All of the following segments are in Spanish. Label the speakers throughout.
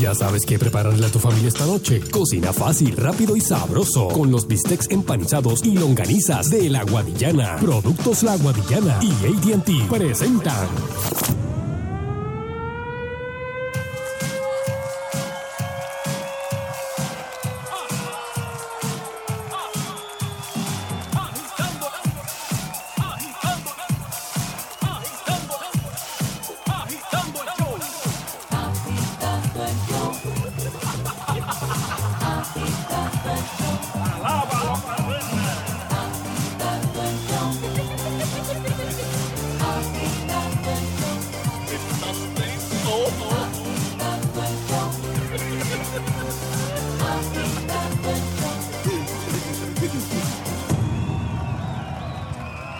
Speaker 1: Ya sabes qué prepararle a tu familia esta noche. Cocina fácil, rápido y sabroso. Con los bistecs empanizados y longanizas de La Guadillana. Productos La Guadillana y ATT presentan.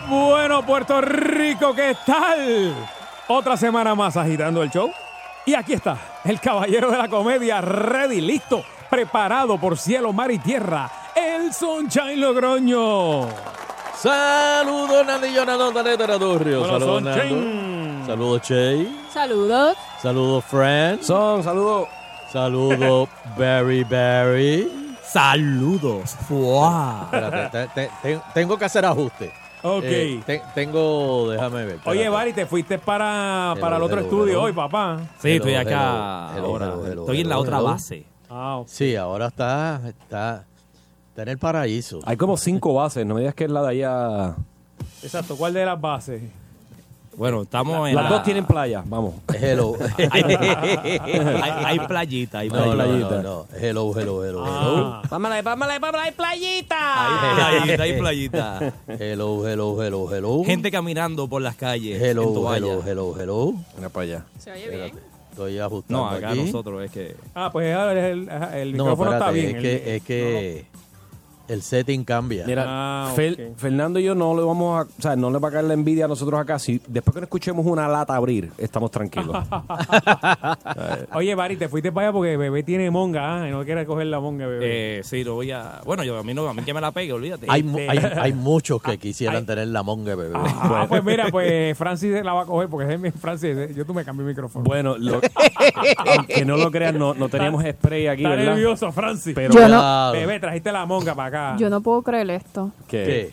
Speaker 2: Bueno, Puerto Rico, ¿qué tal? Otra semana más agitando el show. Y aquí está, el caballero de la comedia, ready, listo, preparado por cielo, mar y tierra, el Sunshine Logroño.
Speaker 3: Saludos, Nandillo, Nando, Taneta, Nadurrio.
Speaker 2: Bueno,
Speaker 3: Saludos,
Speaker 2: son Chen.
Speaker 3: Nando. Saludos, Che.
Speaker 4: Saludos.
Speaker 3: Saludos, Fran.
Speaker 5: Son, saludos.
Speaker 3: Saludos, Barry Barry.
Speaker 5: Saludos. Fuá.
Speaker 3: Espérate, te- te- te- tengo que hacer ajuste.
Speaker 2: Ok.
Speaker 3: Eh, te- tengo, déjame ver.
Speaker 2: Oye,
Speaker 3: espérate.
Speaker 2: Bari, te fuiste para,
Speaker 3: Hello,
Speaker 2: para el otro
Speaker 3: hello,
Speaker 2: estudio
Speaker 3: hello.
Speaker 2: hoy, papá.
Speaker 5: Sí,
Speaker 3: Hello,
Speaker 5: estoy acá
Speaker 3: hello, hello,
Speaker 5: ahora.
Speaker 3: hello, hello,
Speaker 5: estoy en la
Speaker 3: hello,
Speaker 5: otra
Speaker 3: hello.
Speaker 5: base.
Speaker 2: Ah,
Speaker 3: Sí, ahora está, está, está en el paraíso.
Speaker 6: Hay como cinco bases, no me digas que es la de allá.
Speaker 2: exacto, ¿cuál de las bases?
Speaker 5: Bueno, estamos en
Speaker 6: Las
Speaker 5: la-
Speaker 6: dos tienen playa, vamos.
Speaker 3: Hello.
Speaker 5: Hay, hay playita, hay
Speaker 3: no, no,
Speaker 5: playita.
Speaker 3: no, no. Hello, hello, hello,
Speaker 2: Ah,
Speaker 5: Pámala, pámala, pámala, hay playita. Ah, Hay playita, hay playita.
Speaker 3: hello. Hello, hello, hello, hello.
Speaker 5: Gente caminando por las calles. en
Speaker 3: hello,
Speaker 5: toalla.
Speaker 3: hello, hello, hello.
Speaker 6: Mira para allá.
Speaker 4: Se oye bien.
Speaker 3: Estoy ajustando
Speaker 5: No, acá
Speaker 3: aquí.
Speaker 5: nosotros es que.
Speaker 2: ah, pues el, el- el
Speaker 3: No,
Speaker 2: micrófono está
Speaker 3: espérate, es
Speaker 2: bien. el-
Speaker 3: que, es que el setting cambia.
Speaker 6: Mira,
Speaker 2: Ah,
Speaker 6: Fel-
Speaker 2: ok.
Speaker 6: Fernando y yo no le vamos a, o sea, no le va a caer la envidia a nosotros acá. Si después que no escuchemos una lata abrir, estamos tranquilos.
Speaker 2: Oye, Bari, te fuiste para allá porque bebé tiene monga, ah, y no quiere coger la monga, bebé.
Speaker 5: Eh, sí, no voy a. Bueno, yo a mí no, a mí que me la pegue, olvídate.
Speaker 3: Hay, mu- hay,
Speaker 6: Este.
Speaker 3: hay muchos
Speaker 6: Ah,
Speaker 3: que quisieran tener la monga, bebé.
Speaker 2: Ah, pues mira, pues Francis la va a coger porque es mi Francis. eh, Yo tú me cambié el micrófono.
Speaker 6: bueno, lo- aunque no lo crean, no, no teníamos spray aquí,
Speaker 2: Está
Speaker 6: ¿verdad?
Speaker 2: nervioso, Francis.
Speaker 6: Pero
Speaker 4: Yo no,
Speaker 3: Ah,
Speaker 2: Bebé, trajiste la monga para acá.
Speaker 4: yo no puedo creer esto.
Speaker 6: que
Speaker 3: ¿Qué?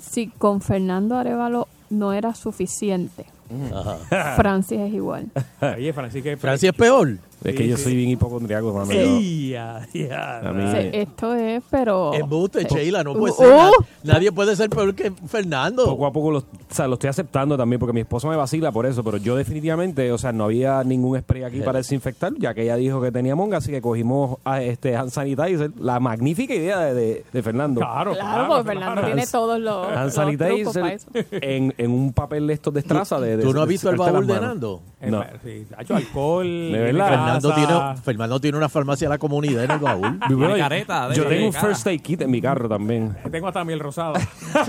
Speaker 4: Si con Fernando Arevalo no era suficiente,
Speaker 3: Ajá.
Speaker 2: Ah.
Speaker 4: Francis es igual.
Speaker 2: Oye, Francis, que
Speaker 3: Francis es peor.
Speaker 6: es que yo soy bien hipocondriaco, mami. yo-
Speaker 2: Ey, ya, ya.
Speaker 6: a
Speaker 4: O
Speaker 6: mí- Oh.
Speaker 4: sea, esto es, pero.
Speaker 3: Embuste,
Speaker 2: Oh.
Speaker 3: Sheila, no
Speaker 4: Uh,
Speaker 3: puede ser. na-
Speaker 4: uh.
Speaker 3: Nadie puede ser peor que
Speaker 6: poco
Speaker 3: Fernando.
Speaker 6: a poco lo, o sea, lo estoy aceptando también porque mi esposa me vacila por eso, pero yo definitivamente, o sea, no había ningún spray aquí para desinfectar, ya que ella dijo que tenía monga, así que cogimos a este hand sanitizer, la magnífica idea de, de- de Fernando.
Speaker 2: Claro,
Speaker 4: Claro, porque Fernando
Speaker 2: claro.
Speaker 4: tiene todos los.
Speaker 6: Hand
Speaker 4: los trucos para
Speaker 6: sanitizer
Speaker 4: eso.
Speaker 6: en, en un papel de estos de traza de, de-
Speaker 3: ¿Tú no has
Speaker 6: de
Speaker 3: visto el
Speaker 6: secarte
Speaker 3: baúl
Speaker 6: las
Speaker 3: de
Speaker 6: manos.
Speaker 3: Nando?
Speaker 6: No.
Speaker 2: Eh, Sí, ha hecho alcohol.
Speaker 6: De verdad.
Speaker 3: Fernando
Speaker 2: grasa.
Speaker 3: tiene, Fernando tiene una farmacia de la comunidad en el baúl.
Speaker 5: Tiene careta de-
Speaker 6: yo
Speaker 5: de
Speaker 6: tengo un
Speaker 5: cara.
Speaker 6: first aid kit en mi carro también.
Speaker 2: Eh, Tengo hasta miel rosada.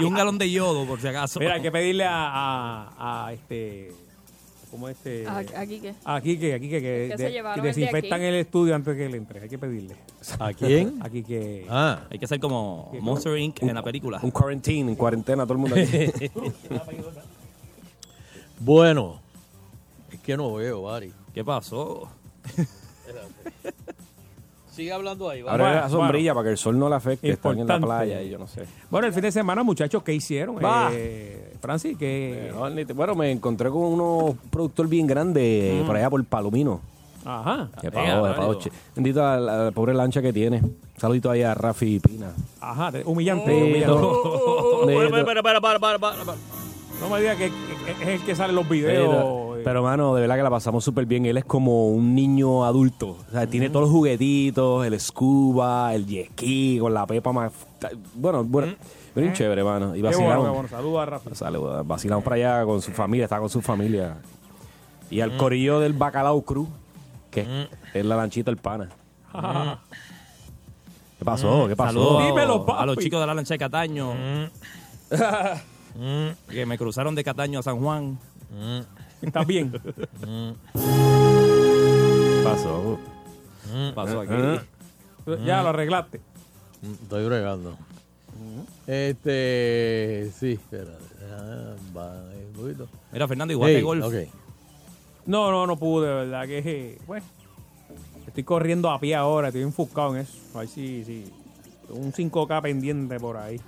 Speaker 5: y un galón de yodo, por si acaso.
Speaker 2: Mira, hay que pedirle a, a, a este. ¿Cómo este?
Speaker 4: Ah, Aquí que.
Speaker 2: Aquí que, aquí que, que,
Speaker 4: Que se
Speaker 2: de-
Speaker 4: llevaron el de
Speaker 2: desinfectan
Speaker 4: aquí.
Speaker 2: el estudio antes que él entre. Hay que pedirle.
Speaker 3: ¿A quién?
Speaker 2: Aquí que.
Speaker 3: Ah,
Speaker 5: Hay que ser como Monster Inc. en la película.
Speaker 6: Un quarantine, en cuarentena, todo el mundo aquí.
Speaker 3: bueno. Es que no veo, Bari.
Speaker 5: ¿Qué pasó?
Speaker 3: Sigue hablando ahí,
Speaker 6: Ahora
Speaker 2: Bueno,
Speaker 6: la sombrilla para que el sol no la afecte, están en la
Speaker 2: Importante.
Speaker 6: playa y yo no sé.
Speaker 2: Bueno, el fin de semana, muchachos, ¿qué hicieron?
Speaker 6: Va.
Speaker 2: Eh, Francis, ¿qué?
Speaker 6: No, ni te- Bueno, me encontré con unos productor bien grande eh, por allá por Palomino.
Speaker 2: Ajá.
Speaker 6: Que
Speaker 5: Eh,
Speaker 6: pavo, que pavo,
Speaker 5: válido.
Speaker 6: che. Bendito a la, a la pobre lancha que tiene. Saludito ahí a Rafi Pina.
Speaker 2: Ajá, de- humillante. humillante.
Speaker 6: Bendito. Bendito.
Speaker 3: Para, para, para, para, para, para.
Speaker 2: No me digas que que es el que sale en los videos.
Speaker 6: Pero, pero, mano, de verdad que la pasamos súper bien. Él es como un niño adulto. O sea, tiene todos los juguetitos, el scuba, el jet ski, con la pepa más... Bueno, bueno, bien chévere, mano. Y
Speaker 2: Qué bueno, qué
Speaker 6: vacilamos.
Speaker 2: bueno. Saludos a Rafa.
Speaker 6: Sale, vacilamos para allá con su familia, está con su familia. Y al corillo del Bacalao Cruz, que es la lanchita del pana.
Speaker 4: Ah,
Speaker 6: ¿Qué pasó? ¿Qué pasó?
Speaker 5: Saludos
Speaker 2: Dímelo, papi.
Speaker 5: a los chicos de la lancha de Cataño.
Speaker 2: Mm.
Speaker 5: que me cruzaron de Cataño a San Juan. Mm.
Speaker 2: ¿Estás bien? Mm.
Speaker 6: ¿Qué pasó?
Speaker 3: Mm.
Speaker 6: Ah,
Speaker 5: Pasó aquí.
Speaker 2: Ya lo arreglaste.
Speaker 3: Estoy bregando.
Speaker 6: Mm.
Speaker 3: Este, sí, espérate. Ah, va, un poquito.
Speaker 5: Mira, Fernando, igual
Speaker 3: Ey,
Speaker 5: de golf.
Speaker 3: ok.
Speaker 2: No, no, no pude, verdad que bueno, estoy corriendo a pie ahora, estoy enfocado en eso. A ver si, si tengo un 5K pendiente por ahí.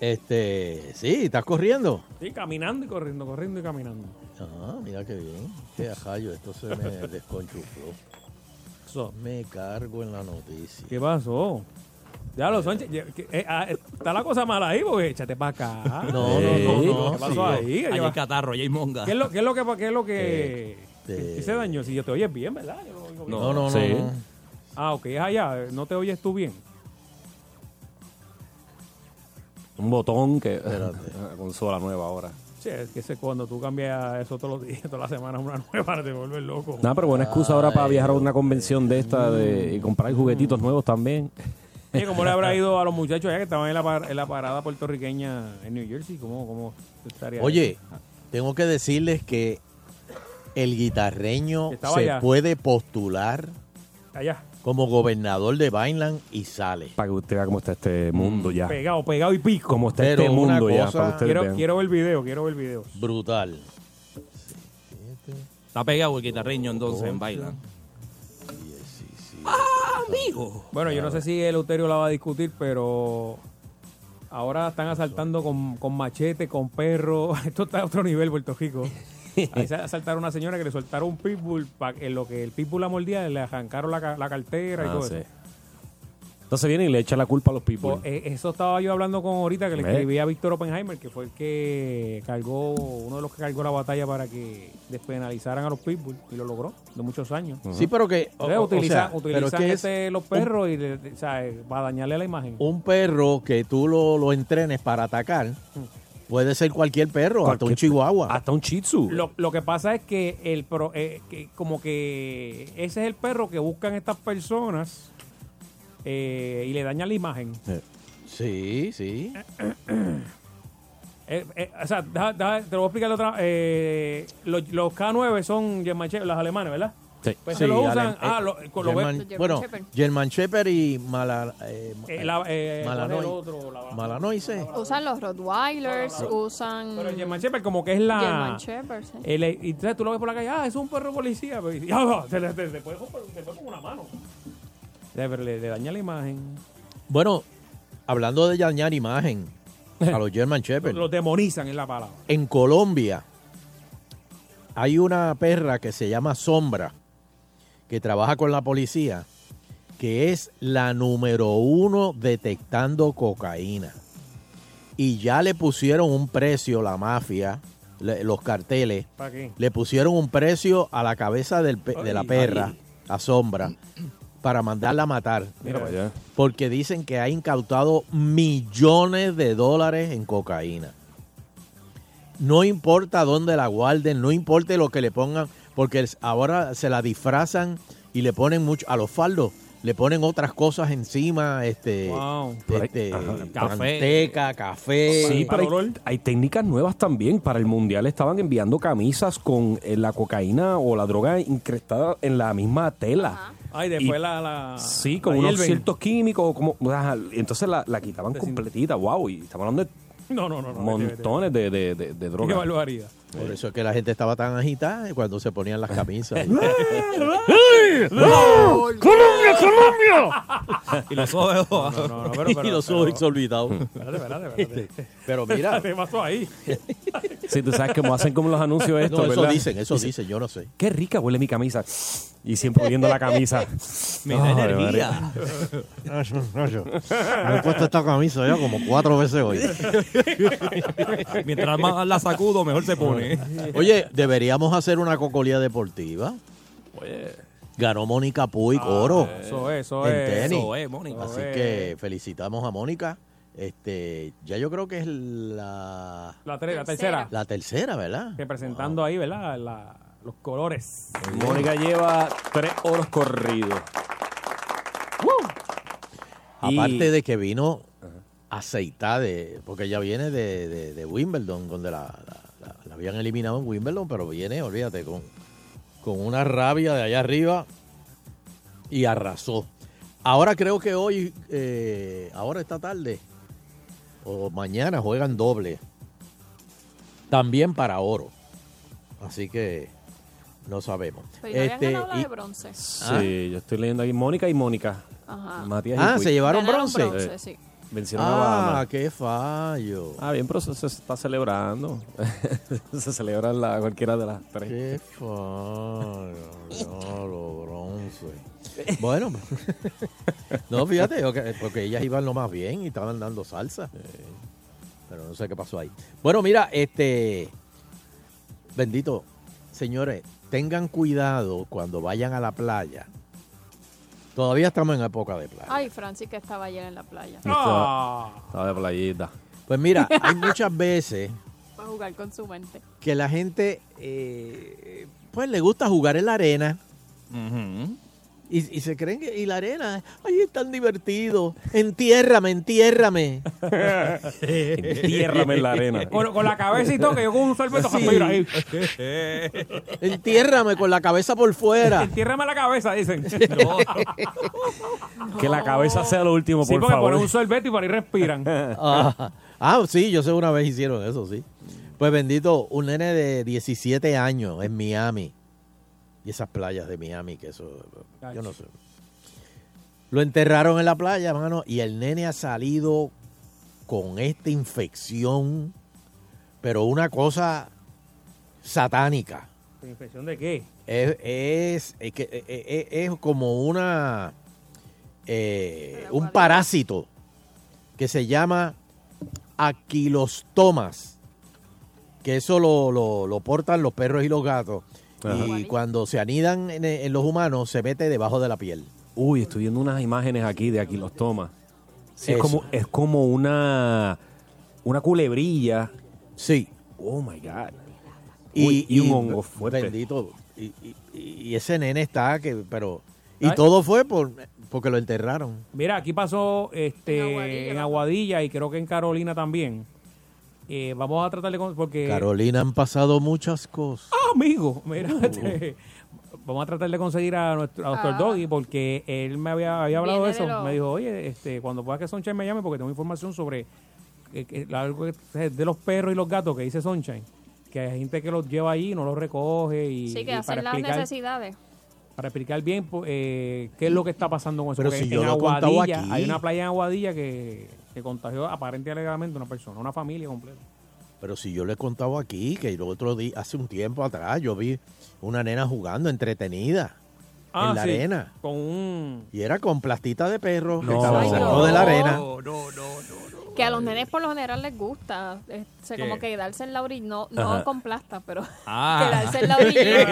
Speaker 3: Este, sí, estás corriendo.
Speaker 2: Estoy caminando y corriendo, corriendo y caminando.
Speaker 3: Ah, mira qué bien. Qué ajayo, esto se me desconchufló.
Speaker 2: Eso.
Speaker 3: Me cargo en la noticia.
Speaker 2: ¿Qué pasó? Ya lo son. eh, está la cosa mala ahí, porque échate para acá. Eh,
Speaker 3: No, no, no, no,
Speaker 2: Ah, ¿Qué pasó
Speaker 3: sí.
Speaker 2: ahí?
Speaker 5: Allí hay
Speaker 2: Lleva-
Speaker 5: catarro, allí hay monga.
Speaker 2: ¿Qué es lo, qué es lo que qué es lo que
Speaker 3: Este-
Speaker 2: qué- qué se dañó? Si yo te oyes bien, ¿verdad? Yo lo oigo bien.
Speaker 3: No, no, no.
Speaker 6: Sí.
Speaker 3: no.
Speaker 2: Ah, ok, es allá, no te oyes tú bien.
Speaker 6: Un botón que.
Speaker 3: Espérate.
Speaker 6: Una consola nueva ahora.
Speaker 2: Che, es que ese cuando tú cambias eso todos los días, todas las semanas una nueva, te vuelves loco.
Speaker 6: Nada, pero buena excusa ahora para viajar a una convención de esta de, y comprar juguetitos nuevos también.
Speaker 2: Oye, ¿Cómo le habrá ido a los muchachos allá que estaban en la, par- en la parada puertorriqueña en New Jersey? ¿Cómo, cómo estaría?
Speaker 3: Oye, tengo que decirles que el guitarreño
Speaker 2: Estaba
Speaker 3: se
Speaker 2: allá.
Speaker 3: puede postular
Speaker 2: Allá,
Speaker 3: como gobernador de Vineland y sale.
Speaker 6: Para que usted vea cómo está este mundo ya.
Speaker 2: pegado, pegado y pico.
Speaker 6: Cómo está
Speaker 3: Pero
Speaker 6: este
Speaker 3: una
Speaker 6: mundo ya.
Speaker 3: cosa-
Speaker 6: Para que ustedes
Speaker 2: Quiero,
Speaker 6: vean.
Speaker 2: quiero ver el video, quiero ver el video.
Speaker 3: Brutal.
Speaker 5: Está pegado el guitarreño entonces en baila. ¡Ah, amigo!
Speaker 2: Bueno, yo no sé si Eleuterio la va a discutir, pero ahora están asaltando con, con machete, con perro. Esto está a otro nivel, Puerto Rico. Ahí se asaltaron a una señora que le soltaron un pitbull. pa- en lo que el pitbull la mordía, le arrancaron la, ca- la cartera y
Speaker 6: Ah,
Speaker 2: todo
Speaker 6: sí.
Speaker 2: eso.
Speaker 6: Entonces viene y le echa la culpa a los people.
Speaker 2: Pues, eh, eso estaba yo hablando con ahorita que le
Speaker 6: Ve.
Speaker 2: escribí a Víctor Oppenheimer, que fue el que cargó, uno de los que cargó la batalla para que despenalizaran a los pitbull y lo logró de muchos años.
Speaker 3: Sí, pero que. o-
Speaker 2: Entonces,
Speaker 3: o- o
Speaker 2: utilizan,
Speaker 3: sea, pero es
Speaker 2: utilizan
Speaker 3: que es
Speaker 2: este- los
Speaker 3: un-
Speaker 2: perros y le- o sea, eh, para dañarle la imagen.
Speaker 3: un perro que tú lo, lo entrenes para atacar puede ser cualquier perro, hasta un
Speaker 6: Cualquier-
Speaker 3: chihuahua.
Speaker 6: Hasta un shih tzu.
Speaker 2: Lo, lo que pasa es que el pro- eh, que como que ese es el perro que buscan estas personas eh, y le dañan la imagen.
Speaker 3: Sí, sí.
Speaker 2: Eh, eh, o sea, deja- deja- te lo voy a explicar de otra. eh, los, los K9 son German Shepherd, las alemanes, ¿verdad?
Speaker 6: Sí.
Speaker 2: Pues
Speaker 3: Sí,
Speaker 2: se lo usan.
Speaker 3: Alem-
Speaker 2: ah,
Speaker 3: eh,
Speaker 2: lo, con lo
Speaker 3: German-
Speaker 2: ve-
Speaker 4: German
Speaker 3: bueno,
Speaker 4: Shepherd.
Speaker 3: German Shepherd y Mala, eh,
Speaker 2: eh, la- eh, ¿cuál es el
Speaker 3: Malanois.
Speaker 2: otro? La-
Speaker 3: Malanois, ¿eh?
Speaker 4: Usan los Rottweilers, usan
Speaker 2: Ah. Pero el German Shepherd como que es la.
Speaker 4: German Shepherds. ¿eh?
Speaker 2: el- y entonces tú lo ves por la calle, ah, es un perro policía. Pero, y- ah, no, se le, se le puede, se puede con una mano. Ya, pero le, le daña la imagen.
Speaker 3: Bueno, hablando de dañar imagen a los German Shepherd,
Speaker 2: Los demonizan es la palabra.
Speaker 3: en Colombia hay una perra que se llama Sombra, que trabaja con la policía, que es la número uno detectando cocaína. Y ya le pusieron un precio la mafia, le- los carteles,
Speaker 2: ¿Para qué?
Speaker 3: le pusieron un precio a la cabeza del pe- de la
Speaker 2: Ay,
Speaker 3: perra, a Sombra, para mandarla a matar.
Speaker 6: Mira para allá.
Speaker 3: Porque dicen que ha incautado millones de dólares en cocaína. No importa dónde la guarden, no importa lo que le pongan, porque es- ahora se la disfrazan y le ponen mucho a los faldos, le ponen otras cosas encima, este,
Speaker 2: Wow.
Speaker 3: este,
Speaker 6: Ajá.
Speaker 5: Café.
Speaker 3: manteca, café.
Speaker 6: Sí,
Speaker 2: para
Speaker 6: pero
Speaker 2: el
Speaker 6: hay,
Speaker 2: olor.
Speaker 6: hay técnicas nuevas también. Para el mundial estaban enviando camisas con eh, la cocaína o la droga incrustada en la misma tela.
Speaker 2: Ay, después
Speaker 6: Y-
Speaker 2: la, la.
Speaker 6: Sí,
Speaker 2: la
Speaker 6: con unos
Speaker 2: hierven.
Speaker 6: ciertos químicos. Como, ajá, entonces la, la quitaban completita. Wow, y estamos hablando de
Speaker 2: No, no, no. no vete, vete.
Speaker 6: montones de, de, de- de
Speaker 2: Qué
Speaker 6: drogas.
Speaker 2: barbaridad.
Speaker 3: Por eso es que la gente estaba tan agitada cuando se ponían las camisas.
Speaker 5: Y los ojos.
Speaker 2: No, no, no, pero, pero,
Speaker 3: y los
Speaker 2: pero-
Speaker 3: ojos exorbitados.
Speaker 2: Espérate, espérate, espérate.
Speaker 3: Pero mira,
Speaker 2: ¿Qué pasó ahí?
Speaker 6: Sí, tú sabes cómo hacen como los anuncios estos,
Speaker 3: no, eso
Speaker 6: ¿verdad?
Speaker 3: dicen, eso dicen, yo no sé.
Speaker 6: Qué rica huele mi camisa. Y siempre oliendo la camisa.
Speaker 5: Me da
Speaker 6: Ay, María.
Speaker 5: energía.
Speaker 3: Me he puesto esta camisa ya como cuatro veces hoy.
Speaker 5: Mientras más la sacudo, mejor se pone.
Speaker 3: Oye, deberíamos hacer una cocolía deportiva. Ganó Mónica Puy oro.
Speaker 2: Eso es, eso
Speaker 3: En
Speaker 2: es.
Speaker 3: tenis.
Speaker 5: Eso es, Mónica.
Speaker 3: Así
Speaker 2: eh.
Speaker 3: que felicitamos a Mónica. Este, ya yo creo que es la,
Speaker 2: La, tre- la tercera.
Speaker 3: la tercera, ¿verdad?
Speaker 2: Representando ahí, ¿verdad? La- los colores.
Speaker 6: Mónica lleva tres oros corridos. Y-
Speaker 3: Aparte de que vino aceitada, de- porque ella viene de, de- de Wimbledon, donde la, la- la- la habían eliminado en Wimbledon, pero viene, olvídate, con, con una rabia de allá arriba y arrasó. Ahora creo que hoy, eh, ahora esta tarde, o mañana juegan doble, también para oro. Así que No sabemos.
Speaker 4: Pero ¿y no
Speaker 3: Este,
Speaker 4: habían ganado la
Speaker 3: y-
Speaker 4: de bronce.
Speaker 3: Ah.
Speaker 6: Sí, yo estoy leyendo aquí Mónica y Mónica.
Speaker 4: Ajá.
Speaker 6: Matías y
Speaker 3: ah,
Speaker 6: Puig.
Speaker 3: se llevaron
Speaker 4: Ganaron
Speaker 3: bronce.
Speaker 4: bronce, sí.
Speaker 6: Vencieron a
Speaker 3: Ah,
Speaker 6: Bahamas.
Speaker 3: qué fallo.
Speaker 6: Ah, bien, pero se, se está celebrando. se celebra la, cualquiera de las tres.
Speaker 3: Qué fallo. No, lo bronce. Bueno, no, fíjate, ok, porque ellas iban lo más bien y estaban dando salsa. Pero no sé qué pasó ahí. Bueno, mira, este. Bendito, señores, tengan cuidado cuando vayan a la playa. Todavía estamos en época de playa.
Speaker 4: Ay, Francis que estaba ayer en la playa.
Speaker 2: Ah.
Speaker 6: Estaba de playita.
Speaker 3: Pues mira, hay muchas veces
Speaker 4: Para jugar con su mente.
Speaker 3: que la gente eh, pues le gusta jugar en la arena. Y, y se creen que, y la arena, ay, es tan divertido. Entiérrame, entiérrame.
Speaker 6: Entiérrame en la arena.
Speaker 2: Con, con la cabeza y todo, que yo con un sorbeto
Speaker 3: Sí.
Speaker 2: campero ahí.
Speaker 3: Entiérrame con la cabeza por fuera.
Speaker 2: Entiérrame la cabeza, dicen. Sí,
Speaker 6: Que la cabeza sea lo último, por
Speaker 2: porque
Speaker 6: favor.
Speaker 2: ponen un sorbeto y por ahí respiran.
Speaker 3: Ah, ah, sí, yo sé una vez hicieron eso, sí. Pues bendito, un nene de 17 años en Miami. Y esas playas de Miami, que eso, yo no sé. Lo enterraron en la playa, hermano, y el nene ha salido con esta infección, pero una cosa satánica.
Speaker 2: ¿Infección de qué?
Speaker 3: Es, es, es que- eh, eh, eh, es como una eh, un parásito que se llama aquilostomas, que eso lo, lo- lo portan los perros y los gatos. Y cuando se anidan en, en los humanos, se mete debajo de la piel.
Speaker 6: Uy, estoy viendo unas imágenes aquí de aquí los tomas. Sí,
Speaker 3: Eso.
Speaker 6: es como, es como una, una culebrilla.
Speaker 3: Sí.
Speaker 6: Oh my God. Uy, y un hongo fuerte.
Speaker 3: Bendito. Y, y- y ese nene está que, pero. Y
Speaker 2: Ay.
Speaker 3: todo fue por, porque lo enterraron.
Speaker 2: Mira, aquí pasó este, en,
Speaker 4: En
Speaker 2: Aguadilla,
Speaker 4: Aguadilla,
Speaker 2: y creo que en Carolina también. Eh, vamos a tratar de... con- Porque,
Speaker 3: Carolina, han pasado muchas cosas.
Speaker 2: Ah, amigo,
Speaker 3: Uh,
Speaker 2: mira, este, vamos a tratar de conseguir a nuestro a Dr.
Speaker 4: Ah.
Speaker 2: Doggy porque él me había, había hablado
Speaker 4: Viene
Speaker 2: de
Speaker 4: de
Speaker 2: eso.
Speaker 4: lo-
Speaker 2: Me dijo, oye, este, cuando pueda que Sunshine me llame porque tengo información sobre eh, que- la- algo que- de los perros y los gatos que dice Sunshine. Que hay gente que los lleva allí, no los recoge y,
Speaker 4: Sí, que
Speaker 2: y
Speaker 4: hacen las necesidades.
Speaker 2: para explicar bien po- eh, qué es lo que está pasando con eso.
Speaker 3: Pero si
Speaker 2: Porque en
Speaker 3: yo lo he contado
Speaker 2: Aguadilla,
Speaker 3: aquí.
Speaker 2: hay una playa en Aguadilla que, que contagió aparentemente alegadamente a una persona, una familia completa.
Speaker 3: Pero si yo le he contado aquí que el otro día, hace un tiempo atrás, yo vi una nena jugando entretenida en la
Speaker 2: Ah, sí,
Speaker 3: arena.
Speaker 2: Con un...
Speaker 3: Y era con plastita de perro que
Speaker 6: No.
Speaker 3: estaba
Speaker 4: Ay,
Speaker 3: sacado
Speaker 4: no.
Speaker 3: de la arena.
Speaker 4: Que a los nenes por lo general les gusta. eh, se- como que darse en la orilla. No, no con plasta, pero
Speaker 5: Ah.
Speaker 4: quedarse en la orilla.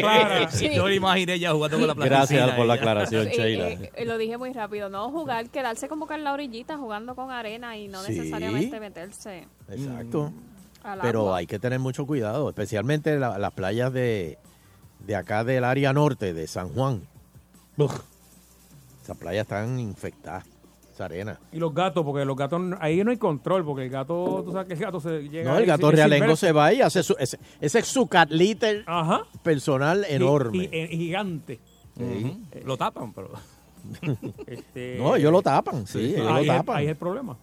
Speaker 2: clara.
Speaker 4: Ah, Sí.
Speaker 5: Yo lo imaginé ya jugando con la plataforma.
Speaker 3: aclaración,
Speaker 4: Sí, eh, eh, lo dije muy rápido. No jugar, quedarse como que en la orillita jugando con arena y no
Speaker 3: Sí.
Speaker 4: necesariamente meterse
Speaker 2: Mm.
Speaker 3: Exacto.
Speaker 4: al
Speaker 3: Pero
Speaker 4: agua.
Speaker 3: hay que tener mucho cuidado, especialmente la- las playas de, de acá del área norte, de San Juan. Uf, Esas playas están infectadas, esa arena.
Speaker 2: Y los gatos, porque los gatos, ahí no hay control, porque el gato, tú sabes que el gato se llega...
Speaker 3: No, el
Speaker 2: y
Speaker 3: gato
Speaker 2: y
Speaker 3: realengo
Speaker 2: sin
Speaker 3: se va y hace su, ese, ese es su cat litter
Speaker 2: ver- Ajá.
Speaker 3: personal enorme.
Speaker 2: Y, y- y gigante.
Speaker 5: Lo tapan, pero.
Speaker 2: Este,
Speaker 3: no, ellos lo tapan, sí, ellos
Speaker 2: ahí,
Speaker 3: lo
Speaker 2: es-
Speaker 3: tapan.
Speaker 2: ahí es el problema.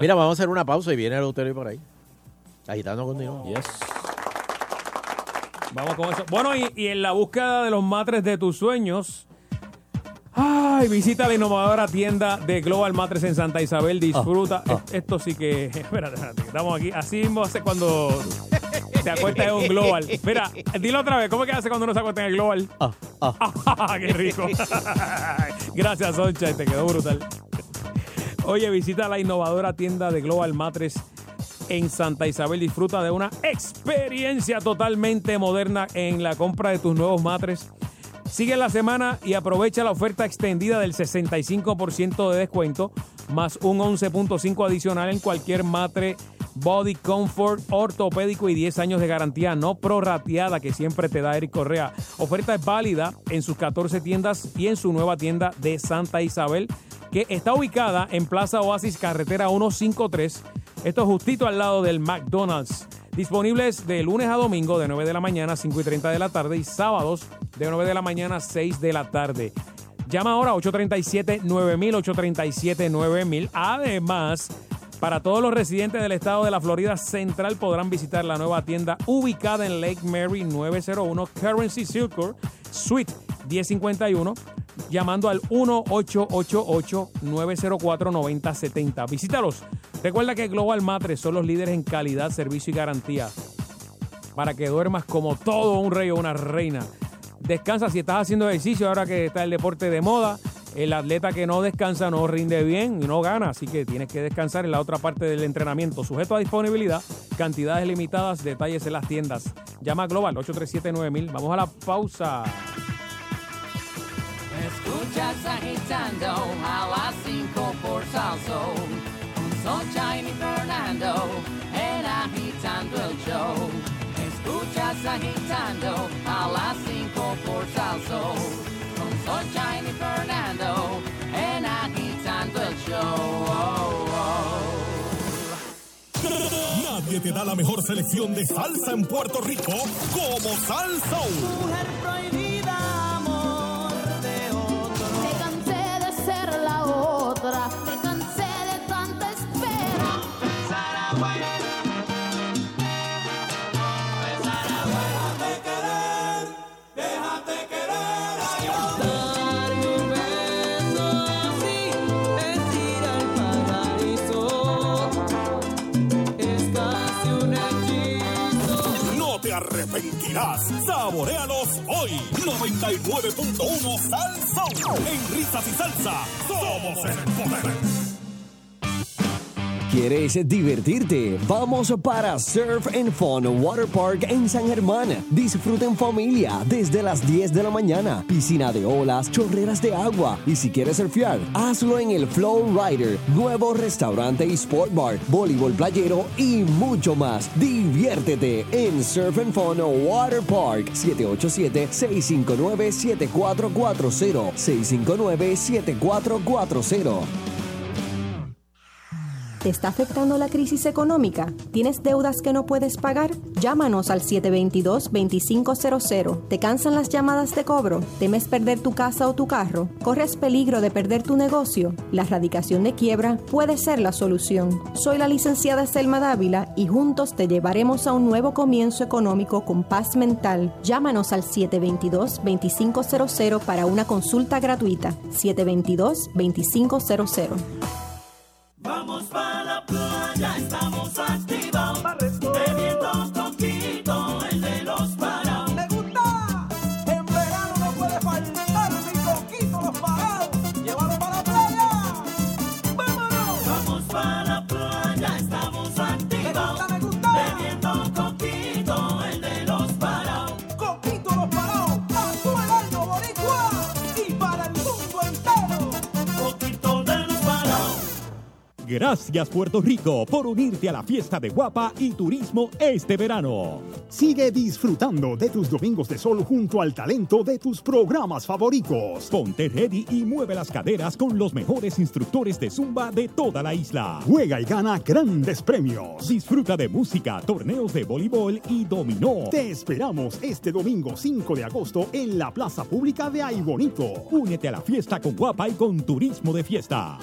Speaker 3: Mira, vamos a hacer una pausa y viene el Euterio por ahí. Agitando continúa.
Speaker 2: Vamos con eso. Bueno, y, y en la búsqueda de los matres de tus sueños. Ay, visita la innovadora tienda de Global Matres en Santa Isabel. Disfruta. Es- Esto sí que. Espérate, espérate. Estamos aquí. Así mismo hace cuando te acuestas en un Global. Mira, dilo otra vez. ¿Cómo es que hace cuando uno se acuesta en el Global? Ah, ¡Qué rico! Gracias, Soncha. Te quedó brutal. Oye, visita la innovadora tienda de Global Matres en Santa Isabel. Disfruta de una experiencia totalmente moderna en la compra de tus nuevos matres. Sigue la semana y aprovecha la oferta extendida del 65% de descuento más un 11.5 adicional en cualquier matre Body Comfort ortopédico y 10 años de garantía no prorrateada que siempre te da Eric Correa. Oferta es válida en sus 14 tiendas y en su nueva tienda de Santa Isabel que está ubicada en Plaza Oasis, carretera 153. Esto es justito al lado del McDonald's. Disponibles de lunes a domingo de 9 de la mañana a 5 y 30 de la tarde y sábados de 9 de la mañana a 6 de la tarde. Llama ahora 837-9000, 837-9000. Además, Para todos los residentes del estado de la Florida Central podrán visitar la nueva tienda ubicada en Lake Mary 901 Currency Circle Suite 1051 llamando al 1-888-904-9070. Visítalos. Recuerda que Global Matres son los líderes en calidad, servicio y garantía para que duermas como todo un rey o una reina. Descansa si estás haciendo ejercicio ahora que está el deporte de moda. El atleta que no descansa no rinde bien y no gana, así que tienes que descansar en la otra parte del entrenamiento. Sujeto a disponibilidad, cantidades limitadas, detalles en las tiendas. Llama a Global 837-9000. Vamos a la pausa.
Speaker 7: Escuchas agitando a las 5 por Salso. Con Sunshine y Fernando en agitando el show. Escuchas agitando a las 5 por Salso. Con Sunshine y Fernando en agitando el show.
Speaker 8: Nadie te da la mejor selección de salsa en Puerto Rico como Salsa.
Speaker 9: Mujer prohibida, amor de otro.
Speaker 10: Me cansé de ser la otra, me cansé de tanta espera.
Speaker 9: Darme un beso así es ir al paraíso. Es casi un hechizo.
Speaker 8: No te arrepentirás. Saborealos hoy. 99.1 Salsa. En risas y salsa. Somos el poder.
Speaker 11: ¿Quieres divertirte? Vamos para Surf and Fun Water Park en San Germán. Disfruta en familia desde las 10 de la mañana. Piscina de olas, chorreras de agua. Y si quieres surfear, hazlo en el Flow Rider, nuevo restaurante y sport bar, voleibol playero y mucho más. Diviértete en Surf and Fun Water Park. 787-659-7440. 659-7440.
Speaker 12: ¿Te está afectando la crisis económica? ¿Tienes deudas que no puedes pagar? Llámanos al 722-2500. ¿Te cansan las llamadas de cobro? ¿Temes perder tu casa o tu carro? ¿Corres peligro de perder tu negocio? La erradicación de quiebra puede ser la solución. Soy la licenciada Selma Dávila y juntos te llevaremos a un nuevo comienzo económico con paz mental. Llámanos al 722-2500 para una consulta gratuita. 722-2500.
Speaker 9: Vamos para la playa, estamos activados. Bebiendo coquito, el de los parados. Me gusta. En verano no puede faltar mi coquito, los parados. Llévalo para la playa. Vámonos. Vamos para la playa, estamos activados. Me gusta, me gusta. Bebiendo coquito, el de los parados. Coquito, los parados. A todo el año, boricua. Y para el mundo entero. Coquito de los parados.
Speaker 13: Gracias Puerto Rico por unirte a la fiesta de guapa y turismo este verano. Sigue disfrutando de tus domingos de sol junto al talento de tus programas favoritos. Ponte ready y mueve las caderas con los mejores instructores de zumba de toda la isla. Juega y gana grandes premios. Disfruta de música, torneos de voleibol y dominó. Te esperamos este domingo 5 de agosto en la Plaza Pública de Aibonito. Únete a la fiesta con guapa y con turismo de fiesta.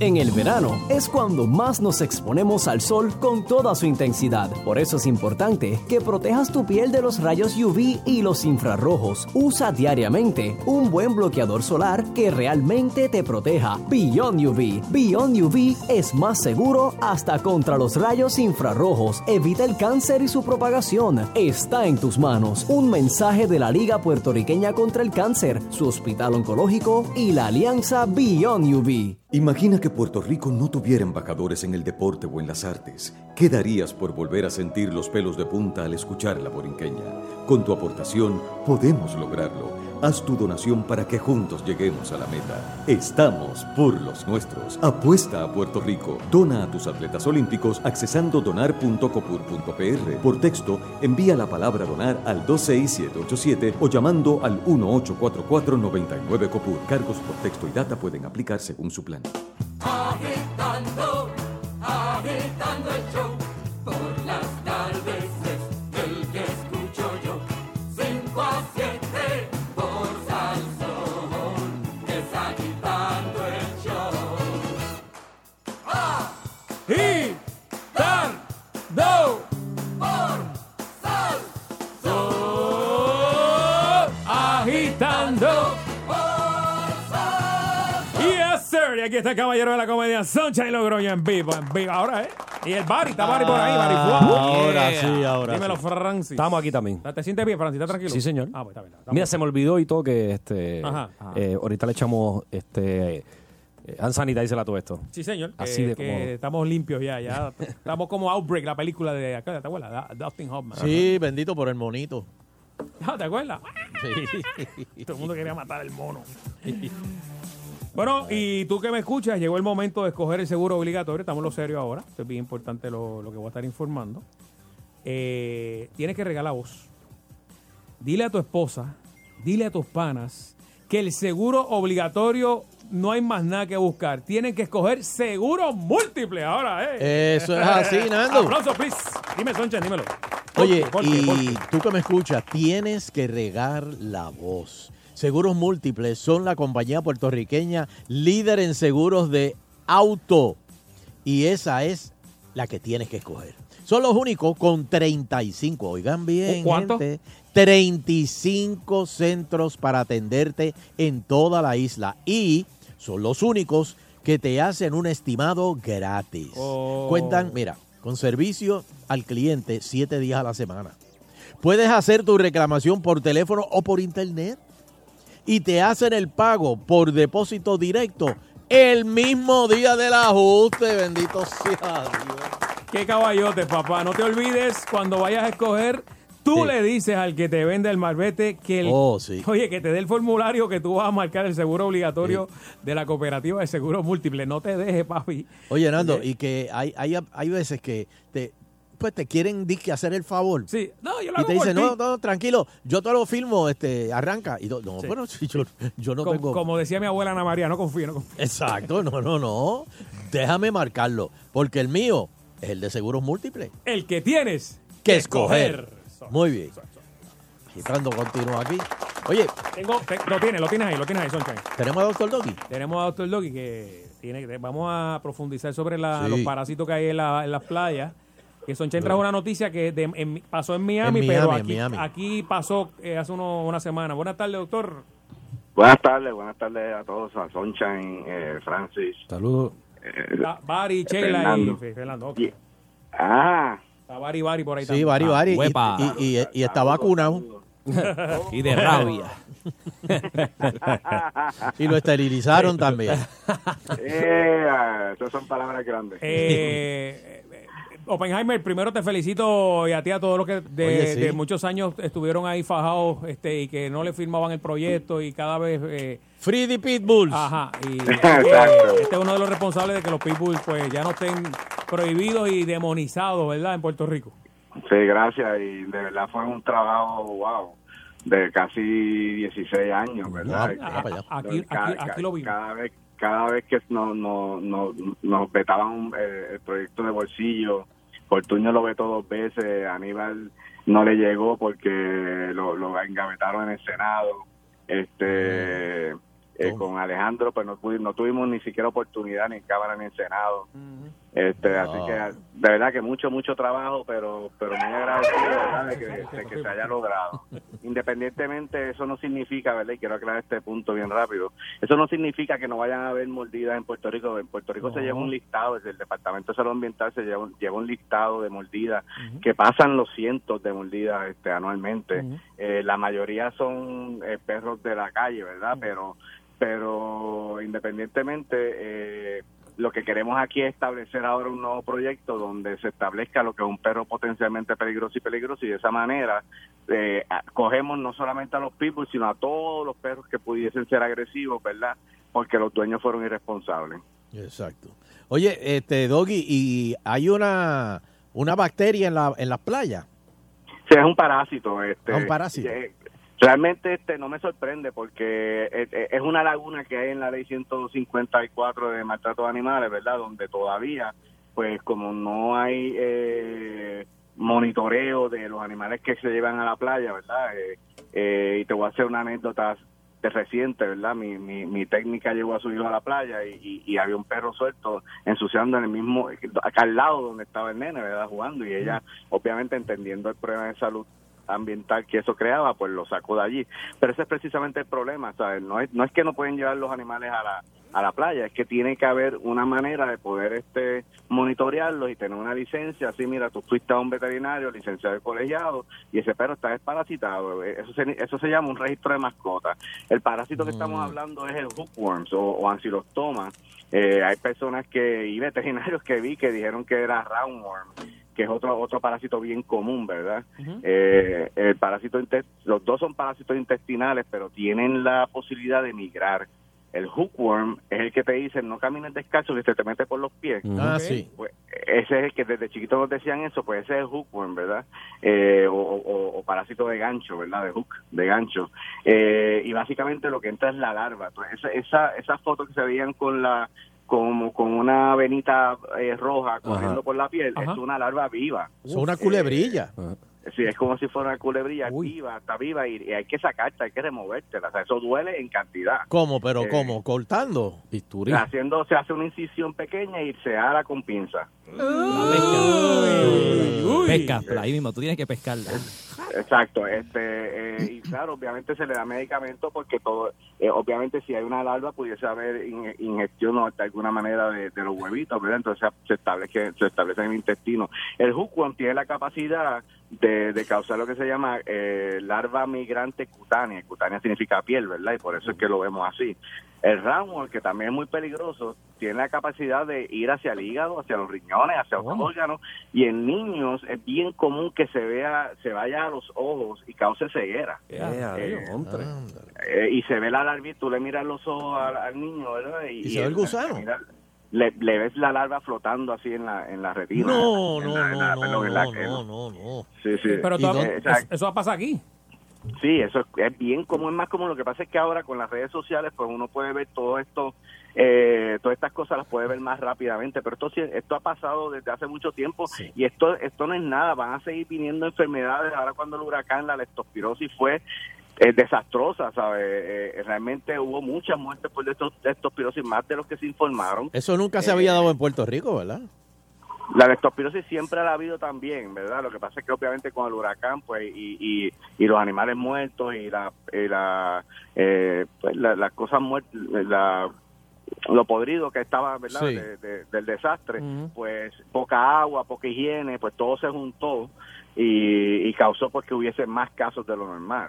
Speaker 11: En el verano es cuando más nos exponemos al sol con toda su intensidad. Por eso es importante que protejas tu piel de los rayos UV y los infrarrojos. Usa diariamente un buen bloqueador solar que realmente te proteja. Beyond UV. Beyond UV es más seguro hasta contra los rayos infrarrojos. Evita el cáncer y su propagación. Está en tus manos. Un mensaje de la Liga Puertorriqueña contra el Cáncer, su hospital oncológico y la alianza Beyond UV.
Speaker 5: Imagina que Puerto Rico no tuviera embajadores en el deporte o en las artes. ¿Qué darías por volver a sentir los pelos de punta al escuchar la borinqueña? Con tu aportación podemos lograrlo. Haz tu donación para que juntos lleguemos a la meta. Estamos por los nuestros. Apuesta a Puerto Rico. Dona a tus atletas olímpicos accesando donar.copur.pr. Por texto, envía la palabra donar al 26787 o llamando al 1844-99-COPUR. Cargos por texto y data pueden aplicar según su plan.
Speaker 9: Agitando, agitando el show. Por las tardes es el que escucho yo. 5 a 7 por Salsón. Es agitando el show.
Speaker 2: agitando. Yes, sir. Y aquí está el caballero de la comedia, Sunshine Logroño en vivo, en vivo. Ahora, ¿eh? Y el Bari, está Bari por ahí, Bari.
Speaker 3: Ah,
Speaker 2: Fuá.
Speaker 3: ahora
Speaker 2: Yeah.
Speaker 3: sí, ahora
Speaker 2: Dímelo,
Speaker 3: sí.
Speaker 2: Francis.
Speaker 6: Estamos aquí también.
Speaker 2: ¿Te sientes bien, Francis? ¿Estás tranquilo?
Speaker 6: Sí, señor.
Speaker 2: Ah, pues está bien. está bien.
Speaker 6: Mira, se me olvidó y todo que este,
Speaker 2: Ajá.
Speaker 6: eh, ahorita le echamos este, eh, hand sanitizer a todo esto.
Speaker 2: Sí, señor. que-
Speaker 6: Así de
Speaker 2: que
Speaker 6: cómodo.
Speaker 2: estamos limpios ya, ya. Estamos como Outbreak, la película de acá de tu abuela, Da- Dustin Hoffman.
Speaker 3: Sí, bendito por el monito.
Speaker 2: Ah, ¿Te acuerdas? Todo el mundo quería matar al mono. Bueno, y tú que me escuchas, llegó el momento de escoger el seguro obligatorio. Estamos en lo serio ahora. Esto es bien importante lo, lo que voy a estar informando. Eh, tienes que regalar voz. Dile a tu esposa, dile a tus panas que el seguro obligatorio no hay más nada que buscar. Tienen que escoger seguro múltiple ahora, ¿eh?
Speaker 3: Eso es así, Nando.
Speaker 2: Aplausos, please. Dime, Soncha, dímelo.
Speaker 3: Oye,
Speaker 2: ¿Por qué? ¿Por qué? ¿Por
Speaker 3: y tú que me escuchas, tienes que regar la voz. Seguros Múltiples son la compañía puertorriqueña líder en seguros de auto. Y esa es la que tienes que escoger. Son los únicos con 35, oigan bien,
Speaker 2: ¿Cuánto?
Speaker 3: gente, 35 centros para atenderte en toda la isla. Y son los únicos que te hacen un estimado gratis. Cuentan, mira, con servicio al cliente siete días a la semana. Puedes hacer tu reclamación por teléfono o por internet y te hacen el pago por depósito directo el mismo día del ajuste, bendito sea Dios.
Speaker 2: Qué caballote, papá. No te olvides, cuando vayas a escoger, tú le dices al que te vende el malvete que el,
Speaker 3: Oh, sí.
Speaker 2: oye, que te dé el formulario que tú vas a marcar el seguro obligatorio de la cooperativa de seguro múltiple. No te dejes, papi.
Speaker 3: Oye, Nando, y que hay, hay, hay veces que te, pues te quieren disque hacer el favor.
Speaker 2: Sí, no, yo lo
Speaker 3: Y
Speaker 2: hago
Speaker 3: te
Speaker 2: por
Speaker 3: dicen,
Speaker 2: ti.
Speaker 3: no, no, tranquilo, yo te lo filmo, este, arranca. Y no, no,
Speaker 2: Sí.
Speaker 3: bueno, si yo, yo no
Speaker 2: como,
Speaker 3: tengo...
Speaker 2: como decía mi abuela Ana María, no confío, no confío.
Speaker 3: Exacto, no, no, no. Déjame marcarlo, porque el mío es el de seguros múltiples.
Speaker 2: El que tienes
Speaker 3: que escoger. Muy bien. Agitando continuo aquí. Oye,
Speaker 2: Tengo, te- lo tienes, lo tienes ahí, lo tienes ahí, Sunshine.
Speaker 3: tenemos a Doctor Doggy.
Speaker 2: Tenemos a Doctor Doggy que tiene que- vamos a profundizar sobre la-
Speaker 3: Sí.
Speaker 2: los parásitos que hay en, la- en las playas. Que Sonchen trajo una noticia que de- en- pasó en Miami,
Speaker 3: En Miami,
Speaker 2: pero
Speaker 3: en
Speaker 2: aquí,
Speaker 3: Miami.
Speaker 2: aquí pasó eh, hace uno- una semana. Buenas tardes, doctor.
Speaker 14: Buenas tardes, buenas tardes a todos, a Sunshine, eh, Francis. eh,
Speaker 6: Saludos.
Speaker 2: Está Bari, Sheila
Speaker 14: Fernando.
Speaker 2: Ah, y Fe- Fernando. ok.
Speaker 14: Ah,
Speaker 2: Está Bari, Bari por ahí
Speaker 3: Sí,
Speaker 2: también.
Speaker 3: Bari, Bari. Y,
Speaker 2: Ah, Huepa.
Speaker 3: y- y- y está vacunado.
Speaker 2: Y de rabia.
Speaker 3: y lo esterilizaron también.
Speaker 14: eh, ah, esas son palabras grandes.
Speaker 2: Eh, eh, eh, Oppenheimer, primero te felicito y a ti a todos los que de,
Speaker 14: Oye, sí.
Speaker 2: de muchos años estuvieron ahí fajados este, y que no le firmaban el proyecto y cada vez... eh,
Speaker 3: Free the Pitbulls.
Speaker 2: Ajá. Y,
Speaker 3: Exacto.
Speaker 2: eh, este es uno de los responsables de que los pitbulls pues ya no estén prohibidos y demonizados, ¿verdad? En Puerto Rico.
Speaker 14: Sí, gracias, y de verdad fue un trabajo, wow, de casi 16 años, ¿verdad? Este,
Speaker 2: Ah,
Speaker 14: Que-
Speaker 2: Aquí,
Speaker 14: cada,
Speaker 2: aquí, aquí lo vimos.
Speaker 14: cada vez, cada vez que nos, nos, nos, nos vetaban un- eh, el proyecto de bolsillo, Fortunio lo vetó dos veces, Aníbal no le llegó porque lo, lo engavetaron en el Senado. Este, eh, con Alejandro, pues no, pudi- no tuvimos ni siquiera oportunidad ni en Cámara ni en Senado. Este, así
Speaker 15: Ah.
Speaker 14: que de verdad que mucho, mucho trabajo, pero, pero muy agradecido ¿verdad? de que, de que se haya logrado. Independientemente, eso no significa, ¿verdad? Y quiero aclarar este punto bien rápido. Eso no significa que no vayan a haber mordidas en Puerto Rico. En Puerto Rico se
Speaker 15: No.
Speaker 14: lleva un listado, desde el Departamento de Salud Ambiental se lleva, un- lleva un listado de mordidas que pasan los cientos de mordidas este, anualmente. Eh, la mayoría son eh, perros de la calle, ¿verdad? Pero pero independientemente, eh, lo que queremos aquí es establecer ahora un nuevo proyecto donde se establezca lo que es un perro potencialmente peligroso y peligroso y de esa manera eh, a- cogemos no solamente a los people, sino a todos los perros que pudiesen ser agresivos, ¿verdad? Porque los dueños fueron irresponsables.
Speaker 3: Exacto. Oye, este, Doggy, y hay una, una bacteria en, la, en las playas.
Speaker 14: O sea, es un parásito. Este,
Speaker 3: Ah, un parásito.
Speaker 14: eh, Realmente este no me sorprende porque es, es una laguna que hay en la ley 154 de maltrato de animales, ¿verdad? Donde todavía, pues como no hay eh, monitoreo de los animales que se llevan a la playa, ¿verdad? Eh, eh, y te voy a hacer una anécdota de reciente, ¿verdad? Mi, mi, mi técnica llegó a su hijo a la playa y, y- y había un perro suelto ensuciando en el mismo, acá al lado donde estaba el nene, ¿verdad? Jugando y ella, obviamente, entendiendo el problema de salud ambiental que eso creaba, pues lo sacó de allí. Pero ese es precisamente el problema, ¿sabes? No es, no es que no pueden llevar los animales a la, a la playa, es que tiene que haber una manera de poder este monitorearlos y tener una licencia, así mira, tú fuiste a un veterinario, licenciado de colegiado, y ese perro está desparasitado, Eh, eso se, eso se llama un registro de mascotas. El parásito que estamos hablando es el hookworms o, o ancilostoma. Eh, hay personas que, y veterinarios que vi que dijeron que era roundworm, que es otro, otro parásito bien común, ¿verdad? Eh, el parásito, inte- los dos son parásitos intestinales, pero tienen la posibilidad de migrar. El hookworm es el que te dice no camines descalzo que se te mete por los pies.
Speaker 3: Ah, Ok. sí.
Speaker 14: Pues, ese es el que desde chiquito nos decían eso, pues ese es el hookworm, ¿verdad? Eh, o, o- o parásito de gancho, ¿verdad? De hook, de gancho. Eh, y básicamente lo que entra es la larva. Pues, esa, esa, esas fotos que se veían con la como con una venita eh, roja corriendo por la piel,
Speaker 3: Ajá.
Speaker 14: es una larva viva.
Speaker 3: Es una
Speaker 14: Eh,
Speaker 3: culebrilla.
Speaker 2: Ah.
Speaker 14: Sí, es como si fuera una culebrilla viva, está viva y, y hay que sacarte, hay que removértela. O sea, eso duele en cantidad.
Speaker 3: ¿Cómo? ¿Pero
Speaker 14: Eh,
Speaker 3: cómo? ¿Cortando? Bisturí.
Speaker 14: Haciendo, se hace una incisión pequeña y se ala con pinza.
Speaker 15: Pescas, pero ahí mismo, tú tienes que pescarla.
Speaker 14: Exacto, este eh, y claro, obviamente se le da medicamento porque todo, eh, obviamente si hay una larva pudiese haber in- ingestión o de alguna manera de, de los huevitos, ¿verdad? Entonces se establece se establece en el intestino. El hookworm tiene la capacidad de, de causar lo que se llama eh, larva migrante cutánea. Cutánea significa piel, ¿verdad? Y por eso es que lo vemos así. El roundworm, que también es muy peligroso, tiene la capacidad de ir hacia el hígado, hacia los riñones, hacia otros órganos. Y en niños es bien común que se vea, se vaya a los ojos y cause ceguera. Eh, eh, y se ve la larva y tú le miras los ojos al, al niño, ¿verdad?
Speaker 3: Y se ve el
Speaker 14: él-
Speaker 3: gusano.
Speaker 14: mira, Le, le ves la larva flotando así en la, en la retina.
Speaker 3: No,
Speaker 14: En
Speaker 3: no,
Speaker 14: la- en la-
Speaker 3: no, no,
Speaker 14: perdón, en la
Speaker 3: no,
Speaker 14: quena.
Speaker 3: no, no, no.
Speaker 14: Sí, sí.
Speaker 2: Pero
Speaker 14: ¿Y
Speaker 2: todo-
Speaker 14: dónde-
Speaker 2: eso, eso va a pasar aquí.
Speaker 14: Sí, eso es, es bien común, es más común. Lo que pasa es que ahora con las redes sociales, pues uno puede ver todo esto, eh, todas estas cosas las puede ver más rápidamente. Pero esto sí- esto ha pasado desde hace mucho tiempo y esto esto no es nada. Van a seguir viniendo enfermedades. Ahora cuando el huracán, la leptospirosis fue eh, desastrosa, ¿sabes? realmente hubo muchas muertes por estos leptospirosis, más de los que se informaron.
Speaker 3: Eso nunca se
Speaker 14: Eh,
Speaker 3: había dado en Puerto Rico, ¿verdad?
Speaker 14: La leptospirosis siempre la ha habido también, ¿verdad? Lo que pasa es que obviamente con el huracán, pues, y, y, y los animales muertos y la, y la, eh, pues, la- las cosas muertas, la, lo podrido que estaba, ¿verdad?
Speaker 16: Sí.
Speaker 14: De- de- del desastre, pues poca agua, poca higiene, pues todo se juntó y, y causó porque hubiese más casos de lo normal.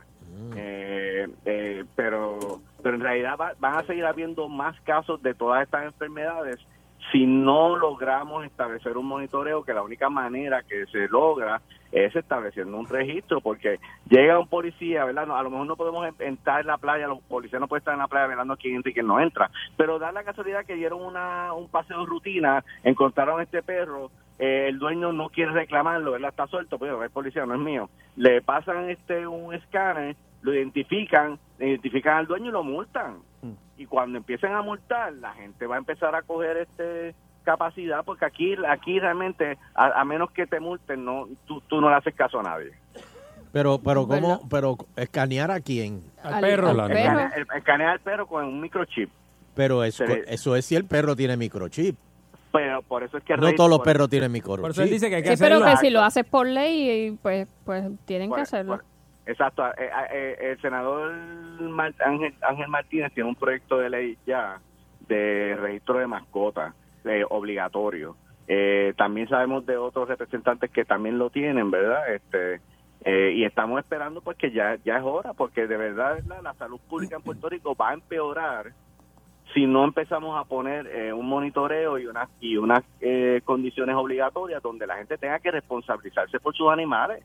Speaker 14: Eh, eh, pero, pero en realidad va- van a seguir habiendo más casos de todas estas enfermedades si no logramos establecer un monitoreo, que la única manera que se logra es estableciendo un registro, porque llega un policía, ¿verdad? No, a lo mejor no podemos en- entrar en la playa, los policías no pueden estar en la playa velando quién entra y quién no entra, pero da la casualidad que dieron una, un paseo de rutina, encontraron a este perro, eh, el dueño no quiere reclamarlo, ¿verdad? Está suelto, pero es policía, no es mío. Le pasan este un escáner, lo identifican, identifican al dueño y lo multan
Speaker 3: Mm.
Speaker 14: y cuando empiecen a multar la gente va a empezar a coger este capacidad porque aquí aquí realmente a, a menos que te multen no tú, tú no le haces caso a nadie
Speaker 3: Pero, pero, ¿cómo? Pero, ¿escanear a quién?
Speaker 14: Al- al escanea- el- escanea al perro con un microchip
Speaker 3: Pero eso,
Speaker 14: Se le-
Speaker 3: eso es si el perro tiene microchip.
Speaker 14: pero por eso es que
Speaker 3: No
Speaker 14: Rey-
Speaker 3: todos los
Speaker 14: por-
Speaker 3: perros tienen microchip.
Speaker 14: Por eso él dice que hay
Speaker 4: Sí, pero que
Speaker 14: hacerlo.
Speaker 4: si lo haces por ley, pues, pues tienen que
Speaker 14: Bueno,
Speaker 4: hacerlo.
Speaker 14: Exacto, eh, eh, eh, el senador Mar- Ángel, Ángel Martínez tiene un proyecto de ley ya de registro de mascotas eh, obligatorio. Eh, también sabemos de otros representantes que también lo tienen, ¿verdad? Este eh, y estamos esperando pues que ya ya es hora porque de verdad ¿verdad? la salud pública en Puerto Rico va a empeorar si no empezamos a poner eh, un monitoreo y unas y unas eh, condiciones obligatorias donde la gente tenga que responsabilizarse por sus animales.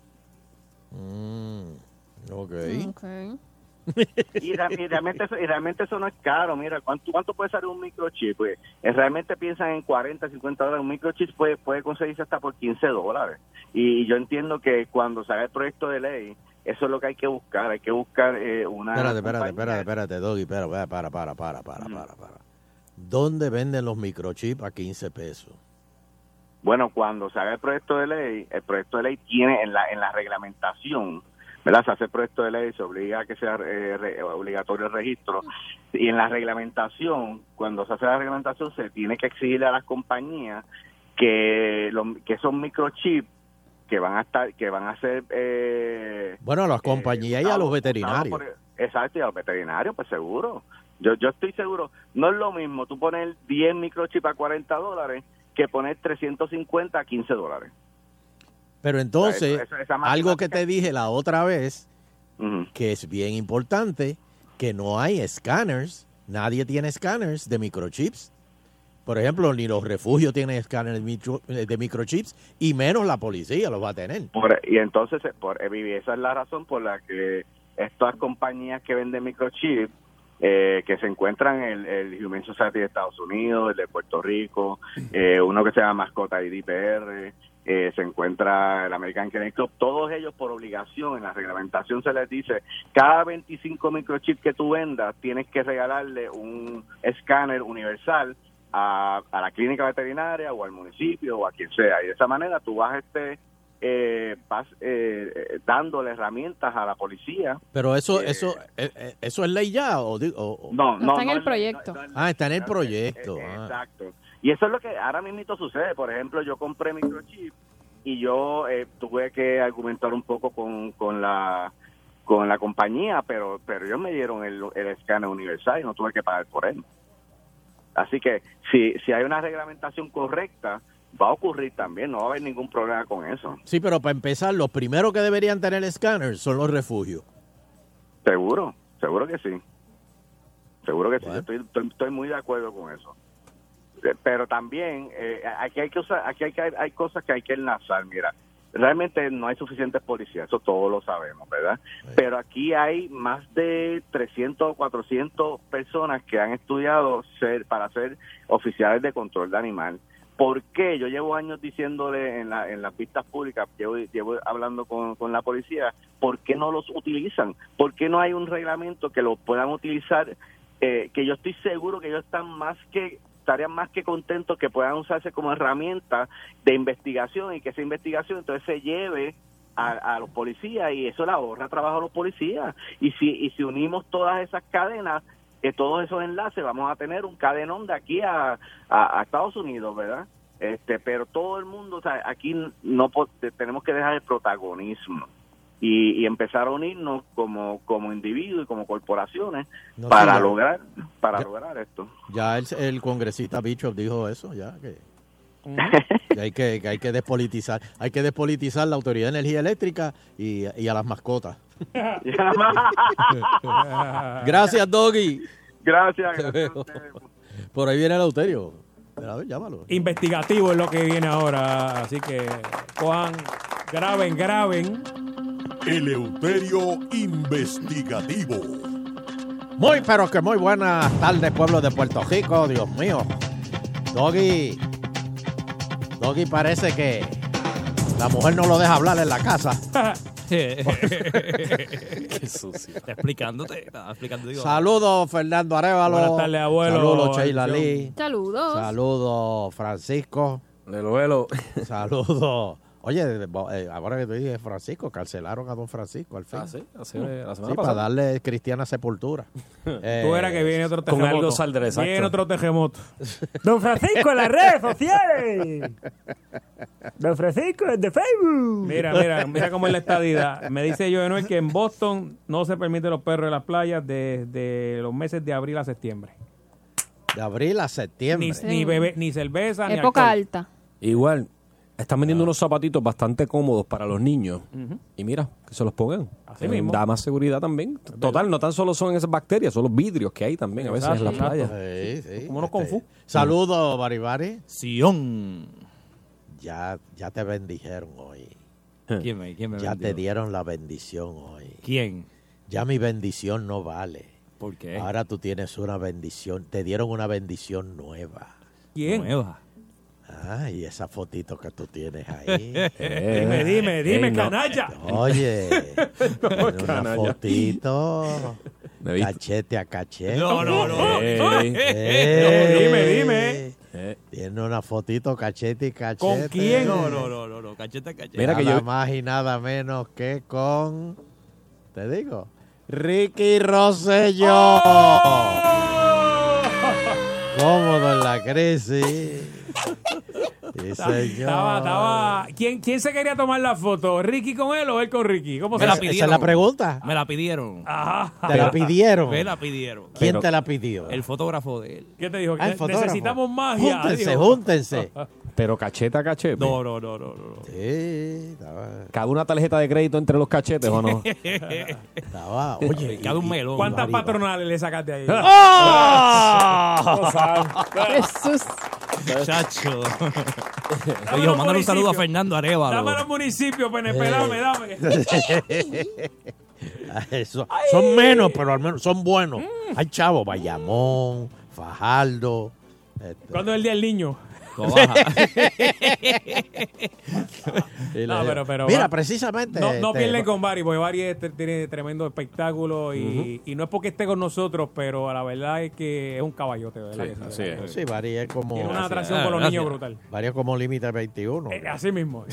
Speaker 14: y, ra- y realmente eso, y realmente eso no es caro. Mira, ¿cuánto, cuánto puede salir un microchip? Pues, eh, realmente piensan en 40, 50 dólares. Un microchip puede, puede conseguirse hasta por 15 dólares. Y yo entiendo que cuando salga el proyecto de ley, eso es lo que hay que buscar. Hay que buscar eh, una.
Speaker 3: Espérate, espérate, espérate, espérate, Doggy, espera, espera, para, para, para, para, para, para. ¿Dónde venden los microchips a 15 pesos?
Speaker 14: Bueno, cuando se haga el proyecto de ley, el proyecto de ley tiene en la, en la reglamentación, ¿verdad? Se hace el proyecto de ley, se obliga a que sea eh, re- obligatorio el registro. Y en la reglamentación, cuando se hace la reglamentación, se tiene que exigirle a las compañías que, lo- que esos microchips que van a estar, que van a ser eh,
Speaker 3: Bueno, a las compañías y a los veterinarios.
Speaker 14: por- exacto, y a los veterinarios, pues seguro. Yo, yo estoy seguro, no es lo mismo tú poner 10 microchips a 40 dólares que poner 350 a 15 dólares.
Speaker 3: Pero entonces,
Speaker 14: eso- eso- esa
Speaker 3: algo que
Speaker 14: matemática-
Speaker 3: te dije la otra vez, que es bien importante, que no hay escáneres, nadie tiene escáneres de microchips. Por ejemplo, ni los refugios tienen escáneres micro- eh, de microchips, y menos la policía los va a tener.
Speaker 14: Por- y entonces, eh, por, eh, Vivi, esa es la razón por la que estas compañías que venden microchips, eh, que se encuentran en el, el Human Society de Estados Unidos, el de Puerto Rico, eh, uno que se llama Mascota IDPR, eh, se encuentra el American Kennel Club, todos ellos por obligación, en la reglamentación se les dice, cada 25 microchips que tú vendas, tienes que regalarle un escáner universal a, a la clínica veterinaria o al municipio o a quien sea. Y de esa manera tú vas este eh, vas eh, eh, dándole herramientas a la policía.
Speaker 3: Pero eso,
Speaker 14: Eh,
Speaker 3: eso, eh, eh, eso es ley ya. O, di- o- o-
Speaker 14: No, no, no es-
Speaker 4: proyecto.
Speaker 3: Ah, está en el proyecto.
Speaker 14: eh,
Speaker 3: ah.
Speaker 14: Exacto. Y eso es lo que ahora mismo sucede. Por ejemplo, yo compré microchip y yo eh, tuve que argumentar un poco con, con la con la compañía, pero pero ellos me dieron el, el escáner universal y no tuve que pagar por él. Así que si, si hay una reglamentación correcta, va a ocurrir también, no va a haber ningún problema con eso.
Speaker 3: Sí, pero para empezar, los primeros que deberían tener escáneres son los refugios.
Speaker 14: Seguro, seguro que sí. Seguro que sí, yo estoy, estoy, estoy muy de acuerdo con eso. Eh, Pero también, eh, aquí, hay que usar- aquí hay, que- hay cosas que hay que enlazar, mira. Realmente no hay suficientes policías, eso todos lo sabemos, ¿verdad? Pero aquí hay más de 300 o 400 personas que han estudiado ser para ser oficiales de control de animal. ¿Por qué? Yo llevo años diciéndole en, la, en las vistas públicas, llevo, llevo hablando con, con la policía, ¿por qué no los utilizan? ¿Por qué no hay un reglamento que los puedan utilizar? eh, que yo estoy seguro que ellos están más que estarían más que contentos que puedan usarse como herramienta de investigación y que esa investigación entonces se lleve a, a los policías y eso le ahorra trabajo a los policías. Y si, y si unimos todas esas cadenas, que todos esos enlaces, vamos a tener un cadenón de aquí a, a- a Estados Unidos, ¿verdad? Este, pero todo el mundo, o sea, aquí no po- te- tenemos que dejar el protagonismo y, y empezar a unirnos como, como individuos y como corporaciones
Speaker 3: No,
Speaker 14: para
Speaker 3: sí, ya.
Speaker 14: lograr para
Speaker 3: Ya.
Speaker 14: lograr esto.
Speaker 3: Ya el, el congresista Bishop dijo eso, ya que,
Speaker 14: Mm.
Speaker 3: que hay que, que hay que despolitizar, hay que despolitizar la autoridad de energía eléctrica y, y a las mascotas. Gracias, Doggy.
Speaker 14: Ah. Gracias.
Speaker 3: Por ahí viene el Euterio. Espera, a ver, llámalo.
Speaker 2: Investigativo es lo que viene ahora, así que cojan, graben, graben.
Speaker 16: Eleuterio Investigativo.
Speaker 3: Muy, pero que muy buenas tardes, pueblo de Puerto Rico, Dios mío. Doggy. Doggy parece que la mujer no lo deja hablar en la casa.
Speaker 15: Qué sucio. Está explicándote. Está explicando. Digo,
Speaker 3: Saludos, Fernando Arevalo.
Speaker 15: Buenas tardes, abuelo.
Speaker 3: Saludos, Sheila
Speaker 15: Atención.
Speaker 3: Lee.
Speaker 4: Saludos.
Speaker 3: Saludos, Francisco. Saludos. Oye, bo- eh, ahora que te dije Francisco, carcelaron a don Francisco al fin.
Speaker 6: Ah, sí, hace- la semana
Speaker 3: Sí, para
Speaker 6: pasada.
Speaker 3: darle cristiana sepultura. Eh,
Speaker 2: Tú era que viene
Speaker 6: con
Speaker 2: otro terremoto.
Speaker 6: algo saldrá, exacto.
Speaker 2: Viene otro terremoto. Don Francisco en las redes sociales. Don Francisco en de Facebook. Mira, mira, mira cómo es la estadidad. Me dice yo Noel que en Boston no se permiten los perros en las playas desde los meses de abril a septiembre.
Speaker 3: De abril a septiembre.
Speaker 2: Ni, ni bebé, ni cerveza, ni
Speaker 4: Eh, Época
Speaker 2: alcohol.
Speaker 4: alta.
Speaker 6: Igual, están vendiendo unos zapatitos bastante cómodos para los niños. Y mira, que se los pongan.
Speaker 2: Así
Speaker 6: Eh,
Speaker 2: mismo.
Speaker 6: Da más seguridad también. Total, no tan solo son esas bacterias, son los vidrios que hay también a veces en las
Speaker 3: Exacto.
Speaker 6: playas.
Speaker 3: Sí, sí.
Speaker 6: Como unos confú.
Speaker 3: Saludos, Baribari. Sion. Ya, ya te bendijeron hoy.
Speaker 15: ¿Quién me- quién me
Speaker 3: ya
Speaker 15: bendijo?
Speaker 3: te dieron la bendición hoy.
Speaker 15: ¿Quién?
Speaker 3: Ya mi bendición no vale.
Speaker 15: ¿Por qué?
Speaker 3: Ahora tú tienes una bendición. Te dieron una bendición nueva.
Speaker 2: ¿Quién?
Speaker 15: Nueva.
Speaker 3: Ah, y esa fotito que tú tienes ahí.
Speaker 2: Dime,
Speaker 6: Eh,
Speaker 2: dime, dime,
Speaker 3: Ey, no.
Speaker 2: canalla.
Speaker 3: Oye,
Speaker 2: No,
Speaker 3: tiene una
Speaker 2: canalla.
Speaker 3: fotito. Cachete a cachete.
Speaker 2: No, no, no.
Speaker 3: Ey,
Speaker 2: No, dime, dime.
Speaker 3: Tiene una fotito cachete y cachete.
Speaker 15: ¿Con quién? Eh. No, no, no, no, no, cachete a cachete.
Speaker 3: Mira que yo... más y nada menos que con... Te digo. Ricky Rosselló.
Speaker 2: ¡Oh!
Speaker 3: Cómodo en la crisis. señor.
Speaker 2: Estaba, estaba. ¿Quién, ¿Quién se quería tomar la foto? ¿Ricky con él o él con Ricky? ¿Cómo
Speaker 3: Me
Speaker 2: se
Speaker 3: la
Speaker 2: hace?
Speaker 3: pidieron. Esa es la pregunta.
Speaker 15: Me la pidieron.
Speaker 3: Te la pidieron.
Speaker 15: Me la pidieron.
Speaker 3: ¿Quién te la pidió?
Speaker 15: El fotógrafo de él.
Speaker 2: ¿Qué te dijo?
Speaker 3: Ah, el fotógrafo.
Speaker 2: Necesitamos magia.
Speaker 3: Júntense,
Speaker 2: dijo.
Speaker 3: júntense.
Speaker 6: Pero cachete a cachete.
Speaker 15: No, no, no, no. no.
Speaker 6: Cada una tarjeta de crédito entre los cachetes, ¿o no?
Speaker 3: Estaba,
Speaker 15: oye, cada un melón.
Speaker 2: ¿Cuántas patronales le sacaste ahí?
Speaker 15: ¡Ah!
Speaker 2: No sabes.
Speaker 15: Jesús. Chacho. Oye,
Speaker 2: los
Speaker 15: mandar un saludo a
Speaker 2: municipios.
Speaker 15: Fernando Arevalo.
Speaker 2: Dame a los municipios, PNP,
Speaker 3: Eh.
Speaker 2: dame, dame.
Speaker 3: Ah, eso. Son menos, pero al menos son buenos.
Speaker 2: Mm.
Speaker 3: Hay chavos, Bayamón, Fajardo. este,
Speaker 2: ¿Cuándo es el día del niño?
Speaker 3: Cobaja. Y
Speaker 2: no,
Speaker 3: le-
Speaker 2: pero, pero,
Speaker 3: Mira,
Speaker 2: va-
Speaker 3: precisamente,
Speaker 2: No, no
Speaker 3: este,
Speaker 2: pierden
Speaker 3: va-
Speaker 2: con Barry, porque Barry este- tiene tremendo espectáculo y, y no es porque esté con nosotros, pero la verdad es que es un caballote, ¿verdad? Que sí, ¿verdad?
Speaker 3: Sí, varía es como.
Speaker 2: Tiene una atracción por los niños brutal.
Speaker 3: Varía como límite 21.
Speaker 2: Eh, así mismo.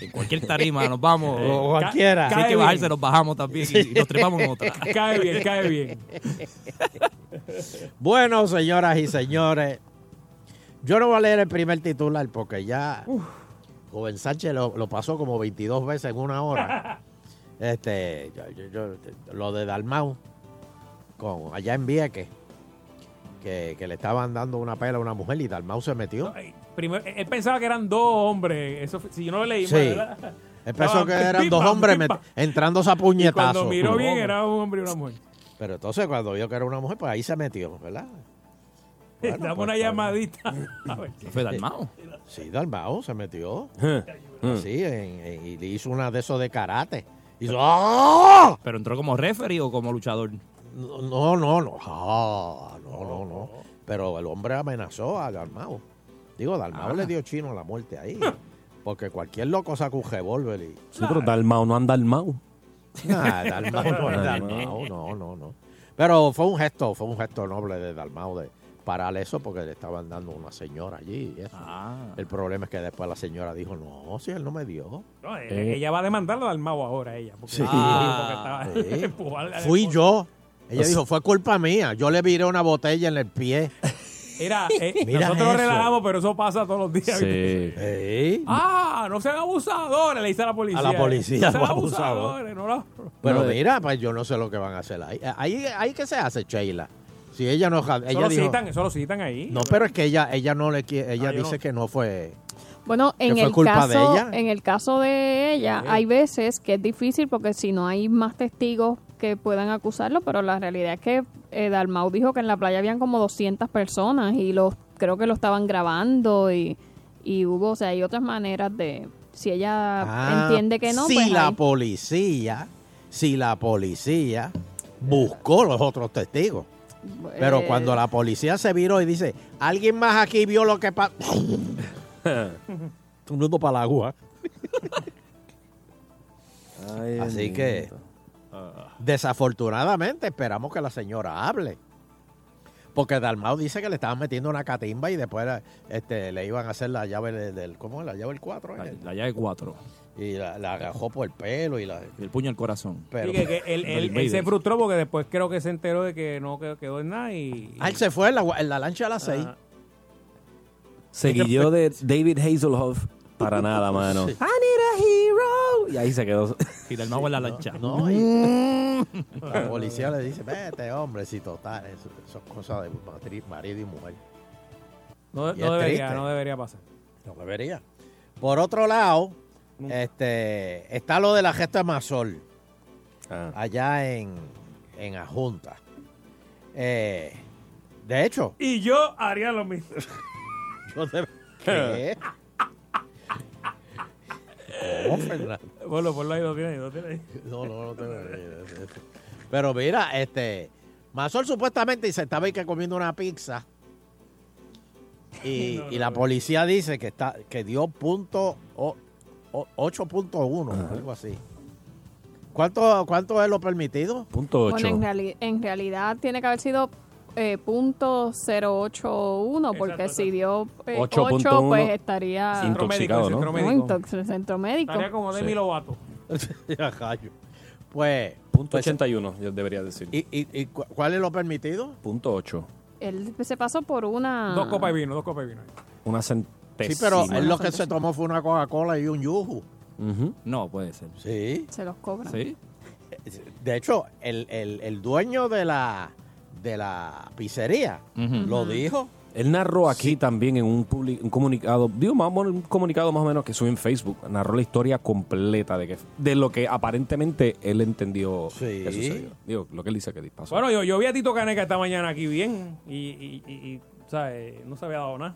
Speaker 15: En cualquier tarima nos vamos.
Speaker 3: O cualquiera.
Speaker 15: Si hay
Speaker 3: Cae
Speaker 15: que
Speaker 3: bien.
Speaker 15: bajarse, nos bajamos también. Y nos trepamos en otra.
Speaker 2: Cae bien, cae bien.
Speaker 3: Bueno, señoras y señores, yo no voy a leer el primer titular porque ya Joven Sánchez lo, lo pasó como 22 veces en una hora. Este, yo- yo- yo- lo de Dalmau, con, allá en Vieques, que, que le estaban dando una pela a una mujer y Dalmau se metió.
Speaker 2: Primero, él pensaba que eran dos hombres. Eso, fue- si yo no lo leí
Speaker 3: Sí.
Speaker 2: mal, ¿verdad?
Speaker 3: Él pensó
Speaker 2: Estaban
Speaker 3: que eran
Speaker 2: pim,
Speaker 3: dos
Speaker 2: pam,
Speaker 3: hombres
Speaker 2: pim,
Speaker 3: met-
Speaker 2: pam.
Speaker 3: entrándose a
Speaker 2: Y
Speaker 3: puñetazos.
Speaker 2: cuando miró bien, era un hombre y una mujer.
Speaker 3: Pero entonces cuando vio que era una mujer, pues ahí se metió, ¿verdad?
Speaker 2: Dame
Speaker 3: pues,
Speaker 2: una
Speaker 3: está
Speaker 2: llamadita. A ver.
Speaker 15: Fue Dalmao.
Speaker 3: Sí, Dalmao se metió. Pues Sí, y le hizo una de esos de karate. Hizo, ¡ah!
Speaker 15: Pero entró como referee o como luchador.
Speaker 3: No, no, no. No, Ah, no, no, no. Pero el hombre amenazó a Dalmao. Digo, Dalmao
Speaker 6: Ah.
Speaker 3: le dio chino a la muerte ahí. Porque cualquier loco saca un revólver y...
Speaker 6: Nosotros Dalmau no anda Dalmau.
Speaker 3: Nah, Dalmau no es Dalmau, no, no, no. Pero fue un gesto, fue un gesto noble de Dalmau de parar eso porque le estaban dando una señora allí. y eso.
Speaker 2: Ah.
Speaker 3: El problema es que después la señora dijo, no, si él no me dio.
Speaker 2: No, eh,
Speaker 3: Eh.
Speaker 2: Ella va a demandarlo al mago ahora, ella. Porque,
Speaker 3: Sí.
Speaker 2: Ah, porque estaba-
Speaker 3: Sí.
Speaker 2: empujarle a la
Speaker 3: Fui
Speaker 2: esposa.
Speaker 3: yo. Ella
Speaker 2: O sea-
Speaker 3: dijo, fue culpa mía. Yo le viré una botella en el pie.
Speaker 2: Mira, eh,
Speaker 3: Mira
Speaker 2: nosotros
Speaker 3: eso.
Speaker 2: relajamos, pero eso pasa todos los días. ¿viste?
Speaker 3: Sí.
Speaker 2: Ah, no sean abusadores, le dice a la policía.
Speaker 3: A la policía,
Speaker 2: No sean
Speaker 3: los abusadores.
Speaker 2: abusadores, no la-
Speaker 3: Pero
Speaker 2: No, de-
Speaker 3: mira, pues yo no sé lo que van a hacer ahí. Eh, Ahí, ahí que se hace, Sheila. Si ella no...
Speaker 2: Eso
Speaker 3: Ella
Speaker 2: lo
Speaker 3: dijo,
Speaker 2: citan, eso lo citan ahí.
Speaker 3: no, pero es que ella, ella no le quiere... Ella
Speaker 2: Ah, yo
Speaker 3: dice
Speaker 2: no-
Speaker 3: que no fue...
Speaker 4: Bueno,
Speaker 3: ¿Que
Speaker 4: en
Speaker 3: fue
Speaker 4: el,
Speaker 3: culpa de
Speaker 4: caso,
Speaker 3: ella?
Speaker 4: en el caso de ella, hay veces que es difícil porque si no hay más testigos que puedan acusarlo, pero la realidad es que eh, Dalmau dijo que en la playa habían como 200 personas y los creo que lo estaban grabando y, y hubo, o sea, hay otras maneras de, si ella
Speaker 3: Ah,
Speaker 4: entiende que no,
Speaker 3: Si
Speaker 4: pues
Speaker 3: la
Speaker 4: ahí-
Speaker 3: policía, si la policía buscó los otros testigos. Pero
Speaker 4: Eh.
Speaker 3: cuando la policía se viró y dice, alguien más aquí vio lo que pasó. Un minuto para la aguja. Así que, desafortunadamente, esperamos que la señora hable. Porque Dalmau dice que le estaban metiendo una catimba y después este, le iban a hacer la llave de- del. ¿Cómo es? La llave del 4.
Speaker 15: La, la llave 4.
Speaker 3: Y la, la agajó por el pelo y la.
Speaker 15: El puño al corazón.
Speaker 3: Pero-
Speaker 2: Sí, que- que él, él- él se frustró porque después creo que se enteró de que no quedó, quedó en nada y... Ah,
Speaker 3: Ah, él se fue en la, en la lancha a las 6.
Speaker 6: Seguido de David Hazelhoff. Para nada, mano.
Speaker 3: Sí.
Speaker 6: Y ahí se quedó.
Speaker 15: Y Dalmau en la lancha.
Speaker 3: No, y-
Speaker 2: Mm.
Speaker 3: la policía le dice, vete, hombre, si total, eso, eso es cosa de matri- marido y mujer.
Speaker 2: No,
Speaker 3: Y
Speaker 2: no
Speaker 3: es
Speaker 2: debería,
Speaker 3: triste.
Speaker 2: no debería pasar.
Speaker 3: No debería. Por otro lado,
Speaker 2: Mm.
Speaker 3: este está lo de la gesta Mazol. Allá en, en Ajunta. Eh, de hecho,
Speaker 2: Y yo haría lo mismo.
Speaker 3: yo de- ¿Qué? ¿Cómo, Fernando?
Speaker 2: Bueno, por ahí lo tiene, ahí, lo tiene ahí.
Speaker 3: No, no, no tengo Pero mira, este. Mazol supuestamente se estaba ahí que comiendo una pizza. Y, y la policía dice que está que dio punto o- o- 8.1, algo así. ¿Cuánto, ¿Cuánto es lo permitido?
Speaker 6: Punto
Speaker 4: Bueno, en, reali- en realidad tiene que haber sido eh, punto 081 porque si dio 8,
Speaker 6: 8.1,
Speaker 4: pues estaría
Speaker 6: Intoxicado, ¿no?
Speaker 4: No, intox- centro médico.
Speaker 2: Estaría como Demi
Speaker 6: Sí.
Speaker 2: Lovato.
Speaker 3: pues.
Speaker 6: Punto 81, yo debería decir.
Speaker 3: ¿Y, y, y cu- cuál es lo permitido?
Speaker 6: Punto 8.
Speaker 4: Él se pasó por una... Ah.
Speaker 2: Dos copas de vino, dos copas de vino.
Speaker 6: Una cen-
Speaker 3: Sí, pero él lo que se tomó fue una Coca-Cola y un yuju.
Speaker 15: No, puede ser.
Speaker 3: Sí.
Speaker 4: Se los cobran.
Speaker 15: Sí.
Speaker 3: De hecho, el, el- el dueño de la, de la pizzería lo dijo.
Speaker 6: Él narró aquí también en un, publi- un comunicado, digo, más, o menos, un comunicado más o menos que subió en Facebook, narró la historia completa de que de lo que aparentemente él entendió que sucedió. Digo, lo que él dice que pasó.
Speaker 2: Bueno, yo, yo vi a Tito Caneca esta mañana aquí bien y, y- y- y, ¿sabes? no se había dado nada.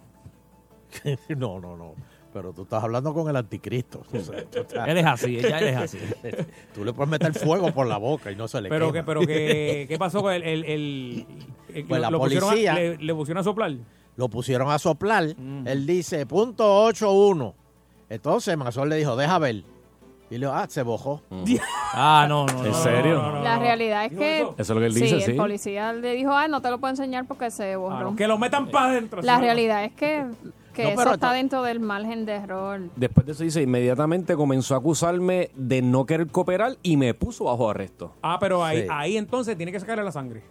Speaker 3: no, no, no. Pero tú estás hablando con el anticristo. O sea, tú estás-
Speaker 2: Él es así, ella- él es así.
Speaker 3: tú le puedes meter fuego por la boca y no se le
Speaker 2: Pero, que,
Speaker 3: quema.
Speaker 2: pero que, ¿qué pasó con el... el, el- el-
Speaker 3: Pues la
Speaker 2: pusieron a-
Speaker 3: policía-
Speaker 2: le, le pusieron a soplar.
Speaker 3: lo pusieron a soplar. Él dice, punto 8.1. Entonces Mazón le dijo, deja ver. Y le dijo, ah, se bojó.
Speaker 15: Ah, no, no.
Speaker 3: ¿En
Speaker 15: no,
Speaker 3: serio?
Speaker 15: no, no, no.
Speaker 2: Ah,
Speaker 4: La realidad es que...
Speaker 3: eso? Eso es lo que él dice, sí.
Speaker 4: el policía le dijo, ah, no te lo puedo enseñar porque se borró.
Speaker 2: que lo metan para adentro.
Speaker 4: La realidad es que, que
Speaker 6: No,
Speaker 4: eso
Speaker 6: pero
Speaker 4: está dentro del margen de error.
Speaker 6: Después de eso dice, inmediatamente comenzó a acusarme de no querer cooperar y me puso bajo arresto.
Speaker 2: Ah, pero ahí,
Speaker 6: Sí.
Speaker 2: ahí entonces tiene que sacarle la sangre.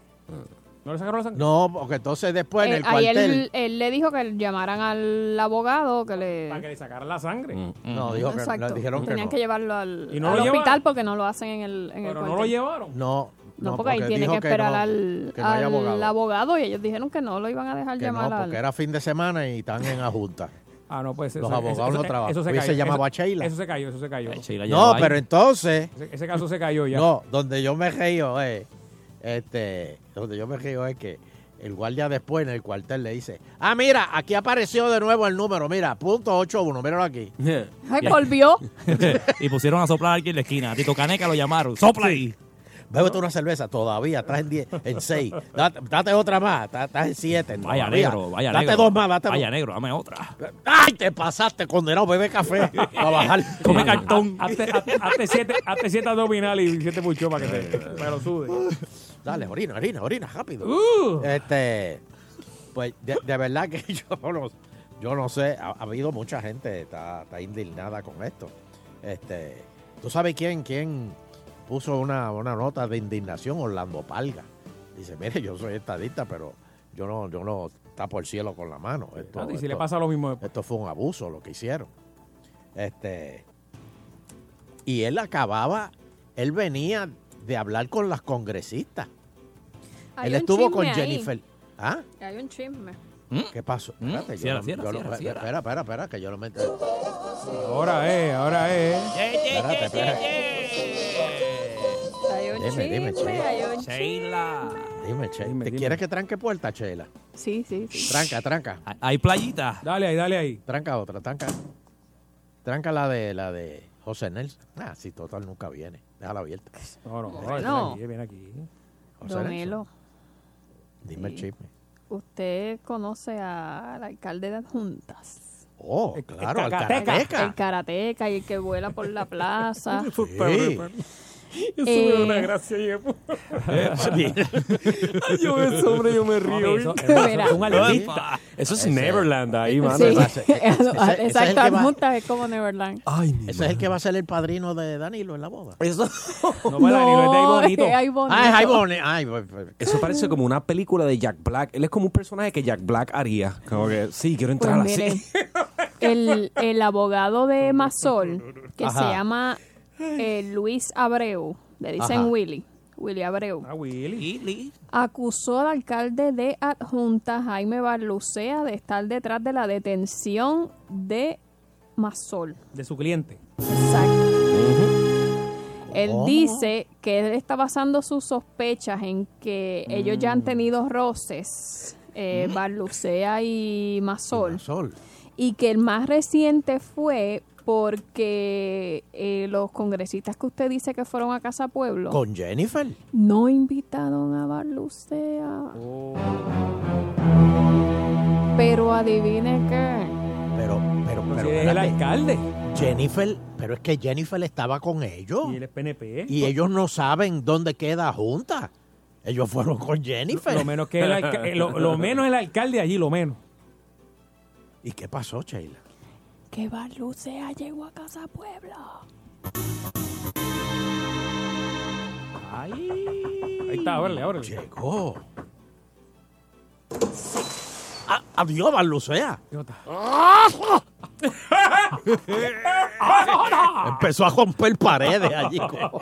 Speaker 2: ¿No le sacaron la sangre?
Speaker 3: No, porque entonces después en
Speaker 4: Eh,
Speaker 3: el
Speaker 4: ahí
Speaker 3: cuartel...
Speaker 4: él, él le dijo que llamaran al abogado que le...
Speaker 2: Para que le sacaran la sangre.
Speaker 3: No, dijo que- le
Speaker 4: Exacto.
Speaker 3: dijeron que
Speaker 4: Tenían
Speaker 3: no.
Speaker 4: que llevarlo al,
Speaker 3: ¿Y no
Speaker 4: al
Speaker 3: lo llevaron?
Speaker 4: hospital porque no lo hacen en el, en el
Speaker 2: Pero no lo
Speaker 4: cuartel.
Speaker 2: llevaron.
Speaker 3: No,
Speaker 4: No, porque ahí tiene
Speaker 3: dijo
Speaker 4: que esperar
Speaker 3: no,
Speaker 4: al,
Speaker 3: que no hay
Speaker 4: al abogado.
Speaker 3: abogado.
Speaker 4: y ellos dijeron que no lo iban a dejar
Speaker 3: Que
Speaker 4: llamar
Speaker 3: no, porque
Speaker 4: al...
Speaker 3: era fin de semana y están en ajunta.
Speaker 2: Ah, no, pues
Speaker 3: Los
Speaker 2: eso-
Speaker 3: abogados
Speaker 2: eso- eso-
Speaker 3: no trabajan.
Speaker 2: Eso se
Speaker 3: Hubiese
Speaker 2: cayó.
Speaker 3: llamado
Speaker 2: eso,
Speaker 3: a Sheila.
Speaker 2: Eso se cayó, eso se cayó.
Speaker 3: No, pero entonces...
Speaker 2: Ese, ese caso se cayó ya.
Speaker 3: No, donde yo me río es... Este, donde yo me río es que el guardia después en el cuartel le dice... Ah, mira, aquí apareció de nuevo el número. Mira, punto 81, míralo aquí.
Speaker 4: Ay, volvió.
Speaker 15: y pusieron a soplar aquí en la esquina. A Tito Caneca lo llamaron. ¡Sopla ahí!
Speaker 3: Bébete una cerveza todavía, estás en 10, en 6. Date, date otra más, estás- estás en 7.
Speaker 15: Vaya negro, vaya
Speaker 3: date
Speaker 15: negro.
Speaker 3: dos más, date
Speaker 15: Vaya
Speaker 3: dos.
Speaker 15: negro, dame otra.
Speaker 3: ¡Ay, te pasaste, condenado! Bebe café para bajar.
Speaker 2: Come cartón. Hazte hazte siete, hazte siete abdominales y siete mucho para que te para que lo sude.
Speaker 3: Dale, orina, orina, orina, rápido.
Speaker 15: Uh.
Speaker 3: Este, pues de, de verdad que yo no, yo no sé, ha, ha habido mucha gente está, está indignada con esto. Este, ¿tú sabes quién quién puso una, una nota de indignación? Orlando Palga. Dice, mire, yo soy estadista, pero yo no yo no tapo el cielo con la mano. Esto,
Speaker 2: Ah, y si
Speaker 3: esto-
Speaker 2: le pasa lo mismo después.
Speaker 3: Esto fue un abuso lo que hicieron. Este, y él acababa, él venía de hablar con las congresistas.
Speaker 4: Hay
Speaker 3: él
Speaker 4: un
Speaker 3: estuvo
Speaker 4: chisme
Speaker 3: con
Speaker 4: ahí.
Speaker 3: Jennifer. ¿Ah?
Speaker 4: Hay un chisme.
Speaker 3: ¿Qué pasó? Espérate, yo
Speaker 15: ¿Mm? Cierra,
Speaker 3: no-
Speaker 15: cierra,
Speaker 3: yo no-
Speaker 15: cierra,
Speaker 3: espera, espera, espera, espera, que yo no me entero.
Speaker 2: Ahora es, ahora es.
Speaker 3: Espérate, espérate.
Speaker 4: Hay un
Speaker 3: Dime, dime,
Speaker 4: chisme,
Speaker 3: Sheila.
Speaker 4: hay un
Speaker 3: Dime, Che. ¿Te quieres que tranque puerta, Chela?
Speaker 4: Sí, sí, sí.
Speaker 3: Tranca, tranca.
Speaker 15: Hay playita.
Speaker 2: Dale ahí, dale ahí.
Speaker 3: Tranca otra, tranca. Tranca la de la de José Nelson. Ah, si total nunca viene. Déjala abierta.
Speaker 2: No, no,
Speaker 4: no, No. viene
Speaker 2: aquí.
Speaker 3: José
Speaker 4: Don
Speaker 3: Nelson,
Speaker 4: Elo,
Speaker 3: dime el chisme.
Speaker 4: usted conoce al alcalde de Adjuntas.
Speaker 3: Oh, claro, al
Speaker 4: Karateka. El
Speaker 3: Karateka.
Speaker 4: karateca y el que vuela por la plaza.
Speaker 3: Sí.
Speaker 2: Eso
Speaker 4: Eh.
Speaker 2: me da una gracia. y es-
Speaker 3: Eh,
Speaker 6: Ay, yo de ese hombre yo me río.
Speaker 2: Eso,
Speaker 6: ¿viste?
Speaker 2: hermano, eso es un artista.
Speaker 6: Eso es Neverland ahí, mano.
Speaker 4: Sí.
Speaker 3: ese es el que
Speaker 4: Exacto,
Speaker 3: va-
Speaker 4: Adjuntas es como Neverland.
Speaker 3: Ese es el que va a ser el padrino de Danilo en la boda.
Speaker 6: Eso.
Speaker 2: No, para Danilo, es de ahí bonito.
Speaker 4: es ahí bonito.
Speaker 3: Ah, es ahí bonito. Ay, pues, pues,
Speaker 6: Eso parece como una película de Jack Black. Él es como un personaje que Jack Black haría. Como que, sí, quiero
Speaker 4: Pues
Speaker 6: entrar
Speaker 4: mire,
Speaker 6: así.
Speaker 4: el, el abogado de Masol, que se
Speaker 6: Ajá.
Speaker 4: llama eh, Luis Abreu, le dicen
Speaker 6: Ajá.
Speaker 4: Willy, Willy Abreu,
Speaker 2: Ah, Willy.
Speaker 4: acusó al alcalde de adjunta Jaime Barlucea de estar detrás de la detención de Masol.
Speaker 2: De su cliente.
Speaker 4: Él dice que él está basando sus sospechas en que ellos ya
Speaker 6: Mm.
Speaker 4: han tenido roces, eh, Barlucea y Masol.
Speaker 3: Sol.
Speaker 4: y que el más reciente fue porque eh, los congresistas que usted dice que fueron a Casa Pueblo
Speaker 3: Con Jennifer.
Speaker 4: no invitaron a Barlucea.
Speaker 2: Oh.
Speaker 4: Pero adivine qué.
Speaker 3: Pero, pero, pero.
Speaker 2: si es el
Speaker 3: espérate.
Speaker 2: alcalde.
Speaker 3: Jennifer, pero es que Jennifer estaba con ellos.
Speaker 2: Y él es PNP.
Speaker 3: Y ellos no saben dónde queda junta. Ellos fueron con Jennifer.
Speaker 2: Lo menos que el alca- eh, lo, lo menos el alcalde allí, lo menos.
Speaker 3: ¿Y qué pasó, Sheila?
Speaker 4: Que Barlucea llegó a Casa Pueblo.
Speaker 2: Eh, Ahí está, ábrele, ábrele.
Speaker 3: Llegó. Adiós, Barlucea.
Speaker 2: Ah,
Speaker 3: Empezó a romper paredes allí. co-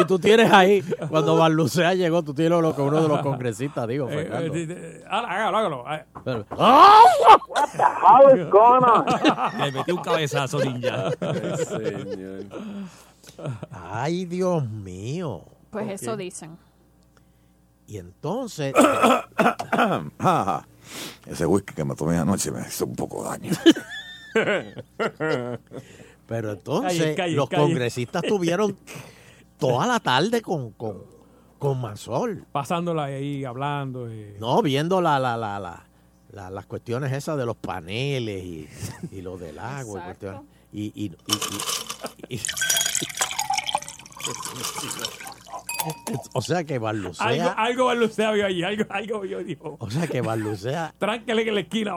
Speaker 3: y tú tienes ahí, cuando Barlucea llegó, tú tienes lo que uno de los congresistas,
Speaker 15: Eh,
Speaker 3: digo, Fernando.
Speaker 2: eh, Hágalo, hágalo.
Speaker 3: Pero-
Speaker 2: What the
Speaker 14: hell is going
Speaker 15: Le metí un cabezazo, ninja.
Speaker 3: Ay, Dios mío.
Speaker 4: Pues
Speaker 3: Ok.
Speaker 4: eso dicen.
Speaker 3: Y entonces,
Speaker 17: Ese whisky que me tomé anoche me hizo un poco daño.
Speaker 3: pero entonces
Speaker 17: Calle, calle,
Speaker 3: los
Speaker 17: calle.
Speaker 3: congresistas tuvieron toda la tarde con, con, con Mansol.
Speaker 2: Pasándola ahí, hablando. eh. y-
Speaker 3: No, viendo la, la, la, la, la- las cuestiones esas de los paneles y, y lo del agua. y
Speaker 2: Exacto.
Speaker 3: cuestiones- Y, y, y, y- y- o sea que
Speaker 2: Algo,
Speaker 3: Barlucea,
Speaker 2: algo Barlucea vio allí, algo, algo vio, dijo.
Speaker 3: o sea que Barlucea,
Speaker 2: Tránquele en la esquina.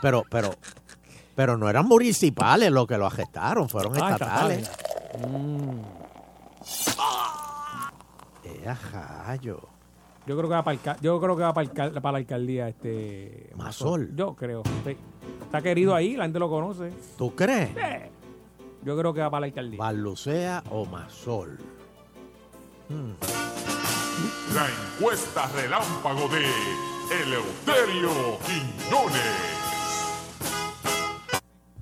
Speaker 3: pero, pero, pero no eran municipales los que lo arrestaron, fueron
Speaker 2: Ah,
Speaker 3: estatales.
Speaker 2: estatales. Mm,
Speaker 3: Eh, ajá, yo.
Speaker 2: Yo creo que va para, el, ca- yo creo que va para, el cal- para la alcaldía este
Speaker 3: Masol.
Speaker 2: Yo creo. sí. Está querido ahí, la gente lo conoce.
Speaker 3: ¿Tú
Speaker 18: Eh,
Speaker 3: crees?
Speaker 2: Sí. Yo creo que va para la alcaldía.
Speaker 3: Barlucea o Masol.
Speaker 16: La encuesta relámpago de Eleuterio Quiñones.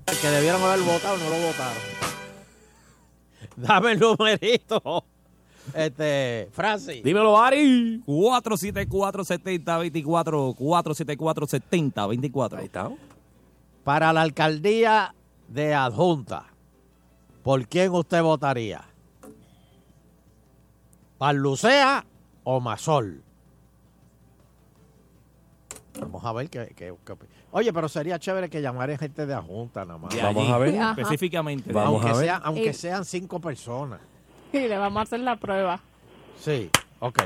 Speaker 3: El que debieron haber votado no lo votaron. Dame el numerito. Este, Francis.
Speaker 15: Dímelo, Ari. 474-7024. 474-7024. Ahí está.
Speaker 3: Para la alcaldía de adjunta, ¿por quién usted votaría? ¿Parlucea o Masol? Vamos a ver qué, qué- qué opi- Oye, pero sería chévere que llamara gente de adjunta nada más.
Speaker 15: De Vamos allí, a ver. Ajá. específicamente. Vamos
Speaker 3: aunque
Speaker 15: a ver.
Speaker 3: sea- aunque
Speaker 4: Y-
Speaker 3: sean cinco personas.
Speaker 4: Y le vamos a hacer la prueba.
Speaker 3: Sí, ok.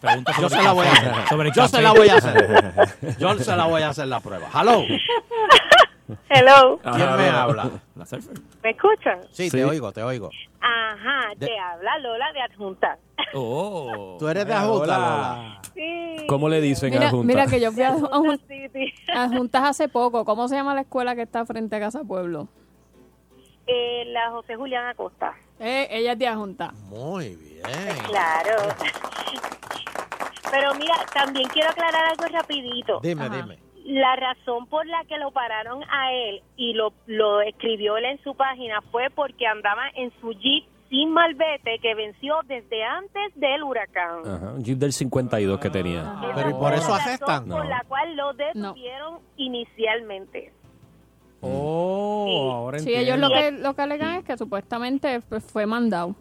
Speaker 15: Pregunta
Speaker 3: Yo
Speaker 15: sobre
Speaker 3: se la
Speaker 15: el
Speaker 3: voy a
Speaker 15: café.
Speaker 3: hacer.
Speaker 15: Sobre el
Speaker 3: Yo
Speaker 15: café.
Speaker 3: se la voy a hacer. Yo se la voy a hacer la prueba. Hello.
Speaker 19: Hello,
Speaker 3: ¿Quién me habla?
Speaker 19: ¿me escuchan?
Speaker 3: Sí, te oigo, te oigo.
Speaker 19: Ajá,
Speaker 3: De-
Speaker 19: te habla Lola de Adjunta.
Speaker 15: Oh.
Speaker 3: Tú eres de Ajusta, Lola.
Speaker 19: Sí.
Speaker 6: ¿Cómo le dicen a la
Speaker 4: Mira,
Speaker 6: Junta?
Speaker 4: mira que yo fui a, a jun-
Speaker 19: City.
Speaker 4: a juntas hace poco. ¿Cómo se llama la escuela que está frente a Casa Pueblo?
Speaker 19: Eh, la José Julián Acosta.
Speaker 4: Eh, ella es de Ajunta.
Speaker 3: Muy bien.
Speaker 19: Claro. Pero mira, también quiero aclarar algo rapidito.
Speaker 3: Dime, dime.
Speaker 19: La razón por la que lo pararon a él y lo, lo escribió él en su página fue porque andaba en su jeep sin malvete que venció desde antes del huracán.
Speaker 6: Ajá, un Jeep del 52 que tenía.
Speaker 3: Pero ¿y por eso arrestan?
Speaker 19: Por la cual lo detuvieron inicialmente.
Speaker 2: Oh, ahora
Speaker 4: Sí, ellos lo que, lo que alegan es que supuestamente pues, fue mandado.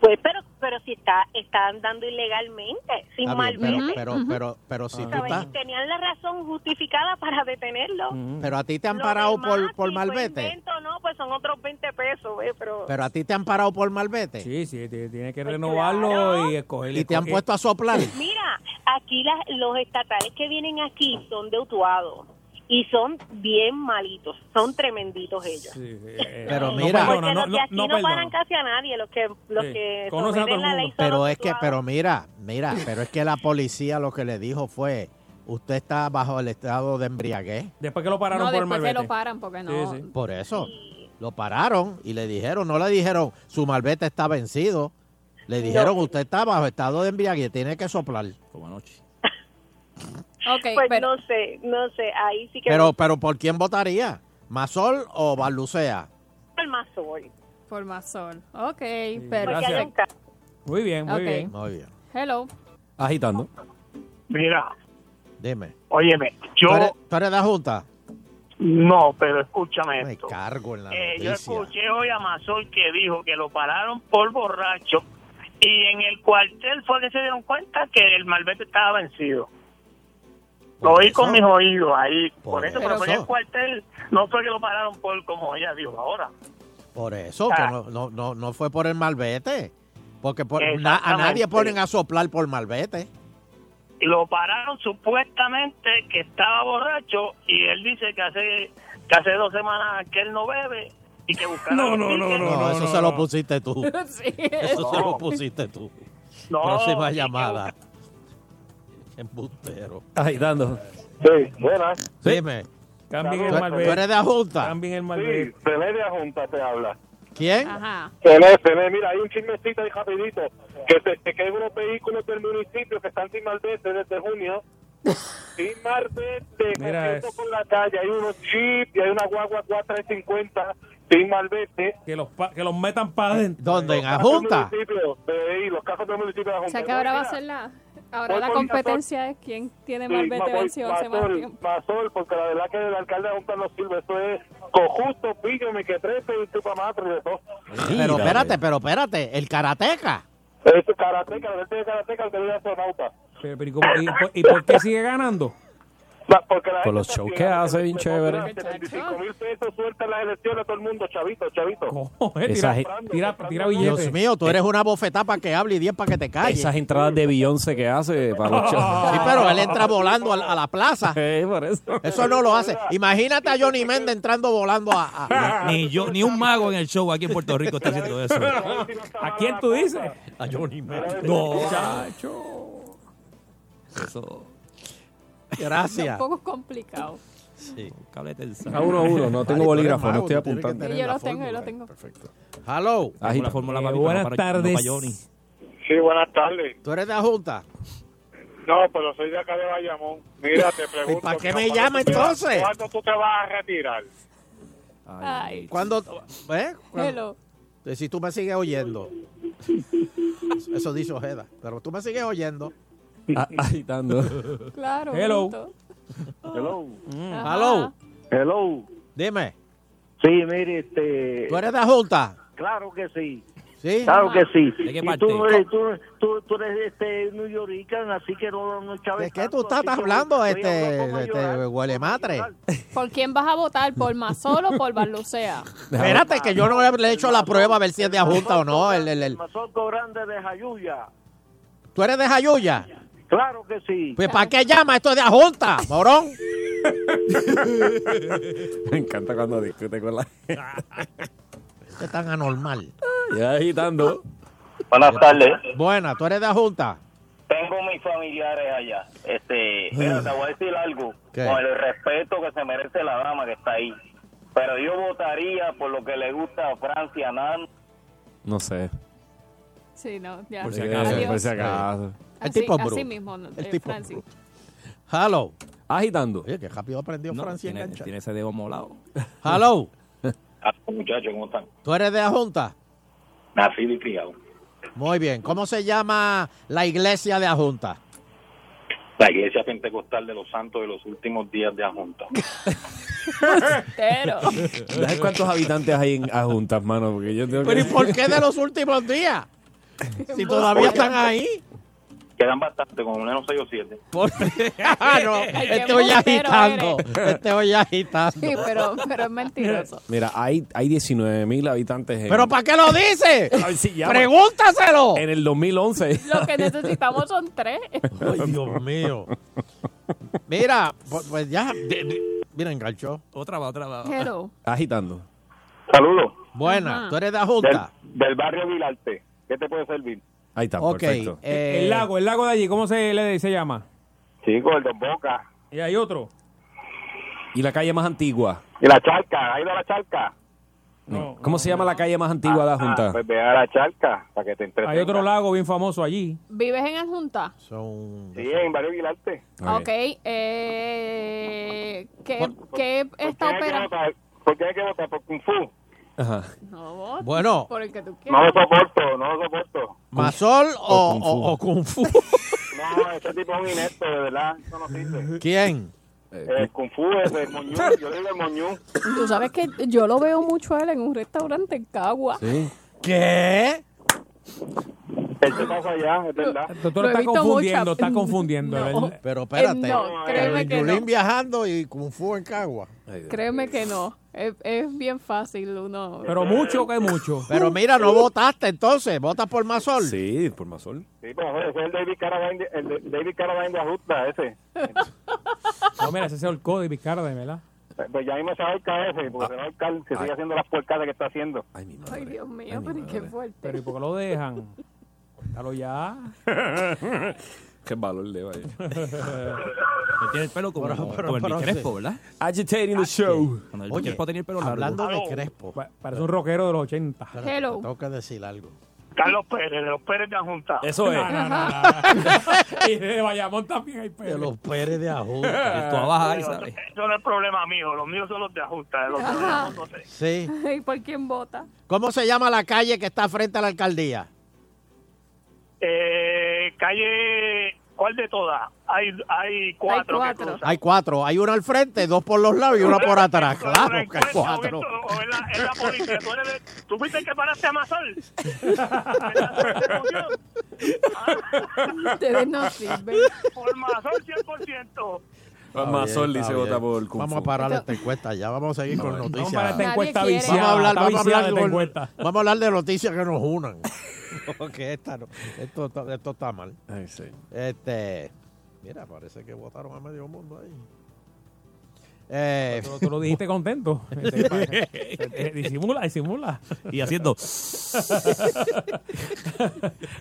Speaker 19: Pues, pero, pero si está, está andando ilegalmente, sin
Speaker 3: Está bien,
Speaker 19: malvete.
Speaker 3: pero, pero, pero, pero si tú
Speaker 19: ¿sabes?
Speaker 3: estás... Mm.
Speaker 19: Tenían la razón justificada para detenerlo.
Speaker 3: Pero a ti te han
Speaker 19: Lo
Speaker 3: parado
Speaker 19: demás,
Speaker 3: por, por
Speaker 19: si Fue
Speaker 3: malvete.
Speaker 19: invento, no, pues son otros 20 pesos, eh, pero...
Speaker 3: Pero a ti te han parado por malvete.
Speaker 2: Sí, sí, tiene que
Speaker 19: Pues
Speaker 2: renovarlo y escoger.
Speaker 3: Y te han puesto a soplar.
Speaker 19: Mira, aquí las, los estatales que vienen aquí son de Utuado y son bien malitos, son tremenditos ellos.
Speaker 3: Pero
Speaker 2: no
Speaker 3: mira,
Speaker 2: perdona,
Speaker 19: Porque los de aquí no,
Speaker 2: perdona.
Speaker 19: paran casi a nadie, los que, los
Speaker 2: Sí,
Speaker 19: que
Speaker 2: conocen a todo el
Speaker 19: someten la ley son
Speaker 3: pero es que, pero mira, mira, pero es que la policía lo que le dijo fue, usted está bajo el estado de embriaguez.
Speaker 2: Después que lo pararon
Speaker 4: No,
Speaker 2: por el
Speaker 4: después que
Speaker 2: malvete.
Speaker 4: lo paran, porque no.
Speaker 2: Sí, sí.
Speaker 3: Por eso. Lo pararon y le dijeron, no le dijeron, su malvete está vencido. Le dijeron, usted está bajo estado de embriaguez, tiene que soplar. Como anoche.
Speaker 19: pues no sé, no sé, ahí sí que
Speaker 3: Pero, pero ¿por quién votaría? ¿Masol o Barlucea?
Speaker 19: por más sol.
Speaker 4: Por más sol. Ok,
Speaker 3: gracias.
Speaker 4: perfecto.
Speaker 2: Muy bien,
Speaker 4: muy Ok. bien.
Speaker 3: Muy bien.
Speaker 4: Hello.
Speaker 6: Agitando.
Speaker 18: Mira,
Speaker 3: Dime.
Speaker 18: óyeme, yo...
Speaker 3: ¿Tú eres, tú eres de la Junta?
Speaker 18: No, pero escúchame
Speaker 3: Me
Speaker 18: esto.
Speaker 3: cargo en la
Speaker 18: Eh, yo
Speaker 3: noticia.
Speaker 18: escuché hoy a Mazol que dijo que lo pararon por borracho y en el cuartel fue que se dieron cuenta que el malvete estaba vencido. Lo oí
Speaker 9: eso?
Speaker 18: con mis oídos ahí. Por,
Speaker 3: Por
Speaker 18: eso, pero fue en
Speaker 3: eso.
Speaker 18: el cuartel no fue que lo pararon por como ella dijo ahora.
Speaker 3: Por eso,
Speaker 18: Ah.
Speaker 3: que no, no, no, no fue por el malvete. Porque por- na- a nadie
Speaker 18: Exactamente.
Speaker 3: ponen a soplar por malvete.
Speaker 18: Y lo pararon supuestamente que estaba borracho y él dice que hace, que hace dos semanas que él no bebe y que buscaron... Oh,
Speaker 3: No,
Speaker 18: no, no,
Speaker 3: No, eso se lo pusiste tú.
Speaker 18: Sí,
Speaker 3: eso se
Speaker 18: no.
Speaker 3: lo pusiste tú.
Speaker 18: No,
Speaker 3: Próxima
Speaker 18: sí,
Speaker 3: llamada. Embustero.
Speaker 6: Agitando.
Speaker 20: Sí, buenas.
Speaker 3: Dime.
Speaker 20: Cambien
Speaker 3: ¿Tú-
Speaker 20: el
Speaker 3: ¿Tú
Speaker 20: malvete.
Speaker 3: eres de Ajunta?
Speaker 2: También el
Speaker 20: Sí, Pelé de Junta te habla.
Speaker 3: ¿Quién?
Speaker 20: Pelé, Pelé, mira, hay un chismecito ahí rapidito, que se que hay unos vehículos del municipio que están sin malvete desde junio. Sin malvete,
Speaker 2: Mira
Speaker 20: cogiendo
Speaker 2: eso.
Speaker 20: por la calle, hay unos jeep y hay una guagua 450 sin malvete.
Speaker 2: Que los, pa- que los metan para adentro.
Speaker 3: Eh, ¿Dónde?
Speaker 2: ¿En
Speaker 3: Ajunta?
Speaker 20: los cajos del municipio de la
Speaker 4: O sea
Speaker 20: Junta.
Speaker 4: que ahora va a ser la,
Speaker 20: Voy
Speaker 4: ahora la
Speaker 20: por Isabel.
Speaker 4: competencia es quién tiene
Speaker 20: Sí,
Speaker 4: más
Speaker 20: ma-
Speaker 4: vete
Speaker 20: voy-
Speaker 4: vencido hace más
Speaker 20: Masol,
Speaker 4: tiempo.
Speaker 20: Masol, porque la verdad que el alcalde de la Junta no sirve, eso es cojusto, pillo, mequetrefe y chupamatre y de todo.
Speaker 3: Pero espérate, pero espérate. El karateca.
Speaker 20: Es karateca, la gente de karateca, el que vive astronauta.
Speaker 2: Pero, pero, ¿y cómo- y, por- y por qué sigue ganando?
Speaker 6: Con los shows que hace, bien chévere.
Speaker 20: 75 mil pesos suelta en las elecciones a todo el mundo, chavito, chavito.
Speaker 6: Esa gen-
Speaker 2: Tira, tira billetes.
Speaker 3: Dios mío, tú eres una bofetada para que hable y 10 para que te calles.
Speaker 6: Esas entradas de Beyoncé que hace para los shows.
Speaker 3: Sí, pero él entra volando a, la- a la plaza.
Speaker 6: eso.
Speaker 3: no lo hace. Imagínate a Johnny Méndez entrando volando a. a-
Speaker 15: Ni, yo, ni un mago en el show aquí en Puerto Rico está haciendo eso.
Speaker 2: ¿A quién tú dices?
Speaker 15: A Johnny Méndez.
Speaker 2: No.
Speaker 15: Eso.
Speaker 4: Un poco complicado.
Speaker 3: Sí.
Speaker 6: A uno a uno,
Speaker 3: Ay,
Speaker 6: no tengo
Speaker 3: tú eres
Speaker 6: bolígrafo, no
Speaker 3: mago,
Speaker 6: Ah, estoy
Speaker 3: tú tienes que
Speaker 6: apuntando.
Speaker 3: tener
Speaker 4: yo
Speaker 3: la
Speaker 4: los tengo, yo
Speaker 3: fórmula.
Speaker 4: los tengo.
Speaker 3: Hello.
Speaker 6: Agita.
Speaker 15: La fórmula,
Speaker 6: Eh,
Speaker 15: papi, no
Speaker 6: buenas
Speaker 15: para- no para
Speaker 6: tardes.
Speaker 15: Johnny.
Speaker 20: Sí, buenas tardes.
Speaker 3: ¿Tú eres de la Junta?
Speaker 20: No, pero soy de acá de Bayamón. Mira, te pregunto.
Speaker 3: ¿Y para qué
Speaker 20: mira,
Speaker 3: me
Speaker 20: ¿cuándo
Speaker 3: llama
Speaker 20: tú te vas-
Speaker 3: entonces?
Speaker 20: ¿Cuándo tú te vas a retirar?
Speaker 4: Ay,
Speaker 3: ¿Cuándo? ¿Eh? ¿Cuándo?
Speaker 4: hello.
Speaker 3: Eh, Si tú me sigues oyendo. Eso dice Ojeda. Pero tú me sigues oyendo.
Speaker 6: Ah, Agitando.
Speaker 4: Claro.
Speaker 3: Hello.
Speaker 4: bonito.
Speaker 21: Hello.
Speaker 4: Ajá.
Speaker 3: Mm, Hello.
Speaker 21: Hello.
Speaker 3: Dime.
Speaker 21: Sí, mire, este.
Speaker 3: ¿Tú eres de la Junta?
Speaker 21: Claro que sí.
Speaker 3: Sí.
Speaker 21: Claro que sí.
Speaker 3: ¿De qué
Speaker 21: Y
Speaker 3: parte?
Speaker 21: tú, eres, tú, tú, tú eres este New Yorican, así que no, no chaves
Speaker 3: ¿De qué
Speaker 21: tanto,
Speaker 3: tú estás
Speaker 21: así que
Speaker 3: hablando,
Speaker 21: voy- voy a hablar como
Speaker 3: este,
Speaker 21: yo.
Speaker 3: este huelematre?
Speaker 4: ¿Por quién vas a votar? ¿Por Mazol o por Barlucea?
Speaker 3: Espérate, que yo no le he hecho la prueba a ver si es de la Junta o no. El, el- el-
Speaker 21: Mazoco grande de Jayuya.
Speaker 3: ¿Tú eres de Jayuya?
Speaker 21: Claro que sí.
Speaker 3: Pues ¿para qué llama? Esto es de la Junta, morón.
Speaker 6: Me encanta cuando discute con la gente.
Speaker 3: Esto es tan anormal.
Speaker 6: Ya agitando.
Speaker 22: Buenas tardes.
Speaker 3: Buena, ¿tú eres de Ah. la Junta?
Speaker 22: Tengo mis familiares allá. Este, pero te voy a decir algo.
Speaker 3: ¿Qué?
Speaker 22: Con el respeto que se merece la dama que está ahí. Pero yo votaría por lo que le gusta a Francia Nan.
Speaker 6: No sé.
Speaker 4: Sí, no, ya.
Speaker 6: Por si acaso,
Speaker 4: Adiós.
Speaker 6: por si acaso.
Speaker 4: Así, así mismo, eh, Francis.
Speaker 3: Hello.
Speaker 6: Agitando.
Speaker 3: Oye, que rápido aprendió Francia
Speaker 15: tiene,
Speaker 3: engancha.
Speaker 15: tiene ese dedo molado.
Speaker 3: Hello.
Speaker 22: Muchachos, ¿cómo están?
Speaker 3: ¿Tú eres de la Junta?
Speaker 22: Nacido y criado.
Speaker 3: Muy bien. ¿Cómo se llama la iglesia de la Junta?
Speaker 22: La iglesia pentecostal de los santos de los últimos días de la Junta.
Speaker 4: Pero.
Speaker 6: ¿Sabes cuántos habitantes hay en a juntas, mano? Porque yo tengo que...
Speaker 3: Pero ¿y por qué de los últimos días? Si todavía están ahí.
Speaker 22: Quedan bastante, como una no sé o siete.
Speaker 3: Por- Ah, no,
Speaker 22: Ay,
Speaker 4: qué
Speaker 3: estoy
Speaker 4: embustero
Speaker 3: agitando.
Speaker 6: eres.
Speaker 3: Estoy agitando.
Speaker 4: Sí, pero, pero es mentiroso.
Speaker 6: Mira, hay, hay 19 mil habitantes en...
Speaker 3: ¿Pero para qué lo dice?
Speaker 6: A ver si llama.
Speaker 3: Pregúntaselo.
Speaker 6: En el 2011.
Speaker 4: Lo que necesitamos son tres.
Speaker 3: Ay, Dios mío. Mira, pues- pues ya. de- de- Mira, enganchó.
Speaker 15: Otra va, otra va.
Speaker 4: Hello.
Speaker 6: Agitando.
Speaker 20: Saludos.
Speaker 3: Buena,
Speaker 4: Ajá.
Speaker 3: tú eres de la Junta.
Speaker 20: Del, del barrio Vilarte. ¿Qué te puede servir?
Speaker 6: Ahí está,
Speaker 3: Ok,
Speaker 6: perfecto.
Speaker 3: eh,
Speaker 2: El lago, el lago de allí, ¿cómo se le se llama?
Speaker 20: Chico, el Don Boca.
Speaker 2: Y hay otro.
Speaker 6: ¿Y la calle más antigua?
Speaker 20: ¿Y la charca? ¿Ha ido a la charca?
Speaker 6: ¿Cómo se llama la calle más antigua de la Junta?
Speaker 20: Ah, pues ve a la charca para que te entretenga.
Speaker 2: Hay otro lago bien famoso allí.
Speaker 4: ¿Vives en Adjunta?
Speaker 20: Sí, en barrio Vilarte.
Speaker 4: Ok. eh, ¿Qué, qué
Speaker 20: ¿Por qué hay
Speaker 4: está
Speaker 20: que
Speaker 4: operando?
Speaker 20: votar? ¿Por qué hay que votar? ¿Por Kung Fu?
Speaker 4: No, votes
Speaker 3: Bueno.
Speaker 4: Por el que tú
Speaker 20: No lo
Speaker 4: quieras.
Speaker 20: soporto, no lo soporto.
Speaker 3: ¿Masol o,
Speaker 6: o-
Speaker 3: o Kung Fu?
Speaker 20: No, ese tipo es un inepto, de verdad. Eso no sirve.
Speaker 3: ¿Quién?
Speaker 20: El Kung Fu es el moñú. Yo le digo el moñú.
Speaker 4: Tú sabes que yo lo veo mucho a él en un restaurante en Cagua.
Speaker 6: Sí.
Speaker 3: ¿Qué?
Speaker 20: Él se pasa allá, Este es verdad.
Speaker 2: El doctor
Speaker 4: Lo he
Speaker 2: está
Speaker 4: visto
Speaker 2: confundiendo,
Speaker 4: mucho.
Speaker 2: está confundiendo.
Speaker 4: No.
Speaker 2: ¿verdad?
Speaker 3: Pero espérate.
Speaker 4: Eh, no, créeme
Speaker 3: Pero
Speaker 4: que
Speaker 3: Yulín
Speaker 4: no.
Speaker 3: viajando y Kung Fu en Cagua.
Speaker 4: Créeme que no. Es, es bien fácil uno.
Speaker 2: Pero mucho que mucho.
Speaker 3: Pero mira, no votaste entonces. ¿Votas por Masol?
Speaker 6: Sí, por Masol.
Speaker 20: Sí, pero ese es el David Carradine, el de- David Carradine de Ajusta, ese.
Speaker 2: No, mira, ese es el código de Picarda, ¿verdad?
Speaker 20: Pues ya mismo se va a ahorcar ese, porque se va a ahorcar, que sigue haciendo las puercadas que está haciendo.
Speaker 4: Ay, Dios mío, pero qué fuerte.
Speaker 2: Pero ¿y por qué lo dejan? Déjalo ya.
Speaker 6: Qué valor le vaya.
Speaker 15: Tiene el pelo como,
Speaker 6: Pero-
Speaker 15: como
Speaker 6: pero-
Speaker 15: el
Speaker 6: pero-
Speaker 15: Crespo, ¿verdad? Ah,
Speaker 6: Agitating the show.
Speaker 15: Cuando el
Speaker 3: Oye,
Speaker 15: Crespo tenía el pelo largo.
Speaker 3: hablando de Crespo.
Speaker 2: Parece un rockero de los 80.
Speaker 3: Hello. Tengo que decir algo.
Speaker 18: Carlos Pérez, de los Pérez de Ajunta.
Speaker 2: Eso es.
Speaker 18: No, no, no,
Speaker 2: y de Bayamón también hay Pérez.
Speaker 3: De los Pérez de Ajunta.
Speaker 2: Esto a bajar, ¿sabes?
Speaker 18: Eso no es problema mío, los míos son los de Ajunta. de los de
Speaker 4: Ajá.
Speaker 18: Ajunta, no sé.
Speaker 3: Sí.
Speaker 4: ¿Y por quién vota?
Speaker 3: ¿Cómo se llama la calle que está frente a la alcaldía?
Speaker 18: Eh, calle, ¿cuál de todas? Hay, hay cuatro. que cruzan.
Speaker 3: Hay cuatro. Hay una al frente, dos por los lados y una por atrás. Claro que hay cuatro.
Speaker 18: O es la, es la policía. ¿Tú, eres de- ¿Tú fuiste el que paraste a Mazol? Ah,
Speaker 4: Ustedes no sirven.
Speaker 18: Por Mazol 100%.
Speaker 3: Está
Speaker 6: Mazol
Speaker 3: bien,
Speaker 6: dice
Speaker 3: está
Speaker 6: vota
Speaker 3: bien.
Speaker 6: por Kung
Speaker 3: Vamos a
Speaker 6: Fu.
Speaker 3: parar esta encuesta ya. Vamos a seguir con noticias.
Speaker 6: parar esta Nadie encuesta
Speaker 3: Vamos
Speaker 6: quiere.
Speaker 3: a
Speaker 6: viciada,
Speaker 2: "Ah,
Speaker 3: hablar,
Speaker 6: está
Speaker 3: vamos a hablar,
Speaker 6: viciada esta
Speaker 3: con-
Speaker 6: encuesta.
Speaker 3: vamos a hablar de noticias que nos unan. Porque esta no- esto, está- esto está mal. Este, mira, parece que votaron a medio mundo ahí. Eh,
Speaker 2: Tú, tú lo dijiste contento. Este, disimula, disimula.
Speaker 15: Y haciendo.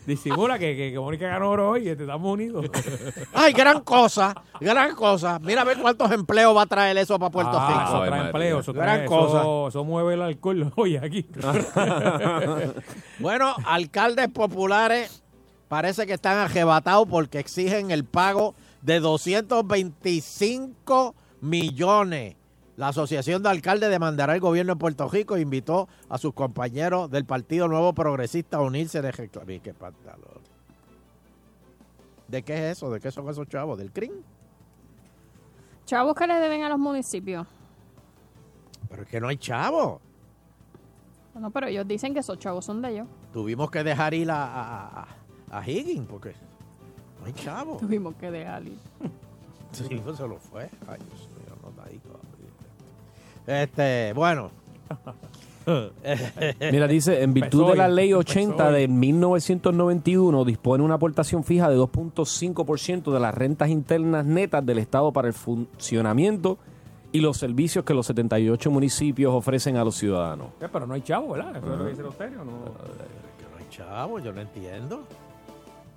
Speaker 2: disimula que, que, que Mónica ganó oro hoy. Este, estamos unidos.
Speaker 3: Ay, gran cosa, gran cosa. Mira a ver cuántos empleos va a traer eso para Puerto
Speaker 2: Ah,
Speaker 3: Rico.
Speaker 2: eso trae empleo, eso
Speaker 3: gran
Speaker 2: trae-
Speaker 3: cosa.
Speaker 2: Eso, eso mueve el alcohol hoy aquí.
Speaker 3: bueno, alcaldes populares parece que están arrebatados porque exigen el pago de 225 millones. La Asociación de Alcaldes demandará al gobierno de Puerto Rico e invitó a sus compañeros del Partido Nuevo Progresista a unirse de reclamar. Mira, qué pantalón. ¿De qué es eso? ¿De qué son esos chavos? ¿Del CRIM?
Speaker 4: Chavos que le deben a los municipios.
Speaker 3: Pero es que no hay chavos.
Speaker 4: No, pero ellos dicen que esos chavos son de ellos.
Speaker 3: Tuvimos que dejar ir a, a, a- a Higgins porque no hay chavos.
Speaker 4: Tuvimos que dejar ir.
Speaker 3: Sí, pues se lo fue. Ay, Dios mío, no está ahí todavía. Este, bueno.
Speaker 6: Mira, dice, en virtud de la ley 80 de 1991 dispone una aportación fija de 2.5% de las rentas internas netas del Estado para el funcionamiento y los servicios que los 78 municipios ofrecen a los ciudadanos.
Speaker 2: Eh, Pero no hay chavo, ¿verdad? Eso es lo
Speaker 6: Ajá.
Speaker 2: que dicen ustedes. ¿o Ah, No? Eh,
Speaker 3: No hay chavos, yo no entiendo.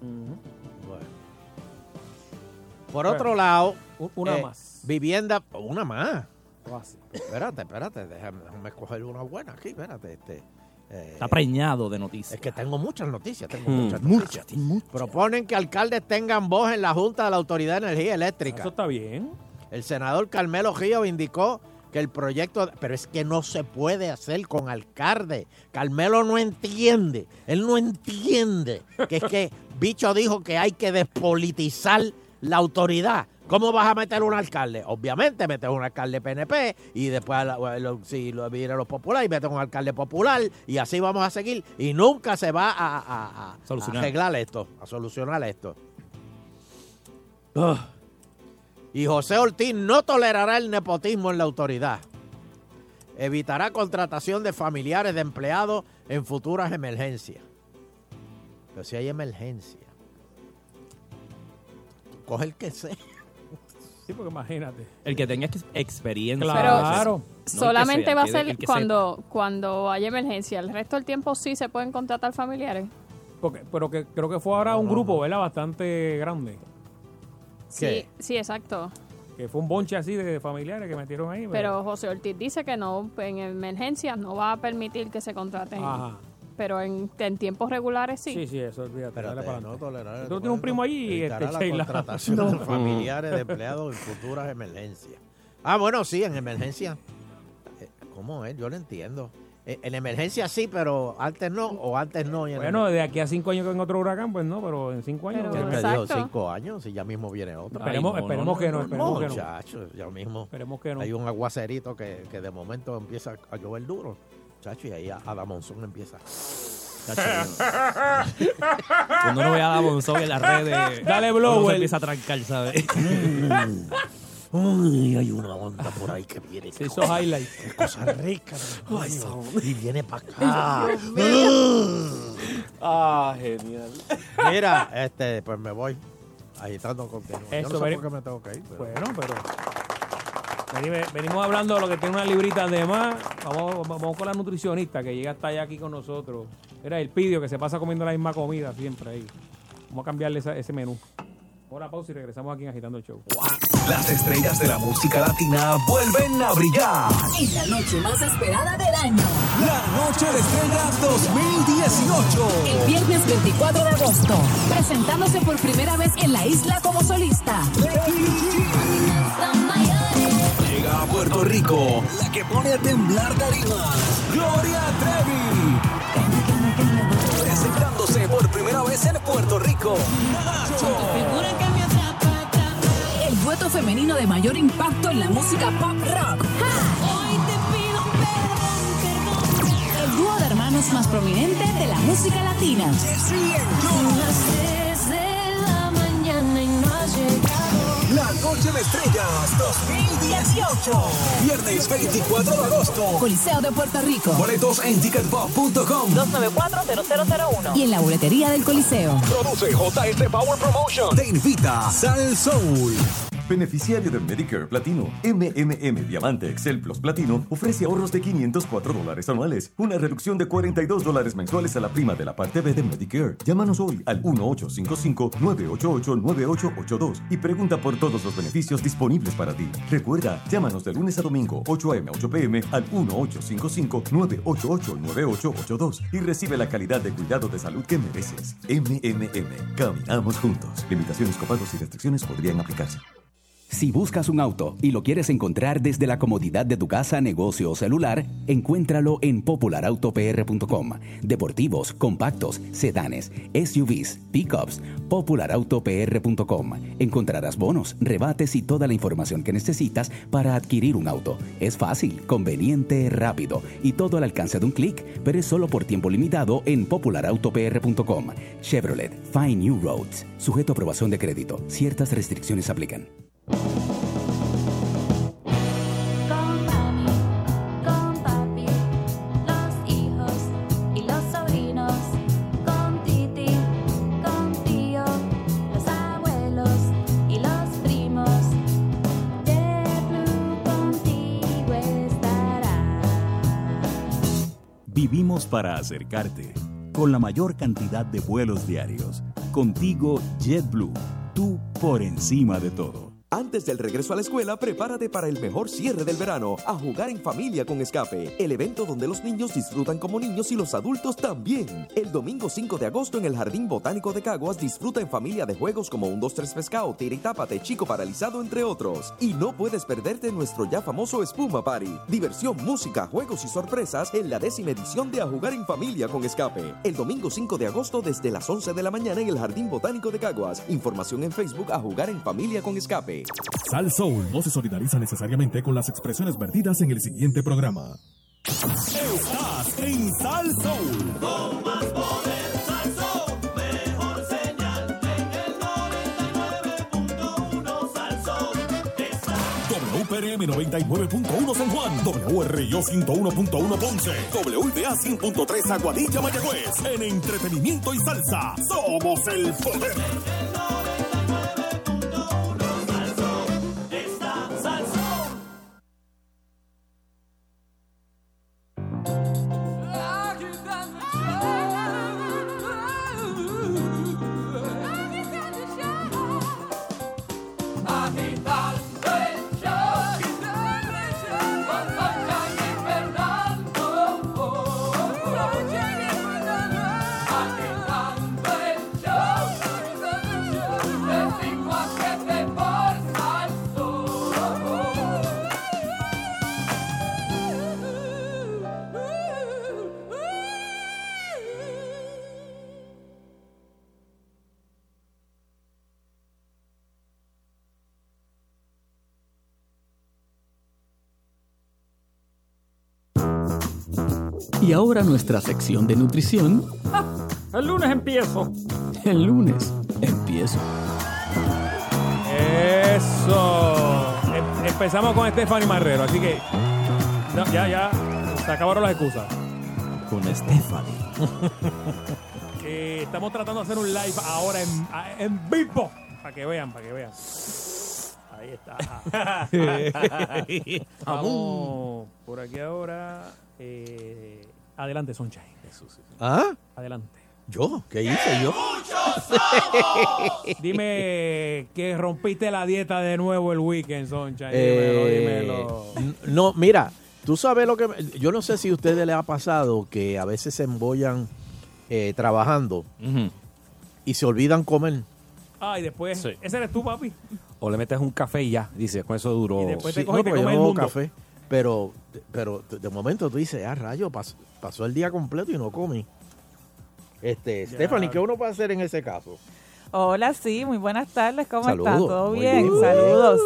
Speaker 3: Bueno. Por
Speaker 2: Bueno,
Speaker 3: otro lado, eh,
Speaker 2: u- una más.
Speaker 3: Vivienda, una más.
Speaker 2: Clásico.
Speaker 3: Espérate, espérate, déjame, déjame escoger una buena aquí, espérate. Este, eh,
Speaker 15: Está preñado de noticias.
Speaker 3: Es que tengo muchas noticias, tengo
Speaker 15: Mm.
Speaker 3: muchas noticias. Proponen que alcaldes tengan voz en la Junta de la Autoridad de Energía Eléctrica. Eso
Speaker 2: está bien.
Speaker 3: El senador Carmelo Río indicó que el proyecto, pero es que no se puede hacer con alcalde. Carmelo no entiende, él no entiende que es que Bicho dijo que hay que despolitizar la autoridad. ¿Cómo vas a meter un alcalde? Obviamente metes un alcalde PNP y después a la- a lo- si lo vienen los populares, metes un alcalde popular y así vamos a seguir y nunca se va a- a- a- a
Speaker 15: Solucionar.
Speaker 3: arreglar esto, a solucionar esto. Ugh. Y José Ortiz no tolerará el nepotismo en la autoridad. Evitará contratación de familiares de empleados en futuras emergencias. Pero si hay emergencia, tú coge el que sea.
Speaker 2: Sí, porque imagínate.
Speaker 15: El que tenga ex- experiencia.
Speaker 2: Claro.
Speaker 15: No el que
Speaker 4: Solamente
Speaker 15: sea,
Speaker 4: va a
Speaker 15: el que-
Speaker 4: ser
Speaker 15: el que
Speaker 4: cuando, cuando haya emergencia. El resto del tiempo sí se pueden contratar familiares.
Speaker 2: Porque, pero que creo que fue ahora un grupo, ¿verdad? Bastante grande.
Speaker 4: Sí, sí, exacto.
Speaker 2: Que fue un bonche así de familiares que metieron ahí.
Speaker 4: Pero José Ortiz dice que no, en emergencias no va a permitir que se contraten.
Speaker 2: Ajá.
Speaker 4: Pero en, en tiempos regulares sí.
Speaker 2: Sí, sí, eso, olvídate. dale para adelante.
Speaker 3: no tolerar el
Speaker 2: Tú tienes un primo allí,
Speaker 3: evitará
Speaker 2: este,
Speaker 3: la
Speaker 2: Sheila.
Speaker 3: contratación
Speaker 2: No.
Speaker 3: de familiares de empleados en futuras emergencias. Ah, bueno, sí, en emergencia. Eh, ¿Cómo es? Yo lo entiendo. Eh, En emergencia sí, pero antes no, o antes no. y en
Speaker 2: Bueno, de aquí a cinco años que venga otro huracán, pues no, pero en cinco años.
Speaker 3: ¿Quién me dijo cinco años? Y ya mismo viene otro.
Speaker 2: Esperemos- Ay, no, esperemos no, que no, no, esperemos que no.
Speaker 3: Muchachos, ya mismo.
Speaker 2: Esperemos que no.
Speaker 3: Hay un aguacerito que, que de momento empieza a llover duro. Chacho, y ahí Adam Monzón empieza.
Speaker 15: Cuando uno ve a Davon Sobe en las redes.
Speaker 3: Dale,
Speaker 15: uno se
Speaker 3: blower.
Speaker 15: empieza a trancar, ¿sabes?
Speaker 2: Mm.
Speaker 3: Uy, hay una onda por ahí que viene.
Speaker 2: Se hizo highlight.
Speaker 3: Qué cosa rica. Dios
Speaker 2: Ay,
Speaker 3: mío.
Speaker 2: son-
Speaker 3: y viene para acá.
Speaker 2: Dios mío.
Speaker 3: ah, genial. Mira, este, pues me voy. Agitando continúa. Yo no
Speaker 2: Eso,
Speaker 3: sé
Speaker 2: veri-
Speaker 3: por qué me tengo que ir. pero-
Speaker 2: Bueno, pero. Venime- Venimos hablando de lo que tiene una librita de más. Vamos, vamos con la nutricionista que llega hasta allá aquí con nosotros. Era el pidio que se pasa comiendo la misma comida siempre ahí. Vamos a cambiarle esa- ese menú. Una pausa y regresamos aquí en Agitando el Show.
Speaker 6: Las estrellas de la música latina vuelven a brillar.
Speaker 23: En la noche más esperada del año.
Speaker 6: La Noche de Estrellas 2018.
Speaker 23: El viernes 24 de agosto, presentándose por primera vez en la isla como solista.
Speaker 6: Llega a Puerto Rico la que pone a temblar tarimas. Gloria Trevi. Presentándose por primera vez en Puerto Rico.
Speaker 23: El dueto femenino de mayor impacto en la música pop rock. El dúo de hermanos más prominente de la música latina.
Speaker 6: La Noche de Estrellas 2018. Viernes 24 de agosto.
Speaker 23: Coliseo de Puerto Rico.
Speaker 6: Boletos en ticketpop.com.
Speaker 23: 294-0001. Y en la boletería del Coliseo.
Speaker 6: Produce JS Power Promotion. Te invita Sal Soul.
Speaker 5: Beneficiario de Medicare Platino, MMM Diamante Excel Plus Platino ofrece ahorros de 504 dólares anuales, una reducción de 42 dólares mensuales a la prima de la parte B de Medicare. Llámanos hoy al 1855-988-9882 y pregunta por todos los beneficios disponibles para ti. Recuerda, llámanos de lunes a domingo, 8 a.m. a 8 p.m. al 1855-988-9882 y recibe la calidad de cuidado de salud que mereces. MMM, caminamos juntos. Limitaciones, copagos y restricciones podrían aplicarse.
Speaker 24: Si buscas un auto y lo quieres encontrar desde la comodidad de tu casa, negocio o celular, encuéntralo en popularautopr.com. Deportivos, compactos, sedanes, SUVs, pickups, popularautopr.com. Encontrarás bonos, rebates y toda la información que necesitas para adquirir un auto. Es fácil, conveniente, rápido y todo al alcance de un clic, pero es solo por tiempo limitado en popularautopr.com. Chevrolet, Find New Roads. Sujeto a aprobación de crédito. Ciertas restricciones aplican.
Speaker 25: Con papi, los hijos y los sobrinos, con Titi, con tío, los abuelos y los primos, JetBlue contigo estará.
Speaker 13: Vivimos para acercarte, con la mayor cantidad de vuelos diarios. Contigo, JetBlue, tú por encima de todo.
Speaker 26: Antes del regreso a la escuela, prepárate para el mejor cierre del verano, a jugar en familia con Escape, el evento donde los niños disfrutan como niños y los adultos también. El domingo 5 de agosto en el Jardín Botánico de Caguas disfruta en familia de juegos como un 2-3 pescado, tira y tápate, chico paralizado, entre otros. Y no puedes perderte nuestro ya famoso Espuma Party. Diversión, música, juegos y sorpresas en la décima edición de A Jugar en Familia con Escape. El domingo 5 de agosto desde las 11 de la mañana en el Jardín Botánico de Caguas. Información en Facebook A Jugar en Familia con Escape.
Speaker 17: Sal Soul no se solidariza necesariamente con las expresiones vertidas en el siguiente programa.
Speaker 9: Estás en Sal Soul. Con más poder, Sal Soul. Mejor señal en el 99.1 Sal Soul.
Speaker 17: WPRM 99.1 San Juan, WRIO 101.1 Ponce, WPA 100.3 Aguadilla Mayagüez. En entretenimiento y salsa, somos el poder.
Speaker 9: Está Sal Soul. Agitando el show, con Sacha y Fernando. Agitando el show, de cinco a siete por Sal Soul.
Speaker 15: Y ahora nuestra sección de nutrición.
Speaker 2: El lunes empiezo.
Speaker 15: El lunes empiezo.
Speaker 2: Eso. Em- Empezamos con Stephanie Marrero, así que. no, ya, ya. Se acabaron las excusas.
Speaker 15: Con Stephanie.
Speaker 2: Que Eh, estamos tratando de hacer un live ahora en, a- en vivo. Para que vean, para que vean. Ahí está. Vamos por aquí ahora. eh, adelante, Sunshine.
Speaker 3: ¿Ah?
Speaker 2: Adelante.
Speaker 3: ¿Yo? ¿Qué hice yo?
Speaker 2: Dime que rompiste la dieta de nuevo el weekend, Soncha.
Speaker 3: Eh,
Speaker 2: Dímelo, dímelo.
Speaker 3: No, mira, tú sabes lo que... me- Yo no sé si a ustedes les ha pasado que a veces se embollan eh, trabajando y se olvidan comer.
Speaker 2: Ay, después. Ese eres tú, papi.
Speaker 6: O le metes un café y ya. Dices, con eso duró.
Speaker 2: Y después
Speaker 3: Sí,
Speaker 2: te coges y te
Speaker 3: porque yo
Speaker 2: comes el
Speaker 3: no hago
Speaker 2: mundo.
Speaker 3: café. Pero, pero de momento tú dices, ah, rayo, pas- pasó el día completo y no comí. Este, Stephanie, ¿qué uno puede hacer en ese caso?
Speaker 1: Hola, sí, muy buenas tardes, ¿cómo
Speaker 3: Saludos,
Speaker 1: estás? ¿Todo
Speaker 3: muy
Speaker 1: bien?
Speaker 3: bien. Uh.
Speaker 1: Saludos.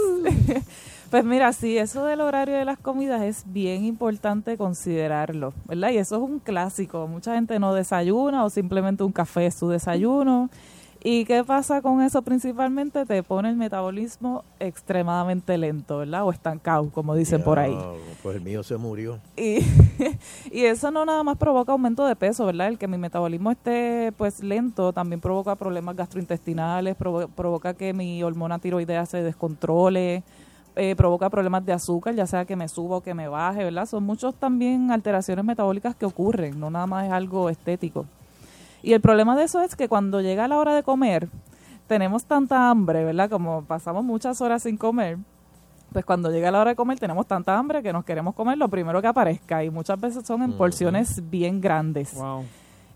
Speaker 1: pues mira, sí, eso del horario de las comidas es bien importante considerarlo, ¿verdad? Y eso es un clásico. Mucha gente no desayuna o simplemente un café es su desayuno. ¿Y qué pasa con eso principalmente? Te pone el metabolismo extremadamente lento, ¿verdad? O estancado, como dicen por ahí.
Speaker 3: Ya, Pues el mío se murió.
Speaker 1: Y, y eso no nada más provoca aumento de peso, ¿verdad? El que mi metabolismo esté pues lento también provoca problemas gastrointestinales, provo- provoca que mi hormona tiroidea se descontrole, eh, provoca problemas de azúcar, ya sea que me suba o que me baje, ¿verdad? Son muchos también alteraciones metabólicas que ocurren, no nada más es algo estético. Y el problema de eso es que cuando llega la hora de comer, tenemos tanta hambre, ¿verdad? Como pasamos muchas horas sin comer, pues cuando llega la hora de comer tenemos tanta hambre que nos queremos comer lo primero que aparezca y muchas veces son en
Speaker 11: Ujú.
Speaker 1: porciones bien grandes.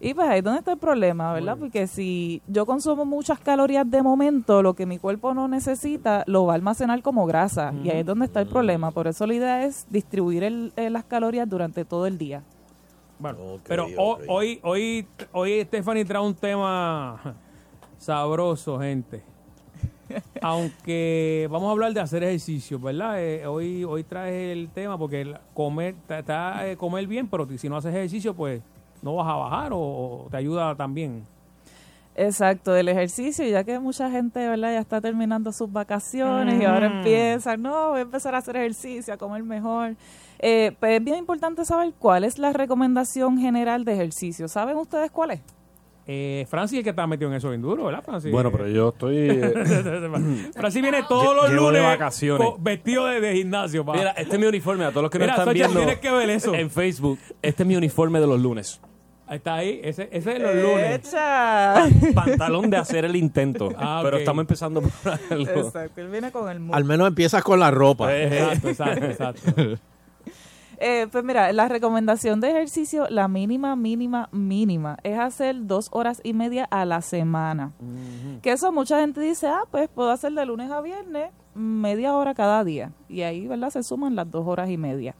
Speaker 1: Y pues ahí es donde está el problema, ¿verdad? Porque si yo consumo muchas calorías de momento, lo que mi cuerpo no necesita lo va a almacenar como grasa. Y ahí es donde está el problema. Por eso la idea es distribuir el- eh, las calorías durante todo el día.
Speaker 2: Bueno, pero ho- hoy, hoy, hoy Stephanie trae un tema sabroso, gente. Aunque vamos a hablar de hacer ejercicio, ¿verdad? Eh, hoy, hoy traes el tema porque el comer, ta- ta- eh, comer bien, pero si no haces ejercicio, pues no vas a bajar o, o te ayuda también.
Speaker 1: Exacto, del ejercicio, y ya que mucha gente, ¿verdad? Ya está terminando sus vacaciones y ahora
Speaker 11: Ujú.
Speaker 1: empieza, no, voy a empezar a hacer ejercicio, a comer mejor. Eh, pues es bien importante saber cuál es la recomendación general de ejercicio. ¿Saben ustedes cuál es?
Speaker 2: Eh, Francis es el que está metido en eso bien duro, ¿verdad, Francis?
Speaker 6: Bueno, pero yo estoy... eh,
Speaker 2: Francis viene todos los
Speaker 6: Llevo de
Speaker 2: lunes
Speaker 6: vacaciones.
Speaker 2: co- vestido de, de gimnasio. pa.
Speaker 6: Mira, este es mi uniforme. A todos los que no
Speaker 2: Mira,
Speaker 6: están
Speaker 2: Sacha,
Speaker 6: viendo
Speaker 2: tienes que ver eso.
Speaker 6: en Facebook, este es mi uniforme de los lunes.
Speaker 2: Está ahí, ese, ese es los lunes.
Speaker 1: ¡Echa!
Speaker 6: Pantalón de hacer el intento.
Speaker 2: Ah,
Speaker 6: Pero
Speaker 2: ok.
Speaker 6: estamos empezando por algo.
Speaker 1: Exacto, él viene con el mood.
Speaker 3: Al menos empiezas con la ropa.
Speaker 6: Exacto, exacto, exacto.
Speaker 1: Eh, pues mira, la recomendación de ejercicio, la mínima, mínima, mínima, es hacer dos horas y media a la semana. Que eso mucha gente dice, ah, pues puedo hacer de lunes a viernes media hora cada día. Y ahí, ¿verdad? Se suman las dos horas y media.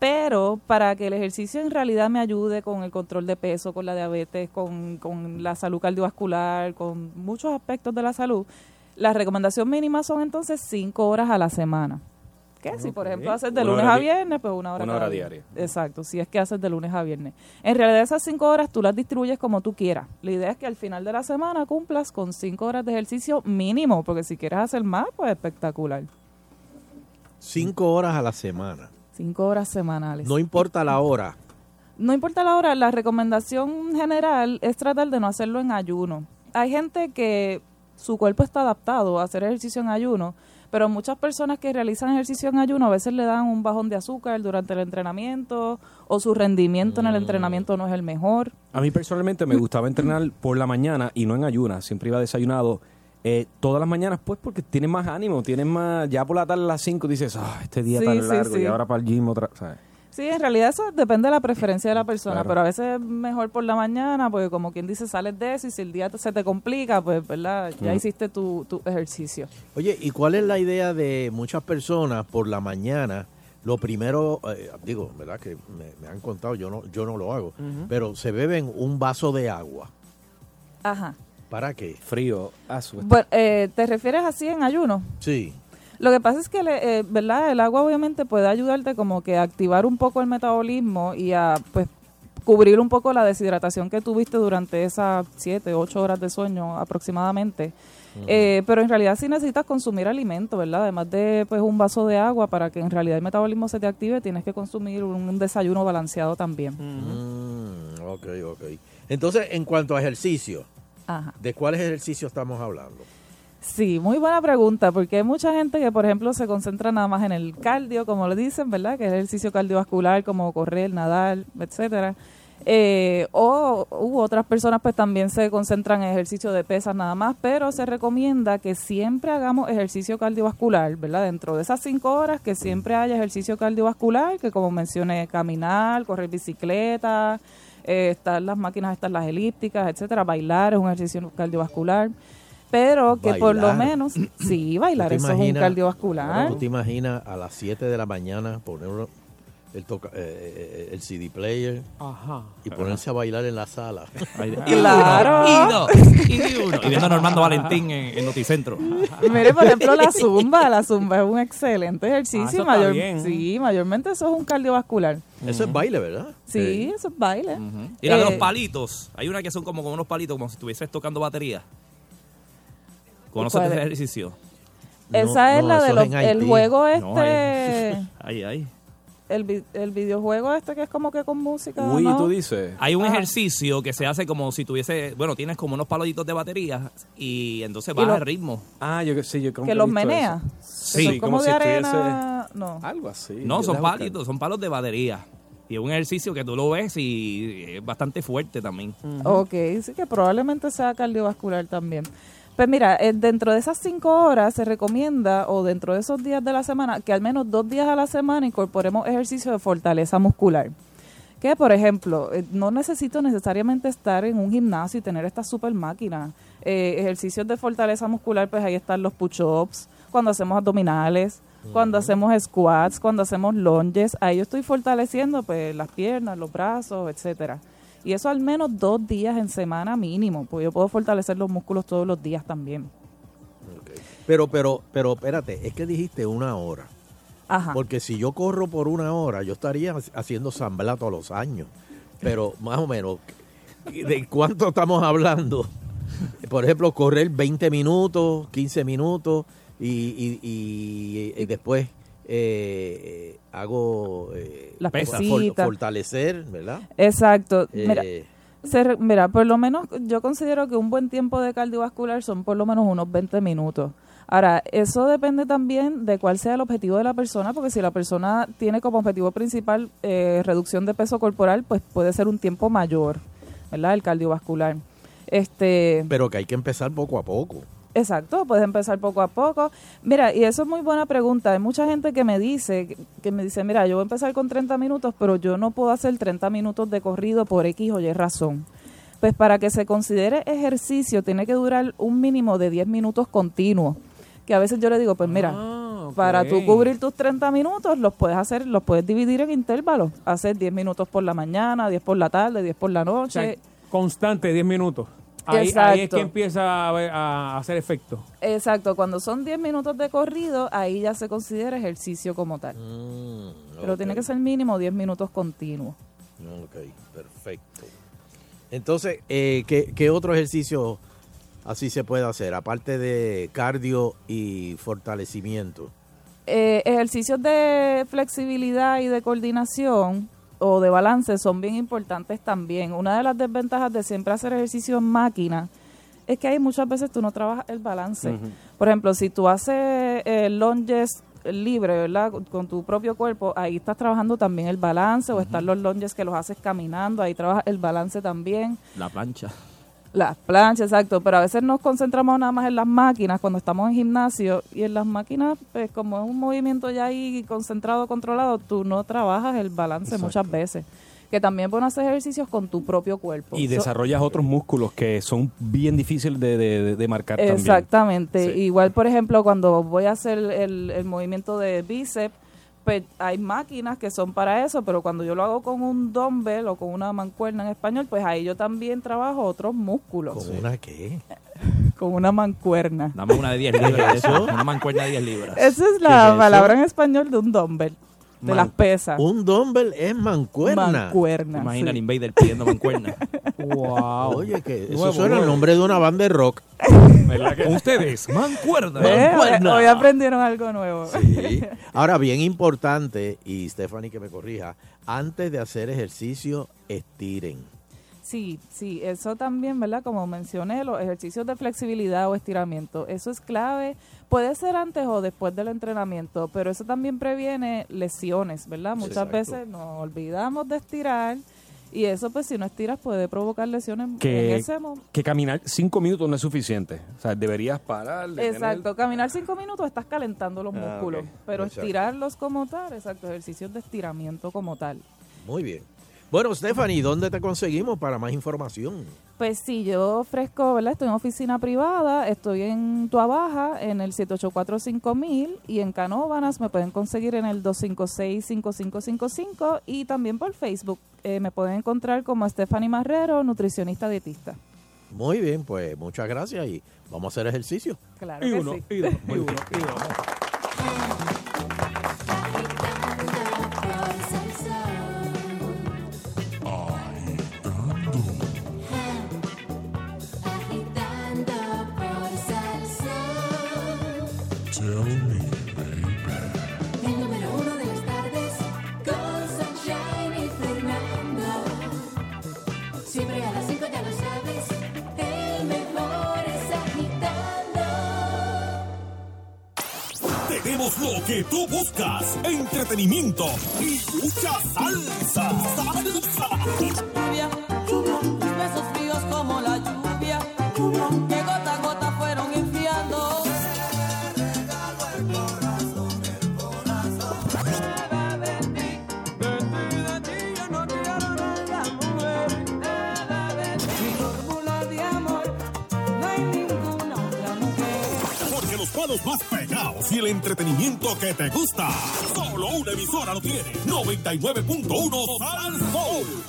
Speaker 1: Pero para que el ejercicio en realidad me ayude con el control de peso, con la diabetes, con, con la salud cardiovascular, con muchos aspectos de la salud, las recomendaciones mínimas son entonces cinco horas a la semana. ¿Qué? Si, por ejemplo, haces de
Speaker 11: Una
Speaker 1: lunes
Speaker 11: hora
Speaker 1: a
Speaker 11: di-
Speaker 1: viernes, pues una hora,
Speaker 11: una
Speaker 1: cada
Speaker 11: hora
Speaker 1: día.
Speaker 11: diaria.
Speaker 1: Exacto, si es que haces de lunes a viernes. En realidad esas cinco horas tú las distribuyes como tú quieras. La idea es que al final de la semana cumplas con cinco horas de ejercicio mínimo, porque si quieres hacer más, pues espectacular.
Speaker 3: Cinco horas a la semana.
Speaker 1: Cinco horas semanales.
Speaker 3: No importa la hora.
Speaker 1: No importa la hora, la recomendación general es tratar de no hacerlo en ayuno. Hay gente que su cuerpo está adaptado a hacer ejercicio en ayuno, pero muchas personas que realizan ejercicio en ayuno a veces le dan un bajón de azúcar durante el entrenamiento o su rendimiento en
Speaker 11: Mm.
Speaker 1: el entrenamiento no es el mejor.
Speaker 6: A mí personalmente me gustaba entrenar por la mañana y no en ayunas, siempre iba desayunado. eh, todas las mañanas, pues, porque tienes más ánimo, tienes más. Ya por la tarde a las 5 dices, ah, este día
Speaker 1: Sí,
Speaker 6: tan
Speaker 1: sí,
Speaker 6: largo,
Speaker 1: sí.
Speaker 6: y ahora para el gym otra. ¿sabes?
Speaker 1: Sí, en realidad eso depende de la preferencia de la persona,
Speaker 6: Claro.
Speaker 1: pero a veces es mejor por la mañana, porque como quien dice, sales de eso y si el día te- se te complica, pues, ¿verdad? Ya
Speaker 3: Mm.
Speaker 1: hiciste tu, tu ejercicio.
Speaker 3: Oye, ¿y cuál es la idea de muchas personas por la mañana? Lo primero, eh, digo, ¿verdad? Que me, me han contado, yo no, yo no lo hago,
Speaker 1: Ujú.
Speaker 3: pero se beben un vaso de agua.
Speaker 1: Ajá.
Speaker 3: ¿Para qué?
Speaker 6: Frío,
Speaker 3: Pues
Speaker 6: azúcar.
Speaker 1: Bueno, eh, ¿te refieres así en ayuno?
Speaker 3: Sí.
Speaker 1: Lo que pasa es que, le- eh, ¿verdad? El agua obviamente puede ayudarte como que a activar un poco el metabolismo y a, pues, cubrir un poco la deshidratación que tuviste durante esas 7, 8 horas de sueño aproximadamente. Eh, pero en realidad sí necesitas consumir alimento, ¿verdad? Además de, pues, un vaso de agua para que en realidad el metabolismo se te active, tienes que consumir un, un desayuno balanceado también.
Speaker 3: Mm, ok, ok. Entonces, en cuanto a ejercicio,
Speaker 1: Ajá.
Speaker 3: ¿de cuáles ejercicios estamos hablando?
Speaker 1: Sí, muy buena pregunta, porque hay mucha gente que, por ejemplo, se concentra nada más en el cardio, como lo dicen, ¿verdad? Que es ejercicio cardiovascular, como correr, nadar, etcétera. Eh, o u otras personas pues también se concentran en ejercicio de pesas nada más, pero se recomienda que siempre hagamos ejercicio cardiovascular, ¿verdad? Dentro de esas cinco horas que siempre haya ejercicio cardiovascular, que como mencioné, caminar, correr bicicleta, eh, estar las máquinas, estas las elípticas, etcétera, bailar es un ejercicio cardiovascular. Pero que por lo
Speaker 3: Bailar.
Speaker 1: menos, sí, bailar,
Speaker 3: ¿Tú te
Speaker 1: eso es un
Speaker 3: imaginas-
Speaker 1: cardiovascular.
Speaker 3: ¿Tú te imaginas a las 7 de la mañana poner el, toca- eh, eh, el CD player
Speaker 2: Ajá.
Speaker 3: y ponerse a bailar en la sala?
Speaker 1: Claro.
Speaker 15: Y de uno. Y viendo a Normando Valentín en, en Noticentro.
Speaker 1: Y mire, por ejemplo, la zumba. La zumba es un excelente
Speaker 15: Ah, eso
Speaker 1: ejercicio.
Speaker 15: está
Speaker 1: mayor-
Speaker 15: bien.
Speaker 1: Sí, mayormente eso es un cardiovascular.
Speaker 3: Eso es baile, ¿verdad?
Speaker 1: Sí, eso es baile.
Speaker 15: Y la de
Speaker 1: Eh,
Speaker 15: los palitos. Hay una que son como con unos palitos, como si estuvieses tocando batería. ¿Conoces
Speaker 1: ¿Cuál
Speaker 15: ese
Speaker 1: es?
Speaker 15: ejercicio?
Speaker 1: Esa es la de los, el juego este,
Speaker 15: No, eh. Ay, ay.
Speaker 1: el, vi- el videojuego este que es como que con música,
Speaker 15: Uy,
Speaker 1: ¿no? Ah.
Speaker 6: dices.
Speaker 15: Hay un ejercicio que se hace como si tuviese, bueno, tienes como unos palitos de batería y entonces
Speaker 1: Y
Speaker 15: baja
Speaker 1: lo-
Speaker 15: el ritmo.
Speaker 6: Ah, yo sí, yo creo
Speaker 1: Que los menea.
Speaker 15: Sí,
Speaker 1: Que son como,
Speaker 15: como
Speaker 1: de
Speaker 15: si
Speaker 1: arena. No.
Speaker 6: Algo así.
Speaker 15: No, son palitos, son palos de batería. Y es un ejercicio que tú lo ves y es bastante fuerte también.
Speaker 1: Ok, sí que probablemente sea cardiovascular también. Pues mira, eh, dentro de esas cinco horas se recomienda, o dentro de esos días de la semana, que al menos dos días a la semana incorporemos ejercicio de fortaleza muscular. Que, por ejemplo, eh, no necesito necesariamente estar en un gimnasio y tener esta super máquina. Eh, ejercicios de fortaleza muscular, pues ahí están los push-ups, cuando hacemos abdominales, cuando hacemos squats, cuando hacemos lunges. Ahí yo estoy fortaleciendo pues las piernas, los brazos, etcétera. Y eso al menos dos días en semana mínimo, pues yo puedo fortalecer los músculos todos los días también.
Speaker 3: Pero, pero, pero, espérate, es que dijiste una hora.
Speaker 1: Ajá.
Speaker 3: Porque si yo corro por una hora, yo estaría ha- haciendo samblá todos los años. Pero más o menos, ¿de cuánto estamos hablando? Por ejemplo, correr 20 minutos, 15 minutos y, y- y- y después eh, eh, hago... eh,
Speaker 1: Las
Speaker 3: for- for-
Speaker 1: pesitas.
Speaker 3: Fortalecer, ¿verdad?
Speaker 1: Exacto.
Speaker 3: Eh,
Speaker 1: Mira, se re- mira, por lo menos yo considero que un buen tiempo de cardiovascular son por lo menos unos 20 minutos. Ahora, eso depende también de cuál sea el objetivo de la persona, porque si la persona tiene como objetivo principal eh, reducción de peso corporal, pues puede ser un tiempo mayor, ¿verdad? El cardiovascular. Este,
Speaker 3: Pero que hay que empezar poco a poco.
Speaker 1: Exacto, puedes empezar poco a poco. Mira, y eso es muy buena pregunta. Hay mucha gente que me dice, que me dice, mira, yo voy a empezar con 30 minutos, pero yo no puedo hacer 30 minutos de corrido por X o Y razón. Pues para que se considere ejercicio tiene que durar un mínimo de 10 minutos continuos. Que a veces yo le digo, pues mira, para tú cubrir tus 30 minutos, los puedes hacer, los puedes dividir en intervalos. Hacer 10 minutos por la mañana, 10 por la tarde, 10 por la
Speaker 2: O sea,
Speaker 1: noche.
Speaker 2: constante, 10 minutos. Ahí, ahí es
Speaker 1: Exacto.
Speaker 2: que empieza a, ver- a hacer efecto.
Speaker 1: Exacto, cuando son 10 minutos de corrido, ahí ya se considera ejercicio como tal.
Speaker 3: Mm,
Speaker 1: Pero tiene que ser mínimo 10 minutos continuos.
Speaker 3: Ok, perfecto. Entonces, eh, ¿qué, qué otro ejercicio así se puede hacer? Aparte de cardio y fortalecimiento.
Speaker 1: Eh, ejercicios de flexibilidad y de coordinación o de balance son bien importantes también. Una de las desventajas de siempre hacer ejercicio en máquina es que hay muchas veces tú no trabajas el balance.
Speaker 11: Ujú.
Speaker 1: Por ejemplo, si tú haces eh, lunges libre, ¿verdad? Con, con tu propio cuerpo, ahí estás trabajando también el balance o están los lunges que los haces caminando, ahí trabajas el balance también.
Speaker 15: La plancha.
Speaker 1: Las planchas, exacto, pero a veces nos concentramos nada más en las máquinas cuando estamos en gimnasio y en las máquinas, pues como es un movimiento ya ahí concentrado, controlado, tú no trabajas el balance muchas veces. Que también pueden hacer ejercicios con tu propio cuerpo.
Speaker 6: Y
Speaker 1: So-
Speaker 6: desarrollas otros músculos que son bien difíciles de, de- de marcar
Speaker 1: Exactamente.
Speaker 6: Sí.
Speaker 1: Igual, por ejemplo, cuando voy a hacer el, el movimiento de bíceps, pues hay máquinas que son para eso, pero cuando yo lo hago con un dumbbell o con una mancuerna en español, pues ahí yo también trabajo otros músculos.
Speaker 3: ¿Con una qué?
Speaker 1: Con una mancuerna.
Speaker 15: Dame una de 10 libras. de eso, Una mancuerna de 10 libras.
Speaker 1: Esa es
Speaker 15: ¿Qué
Speaker 1: la
Speaker 15: eso?
Speaker 1: palabra en español de un dumbbell, de
Speaker 15: Man-
Speaker 1: las pesas.
Speaker 3: Un dumbbell es mancuerna.
Speaker 1: Mancuerna, sí.
Speaker 15: Imagina el invader pidiendo mancuerna.
Speaker 3: wow. Oye, que eso
Speaker 15: Nuevo,
Speaker 3: suena el
Speaker 15: nuevo.
Speaker 3: nombre de una banda de rock.
Speaker 15: ¿Verdad que- Ustedes, mancuerna.
Speaker 1: Eh, hoy,
Speaker 3: Mancuerna.
Speaker 1: hoy aprendieron algo nuevo.
Speaker 3: Sí. Ahora, bien importante, y Stephanie que me corrija, antes de hacer ejercicio, estiren.
Speaker 1: Sí, sí, eso también, ¿verdad? Como mencioné, los ejercicios de flexibilidad o estiramiento, eso es clave. Puede ser antes o después del entrenamiento, pero eso también previene lesiones, ¿verdad? Muchas
Speaker 3: Exacto.
Speaker 1: veces nos olvidamos de estirar Y eso, pues, si no estiras, puede provocar lesiones en
Speaker 27: Que,
Speaker 1: el semo.
Speaker 27: que caminar cinco minutos no es suficiente. O sea, deberías parar. detener.
Speaker 1: Exacto, caminar cinco minutos estás calentando los
Speaker 27: Ah,
Speaker 1: músculos,
Speaker 27: ok.
Speaker 1: pero
Speaker 27: Exacto.
Speaker 1: estirarlos como tal, exacto, ejercicios de estiramiento como tal.
Speaker 28: Muy bien. Bueno, Stephanie, ¿dónde te conseguimos para más información?
Speaker 1: Pues sí, yo ofrezco, ¿verdad? Estoy en oficina privada, estoy en Tuabaja, en el 784-5000 y en Canóvanas me pueden conseguir en el 256-5555 y también por Facebook. eh, me pueden encontrar como Stephanie Marrero, nutricionista dietista.
Speaker 28: Muy bien, pues muchas gracias y vamos a hacer ejercicio.
Speaker 1: Claro que sí.
Speaker 9: Agitando por salsa. El número uno de las tardes con Sunshine y Fernando. Siempre a las cinco ya lo sabes. El mejor es agitando.
Speaker 13: Tenemos lo que tú buscas, entretenimiento y mucha salsa.
Speaker 15: lluvia, tus besos fríos como la lluvia, que gota a gota fueron enfriando. Nada de ti, de ti, de ti, yo no quiero nada, mujer, nada de ti. Fórmula de amor, no hay ninguna otra mujer.
Speaker 13: Porque los palos más pegados y el entretenimiento que te gusta. Solo una emisora lo tiene. 99.1 Sal Soul.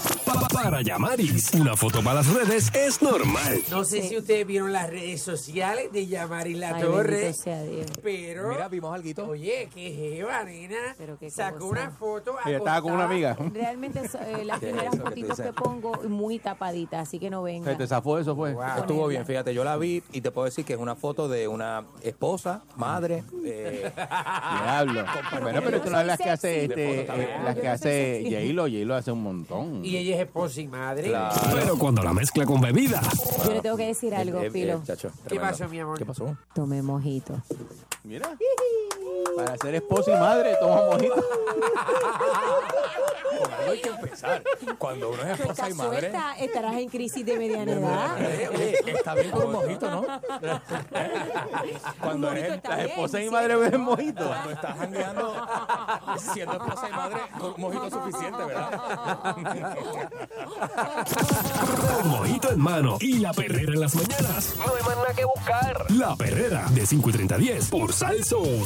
Speaker 6: Para Yamaris, una foto para las redes es normal.
Speaker 12: No sé si ustedes vieron las redes sociales de Yamari La
Speaker 6: Ay,
Speaker 12: Torre.
Speaker 6: bendito
Speaker 12: Pero.
Speaker 6: Mira,
Speaker 12: vimos algo. Oye, qué jeva, nena. Sacó
Speaker 23: cosa.
Speaker 12: una foto.
Speaker 23: Ella estaba con una amiga.
Speaker 12: Realmente
Speaker 23: las primeras fotitos que pongo muy tapaditas, así que no venga.
Speaker 24: Se te zafó eso, fue.
Speaker 23: Ponerla.
Speaker 24: Estuvo bien, fíjate, yo la vi y te puedo decir que es una foto de una esposa, madre. Ah, eh,
Speaker 23: Diablo.
Speaker 12: Ah,
Speaker 24: Bueno,
Speaker 23: pero tú no hablas que hace
Speaker 24: De
Speaker 23: este,
Speaker 24: foto también.
Speaker 23: eh, las que hace J-Lo, J-Lo hace un montón.
Speaker 12: Y ella es esposa y madre.
Speaker 6: Pero cuando la mezcla con bebida.
Speaker 23: Yo le tengo que decir
Speaker 12: Eh,
Speaker 23: algo, Pilo.
Speaker 12: ¿Qué pasó, mi amor? ¿Qué pasó?
Speaker 23: Tomé mojito.
Speaker 24: Mira.
Speaker 23: Para ser esposa y madre, toma mojito.
Speaker 24: Cuando hay que empezar. Cuando uno es esposa y madre. eh,
Speaker 23: Suelta, estarás en crisis de mediana edad.
Speaker 24: Está bien con un mojito, ¿no? Cuando eres la esposa y madre beben mojito. Cuando estás jangueando, siendo esposa y madre, con un mojito es suficiente, ¿verdad?
Speaker 6: Con mojito en mano y la perrera en las mañanas.
Speaker 15: No hay más nada que buscar.
Speaker 6: La perrera de 5 y 30 a 10 por Salsón.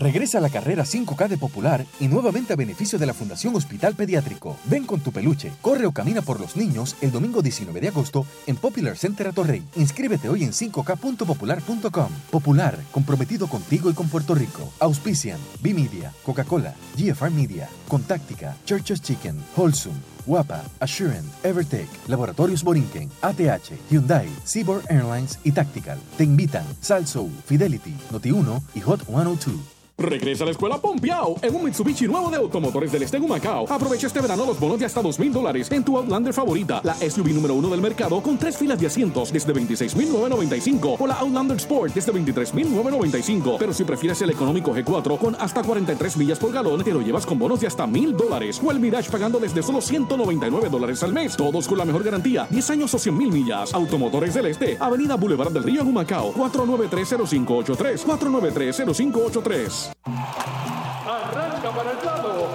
Speaker 29: Regresa la carrera 5K de Popular y nuevamente a beneficio de la Fundación Hospital Pediátrico. Ven con tu peluche, corre o camina por los niños el domingo 19 de agosto en Popular Center Atorrey. Inscríbete hoy en 5k.popular.com. Popular, comprometido contigo y con Puerto Rico. Auspician B-Media, Coca-Cola, GFR Media, Contáctica, Church's Chicken, Wholesome, Guapa, Assurant, Evertech, Laboratorios Borinquen, ATH, Hyundai, Seaboard Airlines y Tactical. Te invitan Salsoul, Fidelity, Noti1 y Hot 102.
Speaker 17: Regresa a la escuela Pompeao en un Mitsubishi nuevo de Automotores del Este en Humacao. Aprovecha este verano los bonos de hasta 2 mil dólares en tu Outlander favorita, la SUV número uno del mercado con tres filas de asientos desde 26.995 o la Outlander Sport desde 23.995. Pero si prefieres el económico G4 con hasta 43 millas por galón, te lo llevas con bonos de hasta mil dólares o el Mirage pagando desde solo 199 dólares al mes. Todos con la mejor garantía, 10 años o 100 mil millas. Automotores del Este, Avenida Boulevard del Río en Humacao, 4930583, 4930583.
Speaker 15: Arranca para el lado.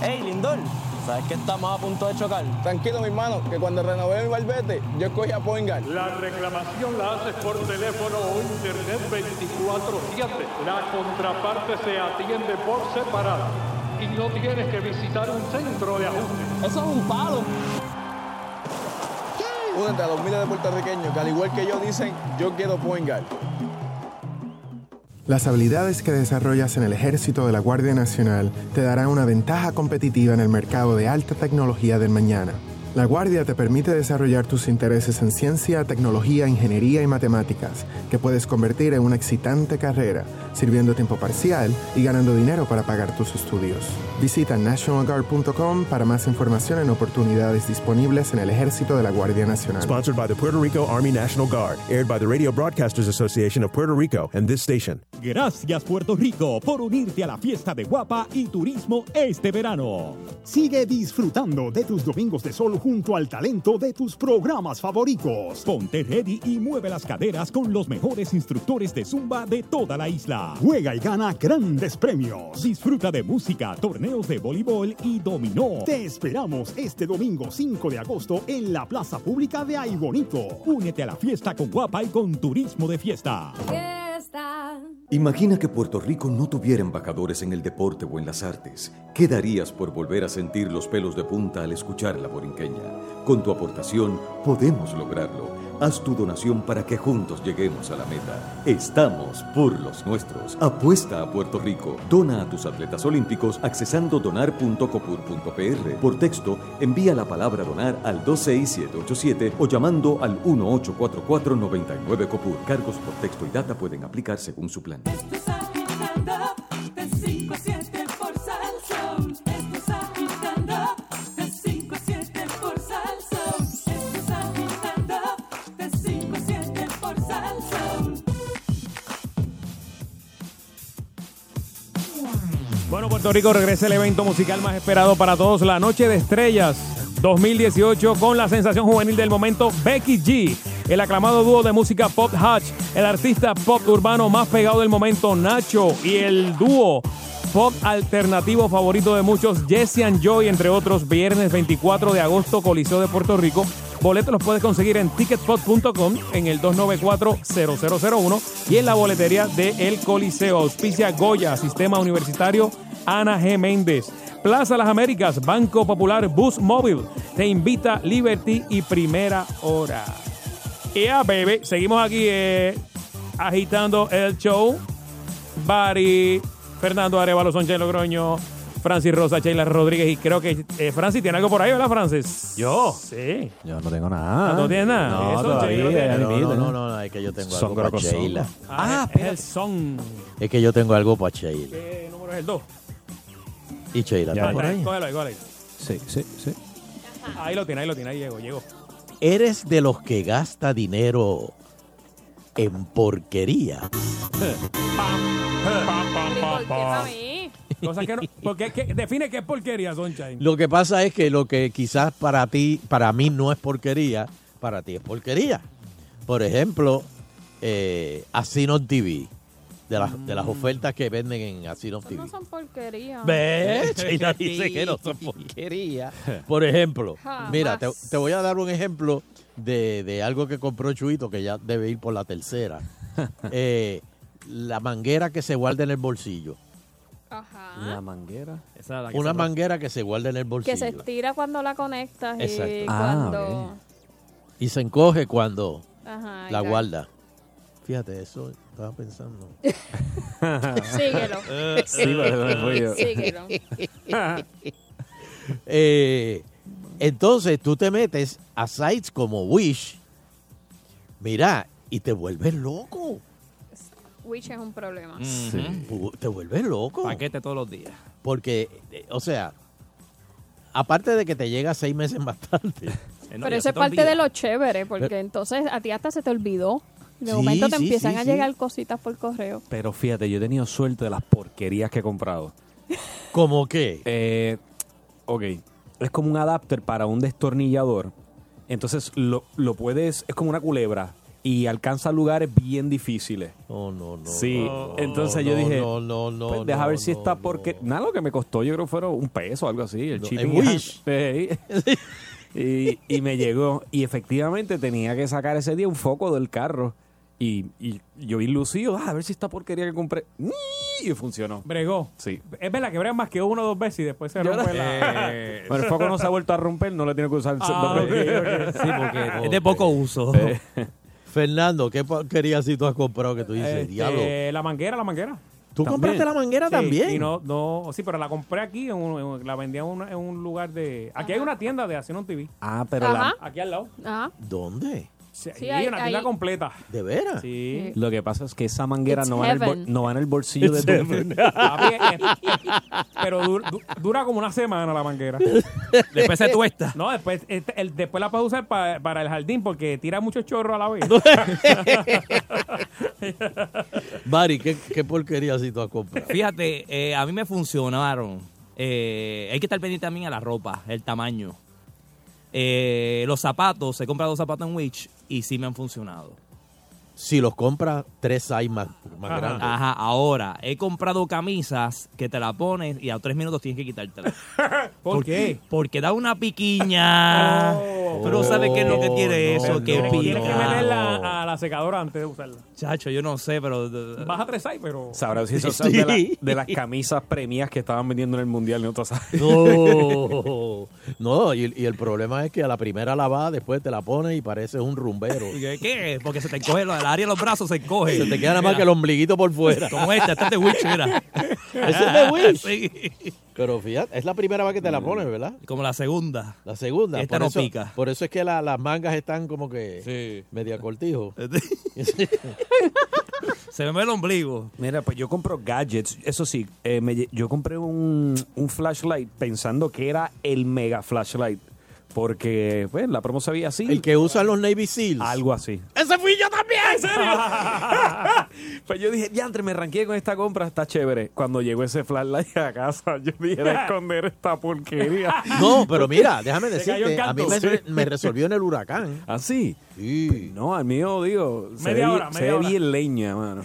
Speaker 3: Hey, Lindor, ¿sabes que estamos a punto de chocar? Tranquilo, mi hermano, que cuando renové mi barbete, yo escogí a Poingal.
Speaker 30: La reclamación la haces por teléfono o internet 24-7. La contraparte se atiende por separado y no tienes que visitar un centro de ajuste.
Speaker 3: Eso es un palo. Únete a los miles de puertorriqueños que, al igual que yo, dicen, yo quiero Poingal.
Speaker 31: Las habilidades que desarrollas en el ejército de la Guardia Nacional te darán una ventaja competitiva en el mercado de alta tecnología del mañana. La Guardia te permite desarrollar tus intereses en ciencia, tecnología, ingeniería y matemáticas, que puedes convertir en una excitante carrera, sirviendo a tiempo parcial y ganando dinero para pagar tus estudios. Visita nationalguard.com para más información en oportunidades disponibles en el ejército de la Guardia Nacional.
Speaker 32: Sponsored by the Puerto Rico Army National Guard, aired by the Radio Broadcasters Association of Puerto Rico and this station.
Speaker 4: Gracias Puerto Rico por unirte a la fiesta de Guapa y Turismo este verano. Sigue disfrutando de tus domingos de sol junto al talento de tus programas favoritos. Ponte ready y mueve las caderas con los mejores instructores de zumba de toda la isla. Juega y gana grandes premios. Disfruta de música, torneos de voleibol y dominó. Te esperamos este domingo 5 de agosto en la Plaza Pública de Aibonito. Únete a la fiesta con Guapa y con Turismo de Fiesta.
Speaker 33: Fiesta.
Speaker 5: Imagina que Puerto Rico no tuviera embajadores en el deporte o en las artes. ¿Qué darías por volver a sentir los pelos de punta al escuchar la borinqueña? Con tu aportación podemos lograrlo. Haz tu donación para que juntos lleguemos a la meta. Estamos por los nuestros. Apuesta a Puerto Rico. Dona a tus atletas olímpicos accesando donar.copur.pr. Por texto, envía la palabra donar al 26787 o llamando al 1844-99-COPUR. Cargos por texto y data pueden aplicar según su plan.
Speaker 9: Esto es agitando de 5 a 7 por Salsón. Esto es agitando de 5 a 7 por Salsón. Esto es agitando de 5 a 7 por Salsón.
Speaker 2: Bueno, Puerto Rico regresa el evento musical más esperado para todos, la Noche de Estrellas 2018, con la sensación juvenil del momento, Becky G. El aclamado dúo de música Pop Hatch, el artista pop urbano más pegado del momento, Nacho, y el dúo pop alternativo favorito de muchos, Jesse and Joy, entre otros, viernes 24 de agosto, Coliseo de Puerto Rico. Boletos los puedes conseguir en ticketpot.com en el 294-0001 y en la boletería de El Coliseo, auspicia Goya, Sistema Universitario Ana G. Méndez. Plaza Las Américas, Banco Popular, Bus Móvil. Te invita Liberty y Primera Hora. Yeah, baby. Seguimos aquí eh, agitando el show. Bari, Fernando Arevalo, Sonche Logroño, Francis Rosa, Sheila Rodríguez. Y creo que eh, Francis tiene algo por ahí, ¿verdad, Francis? Yo. Sí.
Speaker 3: Yo no tengo nada.
Speaker 2: ¿No tienes nada?
Speaker 3: Ah, No,
Speaker 2: Eso,
Speaker 3: todavía,
Speaker 2: Sheila,
Speaker 3: no,
Speaker 2: tiene-
Speaker 3: no,
Speaker 2: tiene.
Speaker 3: no, no, no, es que yo tengo
Speaker 2: Son
Speaker 3: algo para
Speaker 2: graciosos.
Speaker 3: Sheila.
Speaker 2: Ah, es el son.
Speaker 3: Es que yo tengo algo para Sheila.
Speaker 2: ¿Qué número es el 2?
Speaker 3: Y Sheila está por ahí.
Speaker 2: Cógelo ahí, cógelo ahí.
Speaker 3: Sí, sí, sí.
Speaker 2: Ahí lo tiene, ahí lo tiene, ahí llegó, llegó.
Speaker 3: ¿Eres de los que gasta dinero en porquería?
Speaker 2: Cosas que no, porque es que define qué es porquería, Sunshine.
Speaker 3: Lo que pasa es que lo que quizás para ti, para mí no es porquería, para ti es porquería. Por ejemplo, eh, Asinos TV, de las, de las ofertas que venden en Asinos TV.
Speaker 34: No son porquería.
Speaker 3: ¿Ves? Sheila dice que no son porquería. Por ejemplo,
Speaker 34: Jamás.
Speaker 3: mira, te, te voy a dar un ejemplo de, de algo que compró Chuito, que ya debe ir por la tercera. Eh, la manguera que se guarda en el bolsillo.
Speaker 6: La manguera.
Speaker 3: Una manguera que se guarda en el bolsillo.
Speaker 34: Que se estira cuando la conectas y
Speaker 3: Exacto. Ah,
Speaker 34: Eh, cuando...
Speaker 3: Y se encoge cuando
Speaker 34: Ajá,
Speaker 3: la
Speaker 34: ya.
Speaker 3: guarda. Fíjate, eso estaba pensando.
Speaker 34: Síguelo.
Speaker 9: Sí, vale, voy yo.
Speaker 34: Síguelo.
Speaker 3: Eh, entonces tú te metes a sites como Wish, mira, y te vuelves loco.
Speaker 34: Which es un problema.
Speaker 3: Ujú. Te vuelves loco.
Speaker 15: Paquete todos los días.
Speaker 3: Porque, eh, o sea, aparte de que te llega seis meses más tarde.
Speaker 4: Eh,
Speaker 34: Pero eso es parte de lo chévere, porque entonces a ti hasta se te olvidó. De
Speaker 6: Sí,
Speaker 34: momento te
Speaker 6: sí,
Speaker 34: empiezan
Speaker 6: sí,
Speaker 34: a
Speaker 6: sí.
Speaker 34: llegar cositas por correo.
Speaker 6: Pero fíjate, yo he tenido suerte de las porquerías que he comprado. Eh,
Speaker 3: ¿Cómo qué?
Speaker 6: ok. Es como un adapter para un destornillador. Entonces lo, lo puedes. Es como una culebra. Y alcanza lugares bien difíciles.
Speaker 3: Oh, no, no.
Speaker 6: Sí.
Speaker 3: no,
Speaker 6: Entonces
Speaker 3: no,
Speaker 6: yo dije.
Speaker 3: no, no, no,
Speaker 6: pues, deja
Speaker 3: no,
Speaker 6: ver si
Speaker 3: no,
Speaker 6: está porque. Nada, lo que me costó, yo creo que fueron un peso o algo así. El
Speaker 3: No,
Speaker 6: chip
Speaker 3: en Wish.
Speaker 6: y, y me llegó. Y efectivamente tenía que sacar ese día un foco del carro. Y, y yo vi lucido, "Ah, a ver si esta porquería que compré. Y funcionó.
Speaker 2: Bregó.
Speaker 6: Sí.
Speaker 2: Es verdad que bregan más que uno o dos veces y después se rompe la...
Speaker 6: Bueno, el foco no se ha vuelto a romper, no le tiene que usar el
Speaker 2: Ah,
Speaker 6: dos veces.
Speaker 2: ok, ok. Sí, porque-
Speaker 3: Ok.
Speaker 2: Es de poco uso.
Speaker 3: Eh. Fernando, ¿qué porquería si tú has comprado que tú dices,
Speaker 2: Este,
Speaker 3: diablo?
Speaker 2: la manguera, la manguera.
Speaker 3: ¿Tú compraste la manguera
Speaker 2: Sí,
Speaker 3: también?
Speaker 2: Y no, no, sí, pero la compré aquí, en un- en- la vendía en un, en un lugar de... Aquí hay una tienda de Acción TV.
Speaker 6: Ah,
Speaker 3: pero la- Ajá.
Speaker 2: Aquí al lado.
Speaker 34: Ajá.
Speaker 3: ¿Dónde?
Speaker 2: Sí,
Speaker 34: Sí,
Speaker 2: hay
Speaker 34: hay-
Speaker 2: una tienda
Speaker 34: hay-
Speaker 2: completa.
Speaker 3: ¿De veras?
Speaker 2: Sí.
Speaker 6: Lo que pasa es que esa manguera
Speaker 2: It's
Speaker 6: no va, en el bol-
Speaker 2: heaven.
Speaker 6: no va en el bolsillo
Speaker 2: It's
Speaker 6: de
Speaker 2: heaven.
Speaker 6: tu...
Speaker 2: Papi, eh, pero du- du- dura como una semana la manguera.
Speaker 15: Después se tuesta.
Speaker 2: No, después, este, el- después la puedes usar pa- para el jardín porque tira mucho chorro a la vez.
Speaker 3: Mari, ¿qué, qué porquería si tú has comprado?
Speaker 15: Fíjate, eh, a mí me funcionaron. Eh, hay que estar pendiente también a la ropa, el tamaño. Eh, los zapatos, he comprado zapatos en Witch y sí me han funcionado.
Speaker 3: Si los compras tres size más, más
Speaker 15: Ajá.
Speaker 3: grandes.
Speaker 15: Ajá, ahora, he comprado camisas que te la pones y a tres minutos tienes que quitártela.
Speaker 2: ¿Por qué?
Speaker 15: Porque da una piquiña. Tú no sabes qué es lo que
Speaker 3: Oh,
Speaker 15: tiene
Speaker 2: no,
Speaker 15: eso,
Speaker 2: no,
Speaker 15: qué
Speaker 2: no, Tienes que
Speaker 15: pica.
Speaker 2: meterla a la secadora antes de usarla.
Speaker 15: Chacho, yo no sé, pero...
Speaker 2: Vas a tres ahí, pero.
Speaker 6: Sabrá si eso
Speaker 15: Sí.
Speaker 6: de, la- de las camisas premias que estaban vendiendo en el mundial. No, te sabes.
Speaker 3: No, no y, y el problema es que a la primera la vas, después te la pones y pareces un rumbero.
Speaker 15: ¿Y ¿Qué? qué? Porque se te coge lo- el área de los brazos, se coge.
Speaker 3: Se te queda nada más que el ombliguito por fuera.
Speaker 15: Como esta, esta es de Witch, mira.
Speaker 3: Esa es de Wish. Pero fíjate, es la primera vez que te la pones, ¿verdad?
Speaker 15: Mm. Como la segunda.
Speaker 3: La segunda.
Speaker 15: Esta
Speaker 3: por
Speaker 15: no
Speaker 3: eso-
Speaker 15: pica.
Speaker 3: Por eso es que la- las mangas están como que media cortijo.
Speaker 15: Se me ve el ombligo.
Speaker 6: Mira, pues yo compro gadgets. Eso sí, eh, me lle- yo compré un, un flashlight pensando que era el mega flashlight. Porque, pues, la promo se veía así. El
Speaker 3: que usan los Navy SEALs.
Speaker 6: Algo así.
Speaker 3: ¡Ese fui yo también! ¿En
Speaker 6: Pues yo dije, diantre, me arranqué con esta compra, está chévere. Cuando llegó ese flashlight a casa, yo dije, "Voy a esconder esta porquería.
Speaker 3: No, pero mira, déjame
Speaker 6: Se cayó el
Speaker 3: decirte, a mí
Speaker 6: canto.
Speaker 3: me,
Speaker 6: Sí.
Speaker 3: me resolvió en el huracán.
Speaker 6: ¿Ah, sí? Pues no, al mío, digo, se
Speaker 3: Media
Speaker 6: ve,
Speaker 3: hora,
Speaker 6: bien- se
Speaker 3: media
Speaker 6: ve
Speaker 3: hora.
Speaker 6: bien leña, mano.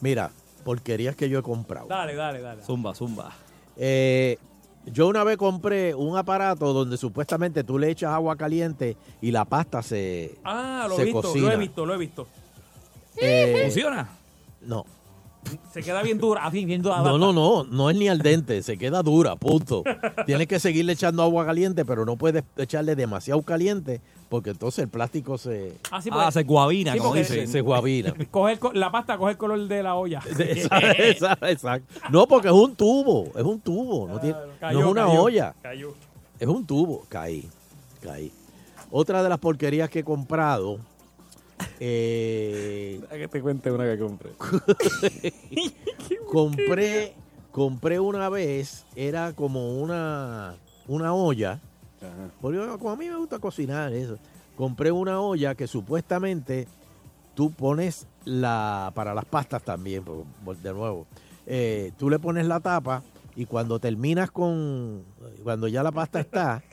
Speaker 3: Mira, porquerías que yo he comprado.
Speaker 2: Dale, dale, dale.
Speaker 15: Zumba, zumba.
Speaker 3: Eh, yo una vez compré un aparato donde supuestamente tú le echas agua caliente y la pasta se,
Speaker 2: Ah, lo
Speaker 3: se
Speaker 2: he visto,
Speaker 3: cocina.
Speaker 2: lo he visto, lo he visto.
Speaker 3: Eh,
Speaker 15: ¿Funciona?
Speaker 3: No.
Speaker 2: Se queda bien dura, así, bien dura.
Speaker 3: No, no, no, no es ni al dente, se queda dura, punto. Tienes que seguirle echando agua caliente, pero no puedes echarle demasiado caliente porque entonces el plástico se...
Speaker 2: Ah, sí, porque- Ah, se
Speaker 15: guabina,
Speaker 2: sí, como porque- dicen.
Speaker 3: Se guabina.
Speaker 2: Coge el co- la pasta coge el color de la olla.
Speaker 3: Esa- esa- Exacto. No, porque es un tubo, es un tubo, no, tiene,
Speaker 2: Cayó,
Speaker 3: no es una
Speaker 2: cayó,
Speaker 3: olla.
Speaker 2: cayó.
Speaker 3: Es un tubo. Caí, caí. Otra de las porquerías que he comprado. eh,
Speaker 6: Deja que te cuente una que compré.
Speaker 3: compré, compré una vez, era como una, una olla. Porque yo, como a mí me gusta cocinar eso. Compré una olla que supuestamente tú pones la. para las pastas también, por- por- de nuevo. eh, tú le pones la tapa y cuando terminas con. cuando ya la pasta está.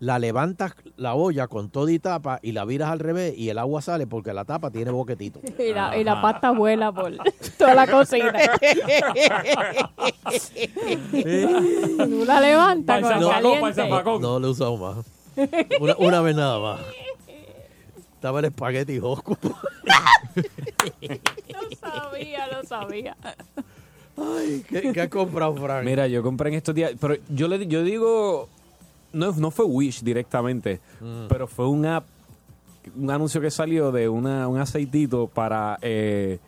Speaker 3: La levantas la olla con todo y tapa y la viras al revés y el agua sale porque la tapa tiene boquetito.
Speaker 34: Y la, y la pasta vuela por toda la cocina. Tú la levantas con caliente.
Speaker 3: No, lo he usado más. Una, una vez nada más. Estaba el espagueti Hosco.
Speaker 34: Lo sabía, lo sabía.
Speaker 3: Ay, ¿qué, qué has comprado, Frank?
Speaker 6: Mira, yo compré en estos días, pero yo le yo digo, no, no fue Wish directamente,
Speaker 3: Mm.
Speaker 6: pero fue un app, un anuncio que salió de una, un aceitito para, eh,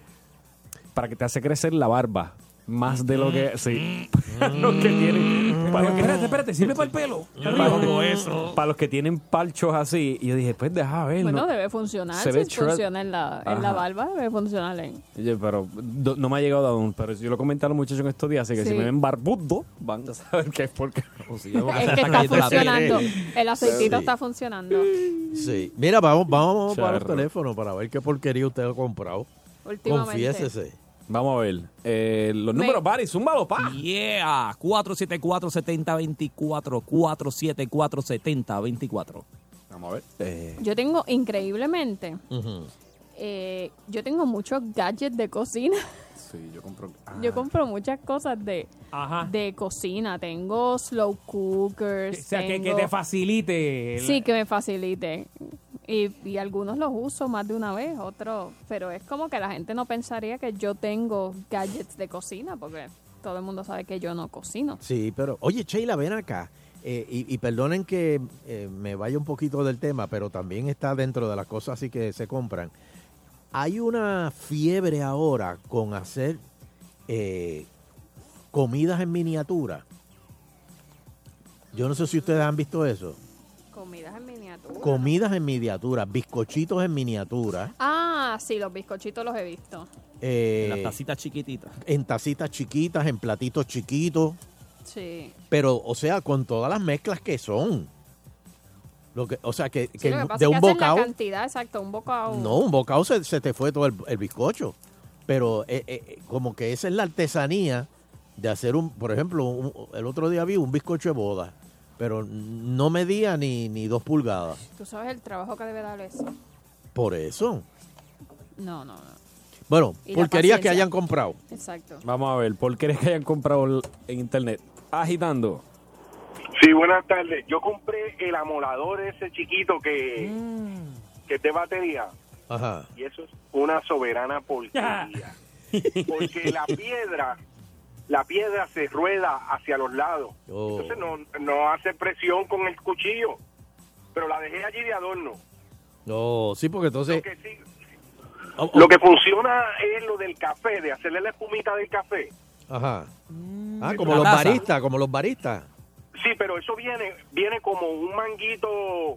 Speaker 6: para que te hace crecer la barba. Más de lo que. Sí. Para los que tienen. Para los que,
Speaker 2: Espérate, espérate, sirve para el pelo.
Speaker 6: para los que tienen palchos así. Y yo dije, pues deja ver.
Speaker 34: Bueno,
Speaker 6: ¿no?
Speaker 34: debe funcionar.
Speaker 6: Se ve
Speaker 34: si
Speaker 6: shred-
Speaker 34: funciona en la, en la
Speaker 6: Ajá.
Speaker 34: barba, debe funcionar en...
Speaker 6: Oye, pero do- no me ha llegado aún. Pero yo lo comenté a los muchachos en estos días. Así que si
Speaker 34: Sí.
Speaker 6: me ven barbudo, van a saber que es porque.
Speaker 34: Es que está funcionando. El aceitito está funcionando.
Speaker 3: Sí. Mira, vamos, vamos para los
Speaker 6: Charro.
Speaker 3: teléfonos para ver qué porquería usted ha comprado.
Speaker 34: Últimamente.
Speaker 3: Confiésese.
Speaker 6: Vamos a ver.
Speaker 3: eh,
Speaker 6: los
Speaker 15: Me- números,
Speaker 6: Barry, zúmbalo, pa.
Speaker 15: Yeah, 474-7024, 474-7024.
Speaker 6: Vamos a ver.
Speaker 3: Eh.
Speaker 34: Yo tengo, increíblemente, eh, yo tengo muchos gadgets de cocina.
Speaker 6: Sí, yo compro.
Speaker 4: Ah.
Speaker 34: Yo compro muchas cosas de, de cocina. Tengo slow cookers.
Speaker 2: O sea, que, que
Speaker 34: tengo-
Speaker 2: te facilite. el-
Speaker 34: Sí, que me facilite. Y, y algunos los uso más de una vez, otros. Pero es como que la gente no pensaría que yo tengo gadgets de cocina, porque todo el mundo sabe que yo no cocino.
Speaker 3: Sí, pero. Oye, Sheila, ven acá. Eh, y, y perdonen que eh, me vaya un poquito del tema, pero también está dentro de las cosas así que se compran. Hay una fiebre ahora con hacer eh, comidas en miniatura. Yo no sé si ustedes han visto eso.
Speaker 34: Comidas en miniatura.
Speaker 4: miniatura.
Speaker 3: Comidas en miniatura, bizcochitos en miniatura.
Speaker 4: Ah, sí, los bizcochitos los he visto.
Speaker 3: eh,
Speaker 15: Las tacitas chiquititas.
Speaker 3: en tacitas chiquitas, en platitos chiquitos.
Speaker 4: Sí.
Speaker 3: Pero, o sea, con todas las mezclas que son. Lo que, o sea, que,
Speaker 4: Sí,
Speaker 3: que
Speaker 4: lo que pasa
Speaker 3: de
Speaker 4: es
Speaker 3: un
Speaker 4: que hacen
Speaker 3: bocado.
Speaker 4: la cantidad, exacto, un bocado.
Speaker 3: No, un bocado se, se te fue todo el, el bizcocho. Pero eh, eh, eh, como que esa es la artesanía de hacer un, por ejemplo, un- el otro día vi un bizcocho de boda, pero no medía ni, ni dos pulgadas.
Speaker 4: Tú sabes el trabajo que debe dar eso.
Speaker 3: Por eso.
Speaker 4: No, no, no.
Speaker 3: Bueno,
Speaker 4: Y la
Speaker 3: porquerías que
Speaker 4: paciencia.
Speaker 3: hayan comprado.
Speaker 4: Exacto.
Speaker 6: Vamos a ver, ¿por qué es que hayan comprado l- en internet? Agitando.
Speaker 20: Sí, buenas tardes. Yo compré el amolador ese chiquito que, que es de batería.
Speaker 3: Ajá.
Speaker 20: Y eso es una soberana porquería. Porque la piedra, la piedra se rueda hacia los lados.
Speaker 3: Oh.
Speaker 20: Entonces no, no hace presión con el cuchillo. Pero la dejé allí de adorno.
Speaker 3: No, sí, porque entonces. Oh, oh.
Speaker 20: Lo que funciona es lo del café, de hacerle la espumita del café.
Speaker 3: Ajá.
Speaker 4: Mm.
Speaker 3: Ah, como los
Speaker 20: Una taza.
Speaker 3: baristas, como los baristas.
Speaker 20: Sí, pero eso viene viene como un manguito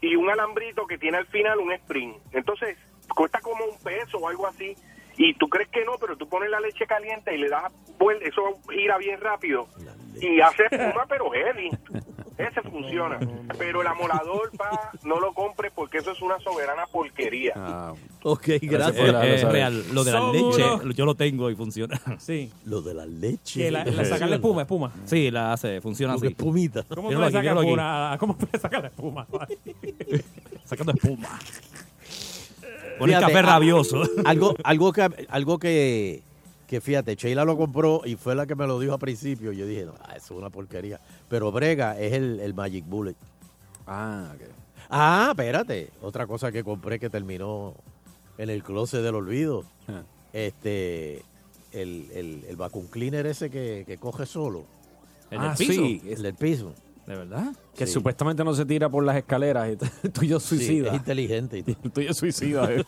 Speaker 20: y un alambrito que tiene al final un spring. Entonces, cuesta como un peso o algo así. Y tú crees que no, pero tú pones la leche caliente y le das vuelta, eso gira bien rápido. Y hace espuma, pero heavy. Ese funciona. Pero el amolador, pa, no lo compres porque eso es una soberana porquería.
Speaker 14: Ah.
Speaker 6: Ah.
Speaker 3: Ok, gracias.
Speaker 15: por la-
Speaker 3: Eh,
Speaker 15: es
Speaker 3: eh,
Speaker 15: real, lo de la
Speaker 3: Son
Speaker 15: leche,
Speaker 3: uno-
Speaker 15: yo lo tengo y funciona. Sí.
Speaker 3: Lo de la leche.
Speaker 15: Que
Speaker 2: la- la sacarle espuma, espuma.
Speaker 15: Sí, la hace, funciona así.
Speaker 3: Espumita.
Speaker 2: ¿Cómo tú le sacas una- ¿Cómo tú le sacas la espuma?
Speaker 15: Sacando espuma. Pon el café
Speaker 3: a-
Speaker 15: rabioso.
Speaker 3: Algo, algo que, algo que, que fíjate, Sheila lo compró y fue la que me lo dijo al principio. Yo dije, no, ah, eso es una porquería. Pero Brega es el, el Magic Bullet. Ah, Ah, espérate. Otra cosa que compré que terminó en el closet del olvido. Este, el, el, el vacuum cleaner ese que, que coge solo.
Speaker 6: ¿El del Ah, piso? sí.
Speaker 3: El del piso.
Speaker 15: ¿De verdad?
Speaker 6: Que supuestamente no se tira por las escaleras. El tuyo es suicida.
Speaker 3: es inteligente.
Speaker 6: El tuyo es suicida. eh.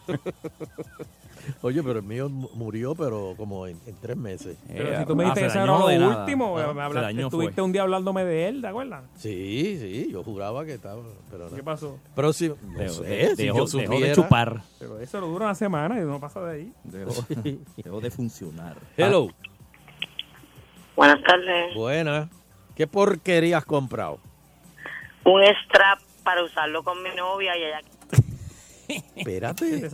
Speaker 3: Oye, pero el mío mu- murió, pero como en, en tres meses.
Speaker 2: Pero si tú
Speaker 3: ah,
Speaker 2: me dijiste que ese era lo último, me hablaste- estuviste un día hablándome de él, ¿te acuerdas?
Speaker 3: Sí, sí, yo juraba que estaba. Pero no.
Speaker 2: ¿Qué pasó?
Speaker 3: Próximo. No
Speaker 2: Dejó-
Speaker 3: sé,
Speaker 2: de-
Speaker 3: si
Speaker 15: dejó-
Speaker 3: yo
Speaker 15: dejó de
Speaker 3: supiera.
Speaker 15: chupar.
Speaker 2: Pero eso lo dura una semana y no pasa de ahí.
Speaker 15: Dejó, dejó de funcionar.
Speaker 3: Hello.
Speaker 19: Buenas tardes.
Speaker 3: Buenas. ¿Qué porquería has comprado?
Speaker 19: Un strap para usarlo con mi novia y ella.
Speaker 3: Espérate.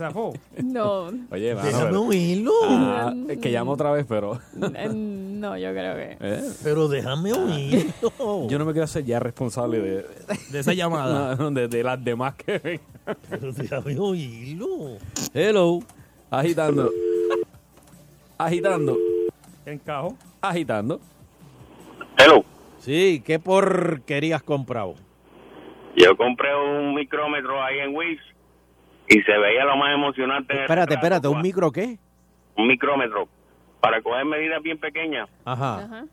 Speaker 4: No,
Speaker 6: Oye, mano,
Speaker 3: Déjame
Speaker 6: pero-
Speaker 3: oírlo.
Speaker 6: Ah, es que llamo otra vez, pero. eh. Ah,
Speaker 4: eh, no, yo creo que.
Speaker 3: Pero déjame oírlo.
Speaker 6: Yo no me quiero hacer ya responsable de,
Speaker 15: De esa llamada.
Speaker 6: No, no, de, de las demás que vengan.
Speaker 3: Pero déjame oírlo.
Speaker 6: Hello. Agitando. Agitando.
Speaker 2: Encajo.
Speaker 6: Agitando.
Speaker 3: Hello. Sí, ¿qué porquería has comprado?
Speaker 14: Yo compré un micrómetro ahí en Wix y se veía lo más emocionante. en el
Speaker 3: Espérate,
Speaker 14: retrato,
Speaker 3: espérate, ¿un
Speaker 14: cua-
Speaker 3: micro qué?
Speaker 14: Un micrómetro para coger medidas bien pequeñas.
Speaker 3: Ajá.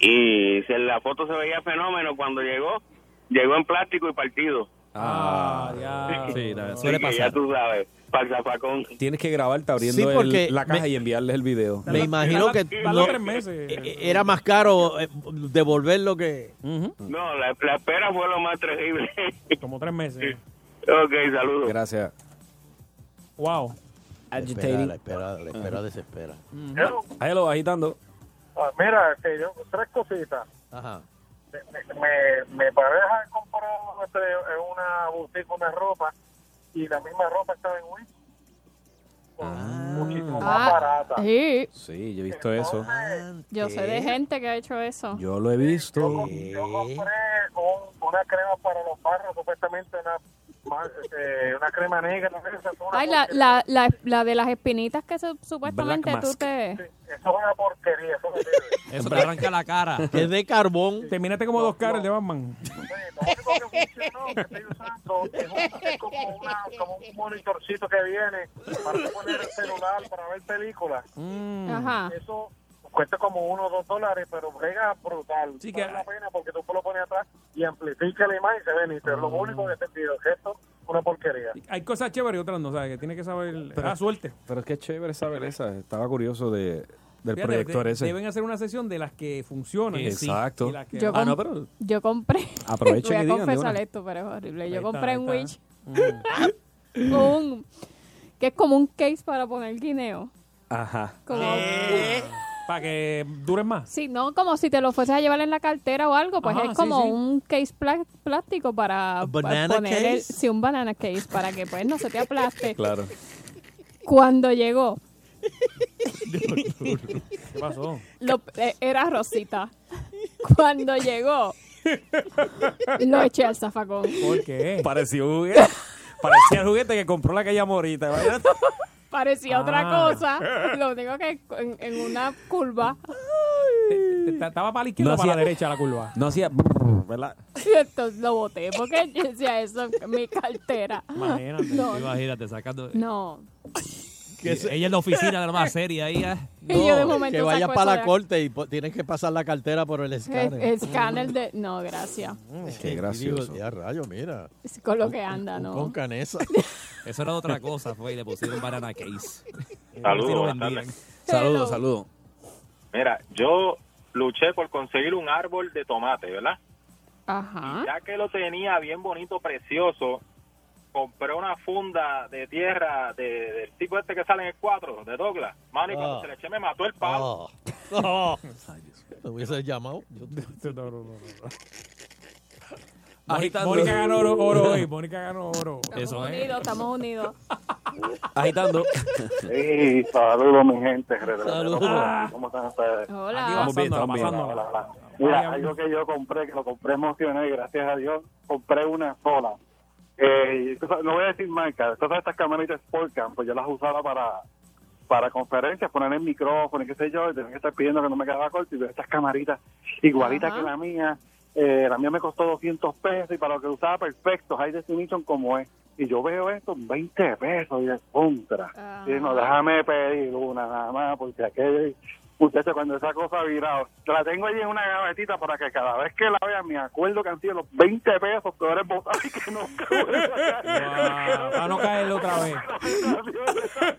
Speaker 14: Y se- la foto se veía fenómeno cuando llegó. Llegó en plástico y partido.
Speaker 6: Ah, ya. Sí, la-
Speaker 14: Así
Speaker 6: suele
Speaker 14: que ya
Speaker 6: pasar.
Speaker 14: tú sabes, para el zafacón.
Speaker 6: Tienes que grabarte abriendo
Speaker 14: Sí, porque
Speaker 6: el- la caja y enviarles el video.
Speaker 3: Me imagino que no-
Speaker 14: eh,
Speaker 3: e- era más caro eh, devolverlo que...
Speaker 14: No, la, la espera fue lo más terrible.
Speaker 2: Como tres meses.
Speaker 14: ok, saludos.
Speaker 6: Gracias.
Speaker 2: Wow.
Speaker 3: Espera, la espera, la espera desespera.
Speaker 6: Hello. agitando.
Speaker 9: Ah, mira, que yo, tres cositas.
Speaker 3: Ajá.
Speaker 9: Me, me pareja compró este, en una boutique una ropa y la misma ropa estaba en Wix. Muchísimo más barata.
Speaker 4: sí.
Speaker 6: Sí, yo he visto eso.
Speaker 4: Yo sé de gente que ha hecho eso.
Speaker 6: Yo lo he visto.
Speaker 9: Una crema para los barros, supuestamente una, más, eh, una crema negra. esa es una
Speaker 4: Ay, la,
Speaker 9: porquería.
Speaker 4: la, la, la de las espinitas que su- supuestamente
Speaker 9: Black
Speaker 4: tú
Speaker 9: Mask.
Speaker 4: te.
Speaker 9: Eso es una porquería. Eso no sirve.
Speaker 15: Eso te arranca la cara.
Speaker 3: Es de carbón.
Speaker 2: Terminaste como dos caras de Batman.
Speaker 9: Lo que funcionó, que estoy usando, es, un- es como, una- como un monitorcito que viene para tú poner el celular para ver películas. Mm.
Speaker 34: Mm.
Speaker 4: Ajá.
Speaker 9: Eso cuesta como uno o dos dólares, pero brega brutal.
Speaker 2: que-
Speaker 9: Vale la pena porque tú lo pones atrás y amplifica la imagen y se ve nítido. Lo único que he sentido es que esto es una porquería.
Speaker 2: Hay cosas chéveres y otras no, ¿sabes? Que tienes que saber.
Speaker 6: Pero-
Speaker 2: ah, suerte.
Speaker 6: Pero es que es chévere saber esa. Estaba curioso de, del
Speaker 2: Fíjate,
Speaker 6: proyector
Speaker 2: de-
Speaker 6: ese.
Speaker 2: Deben hacer una sesión de las que funcionan.
Speaker 6: Que sí. Exacto.
Speaker 2: Y las que
Speaker 4: Yo,
Speaker 2: no.
Speaker 4: com- yo compré.
Speaker 6: Aprovechen
Speaker 4: Voy
Speaker 6: y
Speaker 4: a
Speaker 6: digan de
Speaker 4: confesar
Speaker 6: una.
Speaker 4: esto, pero es horrible. Yo
Speaker 2: Ahí está,
Speaker 4: compré
Speaker 2: ahí
Speaker 4: en
Speaker 2: está. Mm.
Speaker 4: Wish un. que es como un case para poner guineo.
Speaker 2: Ajá.
Speaker 4: Como-
Speaker 2: Ah, Para que duren más.
Speaker 4: Sí, no como si te lo fueses a llevar en la cartera o algo, pues
Speaker 2: Ajá,
Speaker 4: es
Speaker 2: sí,
Speaker 4: como
Speaker 2: sí.
Speaker 4: un case pla- plástico para,
Speaker 2: banana
Speaker 4: para poner el-
Speaker 2: case?
Speaker 4: sí, un banana case para que pues no se te aplaste.
Speaker 6: Claro.
Speaker 4: Cuando llegó,
Speaker 2: ¿Qué pasó?
Speaker 4: lo- eh, era Rosita. Cuando llegó, lo eché al zafacón.
Speaker 2: ¿Por qué? Parecía un juguete. Parecía el juguete que compró la que ella morita.
Speaker 4: Parecía
Speaker 2: Ah.
Speaker 4: otra cosa. Lo único que en, en una curva
Speaker 2: Estaba para la izquierda
Speaker 6: No
Speaker 2: o para la
Speaker 6: hacía-
Speaker 2: derecha la curva.
Speaker 6: No hacía. brrr, ¿Verdad?
Speaker 4: Entonces lo boté porque yo decía eso en mi cartera. No,
Speaker 15: Imagínate, sacando.
Speaker 4: no.
Speaker 15: Y Ella es la oficina de la más seria ahí. ¿eh?
Speaker 4: Y yo de momento
Speaker 3: que vayas
Speaker 4: saco
Speaker 3: para
Speaker 4: eso
Speaker 3: la
Speaker 4: de-
Speaker 3: corte y po- tienes que pasar la cartera por el
Speaker 4: Es-
Speaker 3: escáner.
Speaker 4: Escáner de... No, gracias.
Speaker 3: Qué gracioso. Ya rayo, mira.
Speaker 4: Es con lo que anda, Ah, ¿no?
Speaker 3: Con canesa.
Speaker 15: Eso era otra cosa, fue, y le pusieron banana case.
Speaker 35: Saludos,
Speaker 15: Sí lo
Speaker 35: buenas
Speaker 15: vendían.
Speaker 35: tardes.
Speaker 15: Saludos,
Speaker 35: Hello.
Speaker 15: saludos.
Speaker 35: Mira, yo luché por conseguir un árbol de tomate, ¿verdad?
Speaker 4: Ajá.
Speaker 35: Ya que lo tenía bien bonito, precioso, compré una funda de tierra de- del tipo este que sale en el 4, de Douglas. Mano, y cuando
Speaker 3: Ah.
Speaker 35: se le eché me mató el palo.
Speaker 3: Oh. No. Te hubiese llamado.
Speaker 2: Oh. No, no, no, Mónica Mónica ganó oro, oro hoy. Mónica ganó oro.
Speaker 4: Estamos unidos, estamos unidos.
Speaker 2: Agitando.
Speaker 20: Sí, saludos mi gente.
Speaker 2: Saludos.
Speaker 20: ¿Cómo están ustedes?
Speaker 4: Hola.
Speaker 2: Estamos bien, estamos bien.
Speaker 20: Hola, hola. Mira, algo que yo compré, que lo compré emocioné, gracias a Dios, compré una sola. Eh, y cosa- no voy a decir marca, todas estas camaritas Sportcam, pues yo las usaba para para conferencias, poner el micrófono y qué sé yo, y tenía que estar pidiendo que no me quedaba corto, y veo estas camaritas igualitas
Speaker 14: Ajá.
Speaker 20: que la mía, eh, la mía me costó 200 pesos y para lo que usaba perfecto, high definition como es. Y yo veo esto, 20 pesos, y de contra. Y no, déjame pedir una nada más, porque aquel muchacho cuando esa cosa virado, la tengo allí en una gavetita para que cada vez que la vea me acuerdo que han sido los 20 pesos que ahora es botar y que no
Speaker 2: Para no caerle otra vez.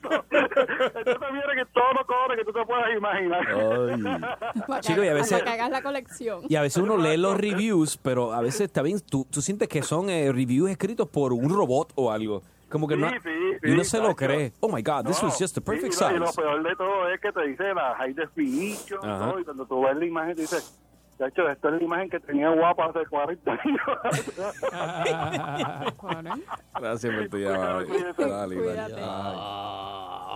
Speaker 20: Entonces mira que todo lo cobre que tú te puedas imaginar.
Speaker 4: Para que-
Speaker 6: Chico, y a veces-
Speaker 4: para que hagas la colección.
Speaker 6: Y a veces uno lee los reviews, pero a veces también tú, tú sientes que son eh, reviews escritos por un robot o algo. Como que
Speaker 20: Sí,
Speaker 6: no,
Speaker 20: sí,
Speaker 6: y uno
Speaker 20: sí,
Speaker 6: se lo
Speaker 20: exacto.
Speaker 6: cree. Oh my God, this
Speaker 20: No,
Speaker 6: was just the perfect
Speaker 20: sí, no,
Speaker 6: size.
Speaker 20: Y lo peor de todo es que te dice la high definition,
Speaker 6: Ajá.
Speaker 20: todo, y cuando tú ves la imagen te dices, de hecho, esta es la imagen que tenía guapa hace 40 años.
Speaker 36: Gracias por tu llamada. Dale,
Speaker 4: Cuídate.
Speaker 36: dale.
Speaker 4: A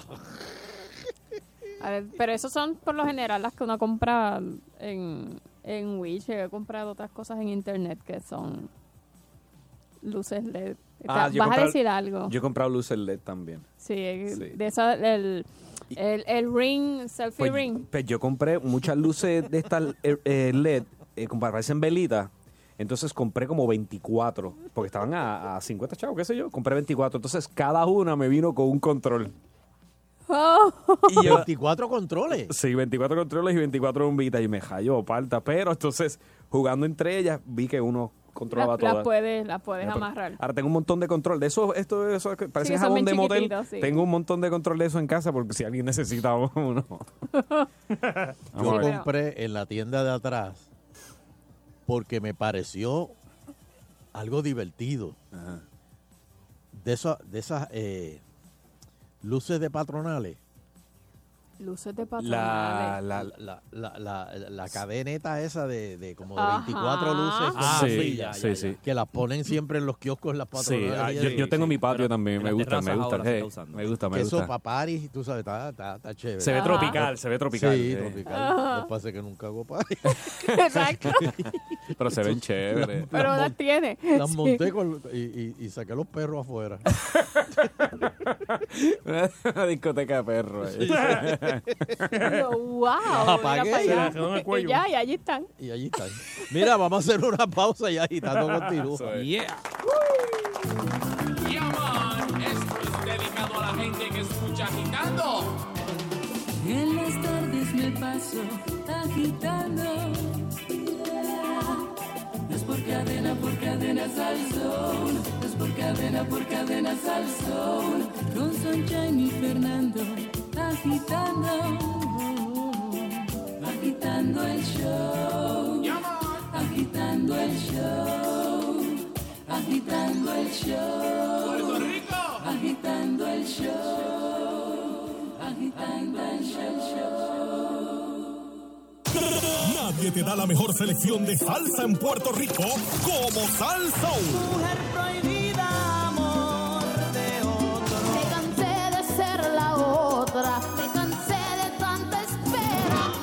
Speaker 4: ver, pero esos son por lo general las que uno compra en, en Wish. Yo He comprado otras cosas en internet que son luces LED.
Speaker 36: Ah,
Speaker 4: Vas
Speaker 36: yo he
Speaker 4: a
Speaker 36: comprado-
Speaker 4: decir algo.
Speaker 36: Yo he comprado luces LED también.
Speaker 4: Sí, eh,
Speaker 36: Sí.
Speaker 4: de esa, el, el, el ring, selfie
Speaker 6: Pues,
Speaker 4: ring.
Speaker 6: pues yo compré muchas luces de estas eh, eh, LED, eh, como parecen velitas. Entonces compré como 24, porque estaban a, a 50 chavos, qué sé yo. Compré 24. Entonces cada una me vino con un control.
Speaker 34: Oh.
Speaker 3: Y 24 controles.
Speaker 6: Sí, 24 controles y 24 bombitas. Y me jallo, palta. Pero entonces, jugando entre ellas, vi que uno controlaba
Speaker 4: Las las
Speaker 6: todas.
Speaker 4: puedes, las puedes
Speaker 3: pues,
Speaker 6: Mira, pero-
Speaker 4: amarrar.
Speaker 3: ah,
Speaker 6: Ahora tengo un montón de control. De esos, esto, eso que parece
Speaker 4: Sí, son
Speaker 6: jabón
Speaker 4: bien
Speaker 6: de motel.
Speaker 4: chiquititos, sí.
Speaker 6: Tengo un montón de control de eso en casa porque si alguien necesita uno.
Speaker 3: Yo
Speaker 6: a ver.
Speaker 3: compré en la tienda de atrás porque me pareció algo divertido. De, esa- de esas eh, luces de patronales.
Speaker 4: Luces de
Speaker 3: La,
Speaker 4: patronales.
Speaker 3: la, la, la, la- la cadeneta esa de, de como
Speaker 4: Ajá.
Speaker 3: 24 luces. con
Speaker 6: Ah, sí,
Speaker 3: bombilla,
Speaker 6: sí,
Speaker 3: ya, ya,
Speaker 6: sí.
Speaker 3: Que las ponen siempre en los kioscos las
Speaker 6: Sí,
Speaker 3: patronales.
Speaker 6: ah,
Speaker 3: y
Speaker 6: yo,
Speaker 3: eso.
Speaker 6: yo tengo mi patio también.
Speaker 3: en
Speaker 6: Me
Speaker 3: las
Speaker 6: gusta, me
Speaker 3: terrazas
Speaker 6: gusta.
Speaker 3: ahora se
Speaker 6: eh,
Speaker 3: está usando.
Speaker 6: me gusta, me
Speaker 3: Que eso
Speaker 6: gusta.
Speaker 3: para paris, tú sabes, está, está, está chévere.
Speaker 6: Se ve
Speaker 3: Ajá.
Speaker 6: tropical, se ve tropical,
Speaker 3: Sí,
Speaker 6: sí.
Speaker 3: tropical.
Speaker 4: Ajá.
Speaker 3: Lo que pasa es que nunca hago paris.
Speaker 4: Exacto.
Speaker 6: Pero se ven chéveres.
Speaker 4: Pero las
Speaker 3: mon-
Speaker 4: tiene.
Speaker 3: Las
Speaker 4: Sí.
Speaker 3: monté con- y, y- y saqué los perros afuera.
Speaker 6: Una discoteca de perros. eh.
Speaker 4: Yo, wow.
Speaker 3: Las
Speaker 4: mira
Speaker 3: apagué
Speaker 4: para
Speaker 3: y
Speaker 4: allá.
Speaker 3: las dejé en el cuello.
Speaker 4: Y ya, y allí están.
Speaker 3: y allí están. Mira, vamos a hacer una pausa y agitando continúa.
Speaker 15: Yeah.
Speaker 37: Yaman, esto es dedicado a la gente que escucha agitando.
Speaker 9: En las tardes me paso agitando. No es por cadena, por cadenas al sol. No es por cadena, por cadenas al sol. Con Sunshine y Fernando agitando.
Speaker 38: Agitando el show. Agitando el show. Agitando el show. Puerto Rico. Agitando el show. Agitando el show.
Speaker 13: Nadie te da la mejor selección de salsa en Puerto Rico como Salsa.
Speaker 9: Mujer prohibida, amor de otro. Me cansé de ser la otra. Me cansé de tanta espera.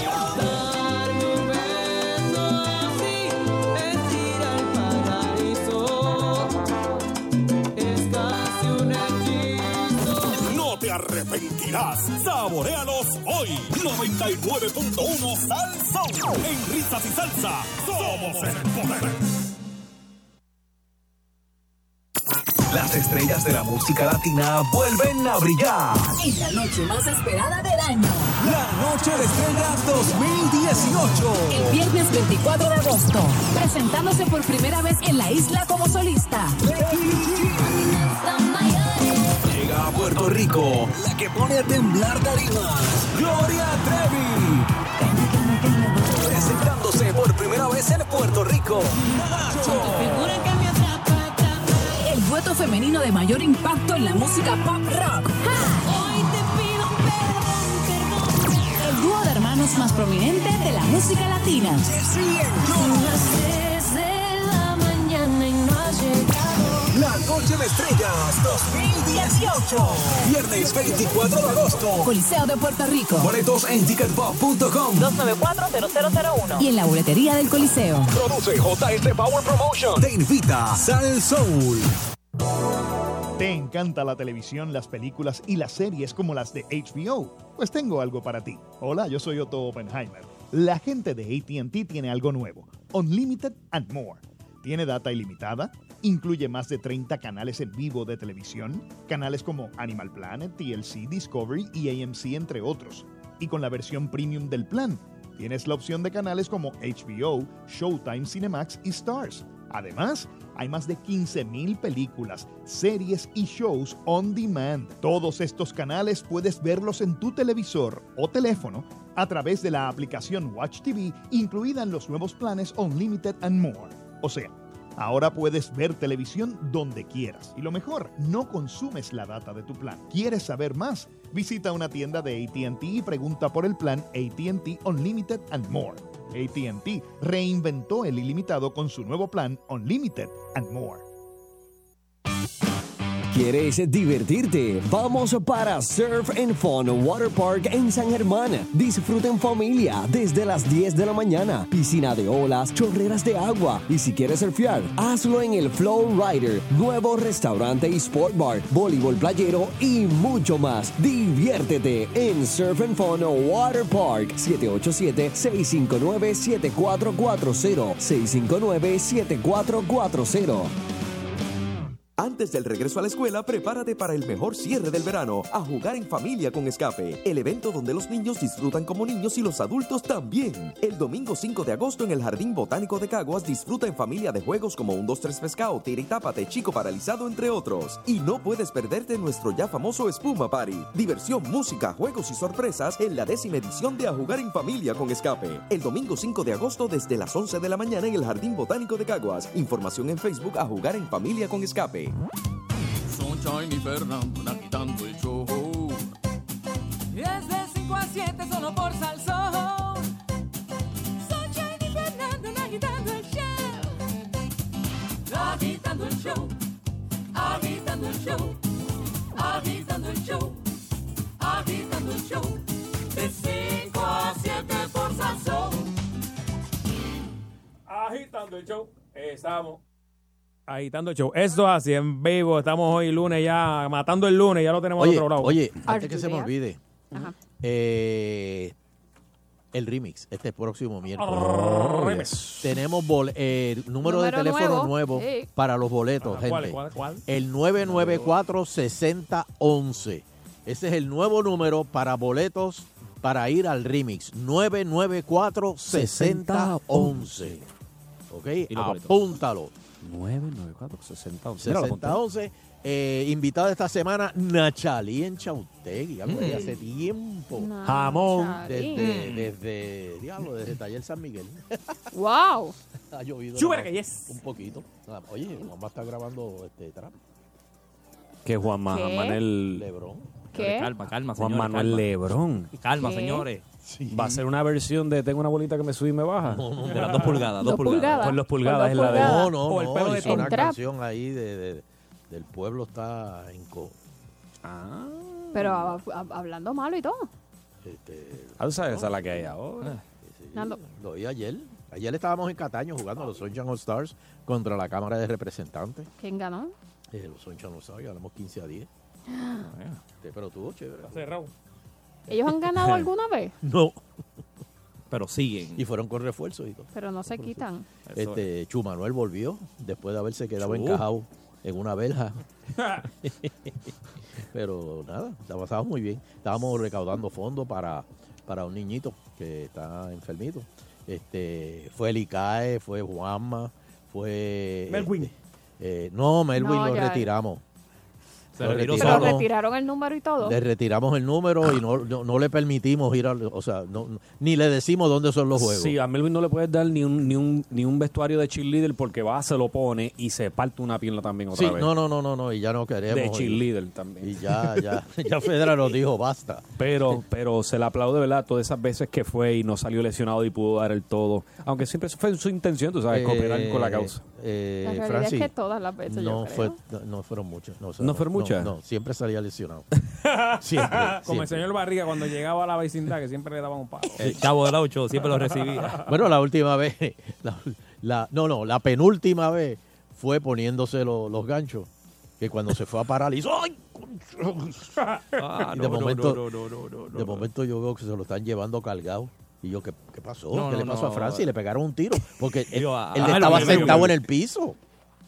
Speaker 9: Darme un beso así es ir al paraíso. Es casi un hechizo.
Speaker 13: No te arrepentirás. Saborealos hoy. 99.1 Salsa. En risas y salsa. Somos el poder.
Speaker 5: Las estrellas de la música latina vuelven a brillar.
Speaker 23: Es la noche más esperada del año.
Speaker 5: La Noche de Estrellas 2018.
Speaker 23: El viernes 24 de agosto, presentándose por primera vez en la isla como solista.
Speaker 5: Llega a Puerto Rico la que pone a temblar tarimas. Gloria Trevi. Presentándose por primera vez en Puerto Rico.
Speaker 23: El dueto femenino de mayor impacto en la música pop rock. Hoy te pido El dúo de hermanos más prominente de la música latina.
Speaker 38: Son las 3 de la mañana y no ha llegado.
Speaker 5: La Noche de Estrellas 2018. Viernes 24 de agosto.
Speaker 23: Coliseo de Puerto Rico.
Speaker 5: Boletos en ticketpop.com.
Speaker 23: 294-0001. Y en la boletería del Coliseo.
Speaker 5: Produce JS Power Promotion. Te invita Sal Soul.
Speaker 16: ¿Te encanta la televisión, las películas y las series como las de HBO? Pues tengo algo para ti. Hola, yo soy Otto Oppenheimer. La gente de ATT tiene algo nuevo. Unlimited and More. Tiene data ilimitada, incluye más de 30 canales en vivo de televisión, canales como Animal Planet, TLC, Discovery y AMC, entre otros. Y con la versión premium del plan, tienes la opción de canales como HBO, Showtime, Cinemax y Stars. Además, hay más de 15.000 películas, series y shows on demand. Todos estos canales puedes verlos en tu televisor o teléfono a través de la aplicación Watch TV incluida en los nuevos planes Unlimited and More. O sea, ahora puedes ver televisión donde quieras. Y lo mejor, no consumes la data de tu plan. ¿Quieres saber más? Visita una tienda de ATT y pregunta por el plan ATT Unlimited and More. ATT reinventó el ilimitado con su nuevo plan Unlimited and More.
Speaker 39: ¿Quieres divertirte? Vamos para Surf and Fun Water Park en San Germán. Disfruta en familia desde las 10 de la mañana. Piscina de olas, chorreras de agua. Y si quieres surfear, hazlo en el Flow Rider, nuevo restaurante y sport bar, voleibol playero y mucho más. Diviértete en Surf and Fun Water Park 787-659-7440. 659-7440.
Speaker 26: Antes del regreso a la escuela, prepárate para el mejor cierre del verano, a jugar en familia con Escape, el evento donde los niños disfrutan como niños y los adultos también. El domingo 5 de agosto en el Jardín Botánico de Caguas disfruta en familia de juegos como un 2-3 pescado, tira y tápate, chico paralizado, entre otros. Y no puedes perderte nuestro ya famoso Espuma Party. Diversión, música, juegos y sorpresas en la décima edición de A Jugar en Familia con Escape. El domingo 5 de agosto desde las 11 de la mañana en el Jardín Botánico de Caguas. Información en Facebook A Jugar en Familia con Escape.
Speaker 17: Sunshine y Fernando agitando el show.
Speaker 9: Es de 5 a 7 solo por Salsón. Sunshine y Fernando agitando el show. Agitando el show. Agitando el show. Agitando el show. Agitando el show. De 5 a 7 por Salsón.
Speaker 2: Agitando el show, estamos. Agitando el show. Eso es así, en vivo. Estamos hoy lunes ya, matando el lunes, ya lo tenemos al
Speaker 3: Oye,
Speaker 2: otro lado.
Speaker 3: oye, antes que se me olvide, eh, el remix, este próximo miércoles. Tenemos bol- eh, número, de
Speaker 2: Número
Speaker 3: teléfono nuevo,
Speaker 2: nuevo, sí.
Speaker 3: para los boletos, gente.
Speaker 2: ¿Cuál, cuál, cuál?
Speaker 3: El 994-6011. Ese es el nuevo número para boletos para ir al remix. 994-6011. ¿ok?
Speaker 6: Y los boletos.
Speaker 3: Apúntalo.
Speaker 6: 994 60 11. Mira, lo apunté.
Speaker 3: 6011. Eh, invitada esta semana, Nachalí en Chautegui. Algo de
Speaker 6: Mm.
Speaker 3: hace tiempo.
Speaker 34: Nachalí.
Speaker 3: Jamón. Desde, desde, diablo, desde Taller San Miguel.
Speaker 34: ¡Wow!
Speaker 3: ha llovido.
Speaker 34: Chúpala
Speaker 3: nada más Un poquito. Nada más. Oye, Juanma está grabando este trap.
Speaker 6: Que Juan Ma-
Speaker 3: ¿Qué?
Speaker 6: Manuel
Speaker 3: Lebrón.
Speaker 34: ¿Qué?
Speaker 15: Calma, calma,
Speaker 6: Juan
Speaker 15: señores,
Speaker 6: Manuel
Speaker 15: calma.
Speaker 6: Lebrón.
Speaker 15: Calma, ¿Qué? señores.
Speaker 6: Va a ser una versión de tengo una bolita que me sube y me baja.
Speaker 15: De las dos pulgadas, dos Dos pulgadas. pulgadas.
Speaker 6: Por los
Speaker 15: Por
Speaker 6: pulgadas
Speaker 15: dos
Speaker 6: es la de.
Speaker 3: No, no,
Speaker 6: o el
Speaker 3: no,
Speaker 6: pelo de
Speaker 3: hizo una
Speaker 6: Tom Trap.
Speaker 3: canción ahí de, de- del pueblo está en co.
Speaker 6: Ah.
Speaker 34: Pero hab- hab- hablando malo y todo.
Speaker 3: Este,
Speaker 6: Ah, ¿tú sabes? Esa es la que hay ahora.
Speaker 34: Nando.
Speaker 3: Lo vi ayer. Ayer estábamos en Cataño jugando a los Sunshine All Stars contra la Cámara de Representantes.
Speaker 34: ¿Quién ganó?
Speaker 3: Eh, los Sunshine All Stars ganamos 15 a 10.
Speaker 15: Ah,
Speaker 3: Este, pero tuvo chévere.
Speaker 2: cerrado.
Speaker 34: ¿Ellos han ganado alguna vez?
Speaker 3: No.
Speaker 15: Pero siguen.
Speaker 3: Y fueron con refuerzos y todo.
Speaker 34: Pero no se quitan.
Speaker 3: Este, Chu Manuel volvió después de haberse quedado
Speaker 34: Chu.
Speaker 3: encajado en una verja. Pero nada, la pasamos muy bien. Estábamos recaudando fondos para, para un niñito que está enfermito. Este, fue el ICAE, fue Juanma, fue...
Speaker 2: Melwin.
Speaker 3: este, eh, no, Melwin
Speaker 34: No,
Speaker 3: lo
Speaker 34: ya.
Speaker 3: retiramos.
Speaker 15: Se
Speaker 3: Lo
Speaker 15: retiró
Speaker 34: Pero retiraron el número y todo.
Speaker 3: le retiramos el número y no, no, no le permitimos ir al, o sea, no- no- ni le decimos dónde son los juegos.
Speaker 6: Sí, a Melvin no le puedes dar ni un, ni un, ni un vestuario de cheerleader porque va, se lo pone y se parte una pierna también otra
Speaker 3: Sí,
Speaker 6: vez.
Speaker 3: no, no, no, no, no, y ya no queremos.
Speaker 6: de
Speaker 3: y-
Speaker 6: cheerleader también.
Speaker 3: Y ya, ya, ya Fedra nos dijo basta.
Speaker 6: Pero, pero se le aplaude, ¿verdad? Todas esas veces que fue y no salió lesionado y pudo dar el todo. Aunque siempre eso fue su intención, tú sabes, cooperar con la causa.
Speaker 3: Eh,
Speaker 34: La realidad
Speaker 3: Francis,
Speaker 34: es que todas las veces, yo
Speaker 3: no,
Speaker 34: creo.
Speaker 3: fue, no, no fueron muchas. No, o sea,
Speaker 6: ¿No fueron muchas?
Speaker 3: No, siempre salía lesionado. Siempre.
Speaker 2: Como el
Speaker 3: siempre.
Speaker 2: señor Barriga cuando llegaba a la vecindad, que siempre le daban un palo.
Speaker 15: El chavo del 8 siempre lo recibía.
Speaker 3: Bueno, la última vez, la, la- no, no, la penúltima vez fue poniéndose lo- los ganchos. Que cuando se fue a parar, hizo ¡ay!
Speaker 15: Ah,
Speaker 3: Y
Speaker 15: no,
Speaker 3: de
Speaker 15: no,
Speaker 3: momento,
Speaker 15: no, no, no, no, no,
Speaker 3: de
Speaker 15: no.
Speaker 3: momento yo veo que se lo están llevando cargado. Y yo, ¿qué, qué pasó?
Speaker 15: No,
Speaker 3: ¿Qué
Speaker 15: no,
Speaker 3: le pasó
Speaker 15: no. ah,
Speaker 3: a Francis? Le pegaron un tiro. Porque él,
Speaker 6: Yo, a-
Speaker 3: él
Speaker 6: a
Speaker 3: estaba
Speaker 6: Melvin,
Speaker 3: sentado
Speaker 6: Melvin.
Speaker 3: en el piso.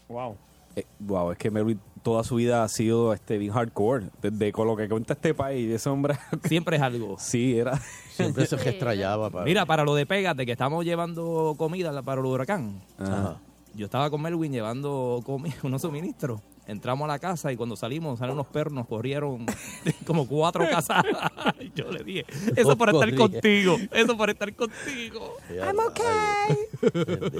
Speaker 2: Wow.
Speaker 6: Eh, wow, es que Melvin toda su vida ha sido este bien hardcore. Desde con lo que cuenta este país, ese hombre.
Speaker 15: Siempre es algo.
Speaker 6: Sí, era.
Speaker 3: Siempre se gestrayaba. Para...
Speaker 15: Mira, para lo de Pégate, que estamos llevando comida la- para el huracán. Ah.
Speaker 3: Ajá.
Speaker 15: Yo estaba con Melwin llevando comi- unos suministros. Entramos a la casa y cuando salimos, salen unos perros, nos corrieron como cuatro casas. Yo le dije, eso
Speaker 3: Nos
Speaker 15: por estar
Speaker 3: corrieron.
Speaker 15: contigo, eso por estar contigo.
Speaker 3: I'm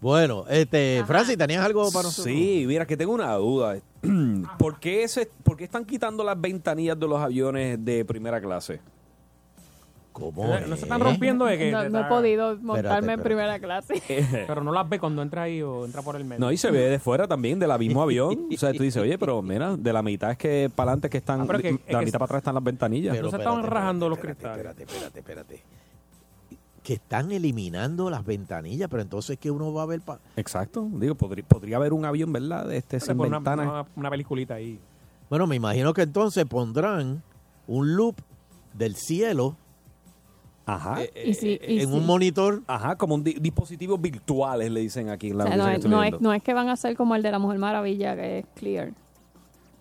Speaker 3: Bueno, este, Francis, ¿tenías algo para nosotros?
Speaker 6: Sí, mira, que tengo una duda. ¿Por qué, ese, ¿Por qué están quitando las ventanillas de los aviones de primera clase?
Speaker 3: ¿Cómo?
Speaker 2: No- no se están rompiendo de que.
Speaker 34: No,
Speaker 2: de
Speaker 34: no he
Speaker 2: la-
Speaker 34: podido montarme en
Speaker 6: ¿Eh? espérate.
Speaker 34: primera clase.
Speaker 2: Pero no las ve cuando entra ahí o entra por el medio.
Speaker 6: No, y se ve de fuera también, del mismo avión. O sea, tú dices, oye, pero mira, de la mitad es que para adelante es que están,
Speaker 2: Ah, pero que-
Speaker 6: de
Speaker 2: es
Speaker 6: la
Speaker 2: que-
Speaker 6: mitad para atrás están las ventanillas.
Speaker 2: No se estaban rajando los cristales.
Speaker 3: Espérate, espérate. Que están eliminando las ventanillas, pero entonces que uno va a ver... pa-
Speaker 6: Exacto, digo, podría, podría haber un avión, ¿verdad? De Este,
Speaker 2: Se
Speaker 6: sin
Speaker 15: pues,
Speaker 2: pone una,
Speaker 6: ventanas.
Speaker 2: una, una peliculita ahí.
Speaker 3: Bueno, me imagino que entonces pondrán un loop del cielo
Speaker 6: Ajá.
Speaker 34: Y sí, y
Speaker 3: Eh, en
Speaker 34: sí.
Speaker 3: un monitor.
Speaker 6: Ajá, como un di- dispositivos virtuales, le dicen aquí en
Speaker 34: O
Speaker 6: la
Speaker 34: sea,
Speaker 6: noticia
Speaker 34: no,
Speaker 6: que
Speaker 34: es,
Speaker 6: estoy
Speaker 34: no,
Speaker 6: viendo.
Speaker 34: es, no es que van a ser como el de la Mujer Maravilla, que es clear.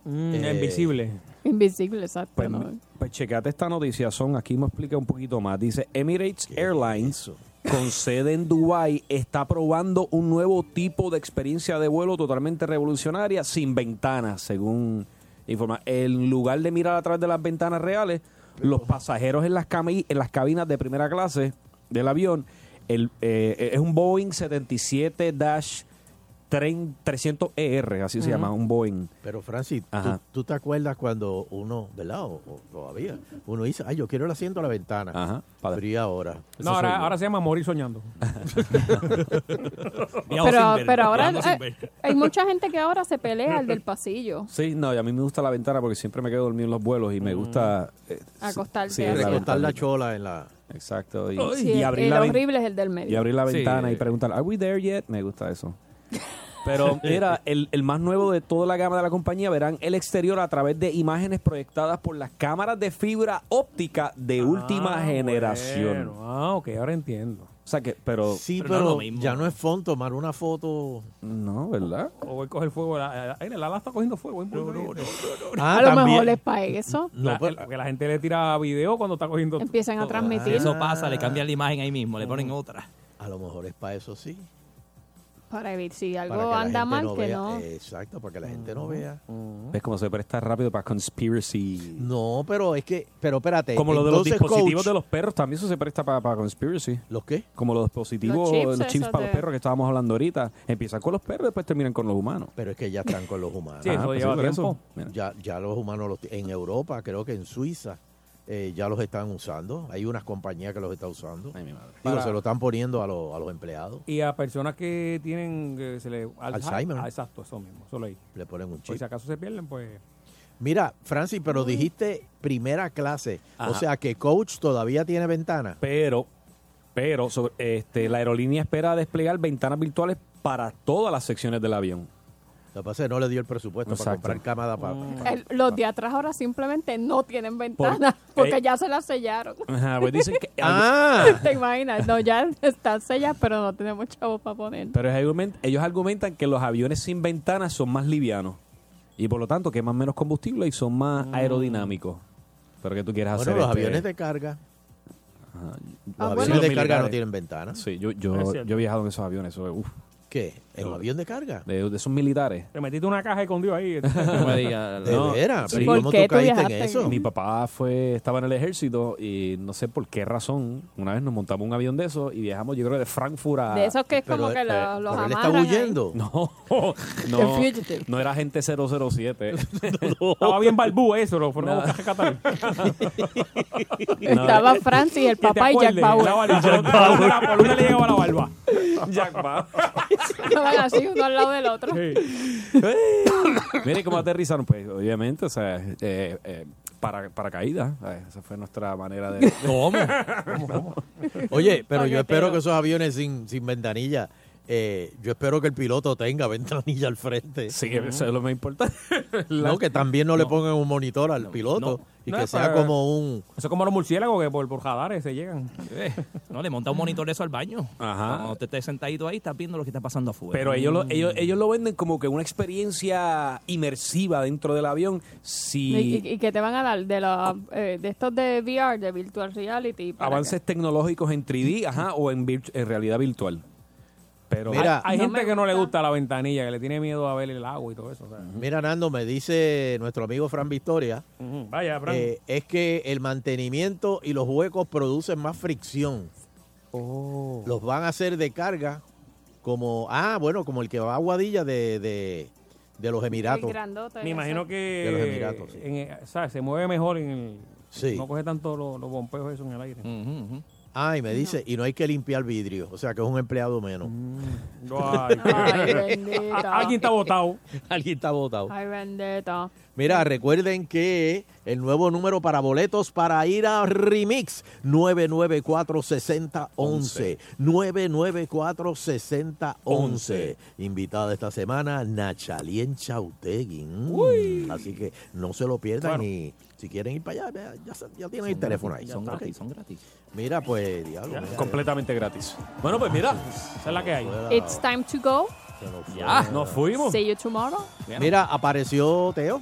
Speaker 2: Eh, invisible.
Speaker 34: Invisible, exacto.
Speaker 6: Pues,
Speaker 34: ¿no?
Speaker 6: pues checate esta noticia, son aquí me explica un poquito más. Dice Emirates Airlines con sede en Dubai está probando un nuevo tipo de experiencia de vuelo totalmente revolucionaria sin ventanas, según informa. En lugar de mirar a través de las ventanas reales, los pasajeros en las cami- en las cabinas de primera clase del avión el, eh, es un Boeing 77 300 ER, así
Speaker 3: Ujú.
Speaker 6: se llama, un Boeing.
Speaker 3: Pero Francis, ¿tú,
Speaker 6: Ajá.
Speaker 3: tú te acuerdas cuando uno, ¿verdad? O- o todavía, uno dice, ay, yo quiero el asiento a la ventana.
Speaker 6: Ajá.
Speaker 3: Pero ¿y ahora?
Speaker 2: No, ahora, ahora se llama Morir Soñando.
Speaker 34: Pero, pero ahora eh, hay mucha gente que ahora se pelea al del pasillo.
Speaker 6: Sí, no, y a mí me gusta la ventana porque siempre me quedo dormido en los vulos y me
Speaker 34: Mm.
Speaker 6: gusta... eh,
Speaker 34: Acostarte
Speaker 6: en la
Speaker 34: así.
Speaker 3: Recostar la
Speaker 6: ventanita.
Speaker 3: chola en la...
Speaker 6: Exacto. Y,
Speaker 34: Sí,
Speaker 6: y
Speaker 34: el-
Speaker 6: abrir
Speaker 34: el
Speaker 6: la ven-
Speaker 34: horrible es el del medio.
Speaker 6: y abrir la
Speaker 34: Sí.
Speaker 6: ventana y preguntar, ¿Are we there yet? Me gusta eso. Pero mira, el, el más nuevo de toda la gama de la compañía verán el exterior a través de imágenes proyectadas por las cámaras de fibra óptica de
Speaker 34: Ah,
Speaker 6: última generación.
Speaker 2: Ah, Bueno, ah, ok, ahora entiendo.
Speaker 6: O sea que, pero...
Speaker 3: Sí, pero, ya no es fon tomar una foto.
Speaker 6: No, ¿verdad?
Speaker 2: O voy a coger fuego. La, la- la- la ala está cogiendo fuego. este. No, no, no,
Speaker 3: Ah,
Speaker 34: a lo
Speaker 3: también.
Speaker 34: mejor es para eso.
Speaker 3: No,
Speaker 2: La-
Speaker 3: pues-
Speaker 2: el- que la gente le tira video cuando está cogiendo.
Speaker 34: Empiezan a transmitir.
Speaker 15: Eso pasa, le cambian la imagen ahí mismo, le ponen otra.
Speaker 3: A lo mejor es para eso sí.
Speaker 4: Para evitar, si
Speaker 3: Para que
Speaker 4: algo
Speaker 3: la
Speaker 4: anda
Speaker 3: gente
Speaker 4: mal, que
Speaker 3: vea- eh,
Speaker 4: no.
Speaker 3: Exacto, para que la gente no vea.
Speaker 6: ¿Ves cómo se presta rápido para conspiracy?
Speaker 3: No, pero es que, pero espérate.
Speaker 6: Como lo de los
Speaker 3: Este, entonces,
Speaker 6: dispositivos
Speaker 3: coach,
Speaker 6: de los perros, también eso se presta para, para conspiracy.
Speaker 3: ¿Los qué?
Speaker 6: Como los dispositivos,
Speaker 3: Los
Speaker 6: los
Speaker 3: chips,
Speaker 6: chips,
Speaker 3: esos
Speaker 6: para
Speaker 3: de-
Speaker 6: los perros que estábamos hablando ahorita. Empiezan con los perros, después terminan con los humanos.
Speaker 3: Pero es que ya están con los humanos. Ah,
Speaker 6: Sí, eso lleva
Speaker 3: por eso.
Speaker 6: tiempo.
Speaker 3: Ya, ya los humanos los ti- en Europa, creo que en Suiza, eh, ya los están usando. Hay unas compañías que los están usando. Ay, mi madre.
Speaker 2: Para-
Speaker 3: se lo están poniendo a, los- a los empleados.
Speaker 2: Y a personas que tienen, que se le
Speaker 3: Alzheimer.
Speaker 2: Ah, exacto, eso mismo, solo ahí.
Speaker 3: Le ponen un
Speaker 2: Pues
Speaker 3: chip.
Speaker 2: si acaso se pierden, pues...
Speaker 3: Mira, Francis, pero dijiste primera clase. O
Speaker 6: Ajá.
Speaker 3: sea que coach todavía tiene ventana.
Speaker 6: Pero, pero sobre- este, la aerolínea espera desplegar ventanas virtuales para todas las secciones del avión.
Speaker 3: Lo que pasa es que no le dio el presupuesto
Speaker 6: Exacto.
Speaker 3: para comprar cámara para...
Speaker 4: El- los de atrás ahora simplemente no tienen ventanas porque
Speaker 6: eh. Ah.
Speaker 4: ya se las sellaron.
Speaker 6: Ajá, pues dicen que...
Speaker 3: Ah.
Speaker 4: ¿Te imaginas? No, ya están selladas, pero no tenemos chavos para poner.
Speaker 6: Pero ellos argumentan, ellos argumentan que los aviones sin ventanas son más livianos y por lo tanto queman menos combustible y son más aerodinámicos. Pero que tú quieres
Speaker 3: Mm. Bueno,
Speaker 6: hacer
Speaker 3: los
Speaker 6: este-
Speaker 3: aviones de carga.
Speaker 6: Ajá, los
Speaker 3: bueno.
Speaker 6: aviones
Speaker 3: Los de
Speaker 6: militares.
Speaker 3: carga no tienen ventanas.
Speaker 6: Sí, yo,
Speaker 3: Es
Speaker 6: yo,
Speaker 3: cierto.
Speaker 6: yo he viajado en esos aviones. eso es- uf.
Speaker 3: ¿Qué? ¿En un avión de carga?
Speaker 6: De, de esos militares.
Speaker 2: Te metiste una caja y escondió ahí. este.
Speaker 6: No me diga, no.
Speaker 2: ¿Y por qué tú viajaste
Speaker 6: Mi papá fue, estaba en el ejército y no sé por qué razón, una vez nos montamos un avión de esos y viajamos, yo creo, de Frankfurt a...
Speaker 4: De esos que es como Pero, que eh, lo- los pero él está amarran ahí. huyendo.
Speaker 6: No,
Speaker 4: The
Speaker 6: no,
Speaker 4: Fugitive.
Speaker 6: no era gente 007.
Speaker 2: Estaba bien barbú eso, lo fueron a
Speaker 6: No.
Speaker 2: buscar a Qatar.
Speaker 4: Estaba Francis, el
Speaker 2: Que te
Speaker 4: papá y Jack
Speaker 2: acuerdes,
Speaker 4: Bauer.
Speaker 2: la barba, Por una, por una le llegaba la barba. Jack Bauer.
Speaker 4: Estaban así uno al lado del otro.
Speaker 6: Mire cómo aterrizaron, pues obviamente, o sea, eh, eh, para, paracaídas. eh, esa fue nuestra manera de...
Speaker 3: ¿Cómo? Oye, pero yo espero que esos aviones sin, sin ventanilla, eh, yo espero que el piloto tenga ventanilla al frente.
Speaker 6: Sí, eso es lo más importante.
Speaker 3: No, que también no, le pongan un monitor al piloto y
Speaker 2: No,
Speaker 3: que
Speaker 2: es
Speaker 3: sea
Speaker 2: para-
Speaker 3: como un...
Speaker 2: Eso es como los murciélagos que por, por jadares se llegan.
Speaker 15: Eh, No, le monta un monitor de eso al baño.
Speaker 6: Ajá.
Speaker 15: Cuando usted esté sentadito ahí, estás viendo lo que está pasando afuera.
Speaker 6: Pero ellos lo,
Speaker 15: Mm.
Speaker 6: ellos, ellos lo venden como que una experiencia inmersiva dentro del avión.
Speaker 4: Y,
Speaker 6: Si
Speaker 4: y- y que te van a dar de, los, eh, de estos de VR, de virtual reality. para
Speaker 6: avances tecnológicos en 3D ajá, o en, virtu- en realidad virtual. Pero
Speaker 3: Mira,
Speaker 2: Hay
Speaker 3: No
Speaker 2: gente que no le gusta la ventanilla, que le tiene miedo a ver el agua y todo eso. o sea.
Speaker 3: Mira, Nando, me dice nuestro amigo Fran Victoria,
Speaker 2: Ujú, Vaya, Fran.
Speaker 3: eh, es que el mantenimiento y los huecos producen más fricción. Los van a hacer de carga como, ah, bueno, como el que va a Guadilla de, de, de los Emiratos.
Speaker 2: Me imagino
Speaker 3: De los
Speaker 2: que
Speaker 3: Emiratos, sí.
Speaker 2: en- o sea, se mueve mejor en el...
Speaker 3: Sí.
Speaker 2: No coge tanto los, los bombeos eso en el aire.
Speaker 3: Ay, me dice, y no hay que limpiar vidrio, o sea que es un empleado menos.
Speaker 2: Mm. Ay,
Speaker 4: Ay, bendito.
Speaker 2: Alguien está botado.
Speaker 3: Alguien está votado.
Speaker 4: Ay, bendito.
Speaker 3: Mira, recuerden que el nuevo número para boletos para ir a Remix, 994-6011. 994-6011. Invitada esta semana, Nachalien Chauteguin. Así que no se lo pierdan
Speaker 6: Claro.
Speaker 3: ni si quieren ir para allá, ya, ya- ya tienen el
Speaker 6: Son
Speaker 3: teléfono ahí.
Speaker 6: gratis, son
Speaker 3: Ok.
Speaker 6: gratis, son gratis.
Speaker 3: Mira, pues, diablo. mira,
Speaker 6: completamente gratis. Bueno, pues mira, esa es la que hay.
Speaker 4: It's time to go.
Speaker 3: se nos fue.
Speaker 6: Ya, nos fuimos.
Speaker 4: See you tomorrow.
Speaker 3: Mira, apareció Teo.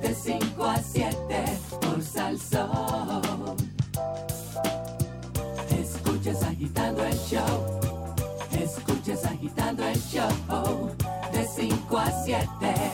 Speaker 9: De 5 a 7 por Salsón. Escuchas agitando el show. Escuchas agitando el show. De 5 a 7.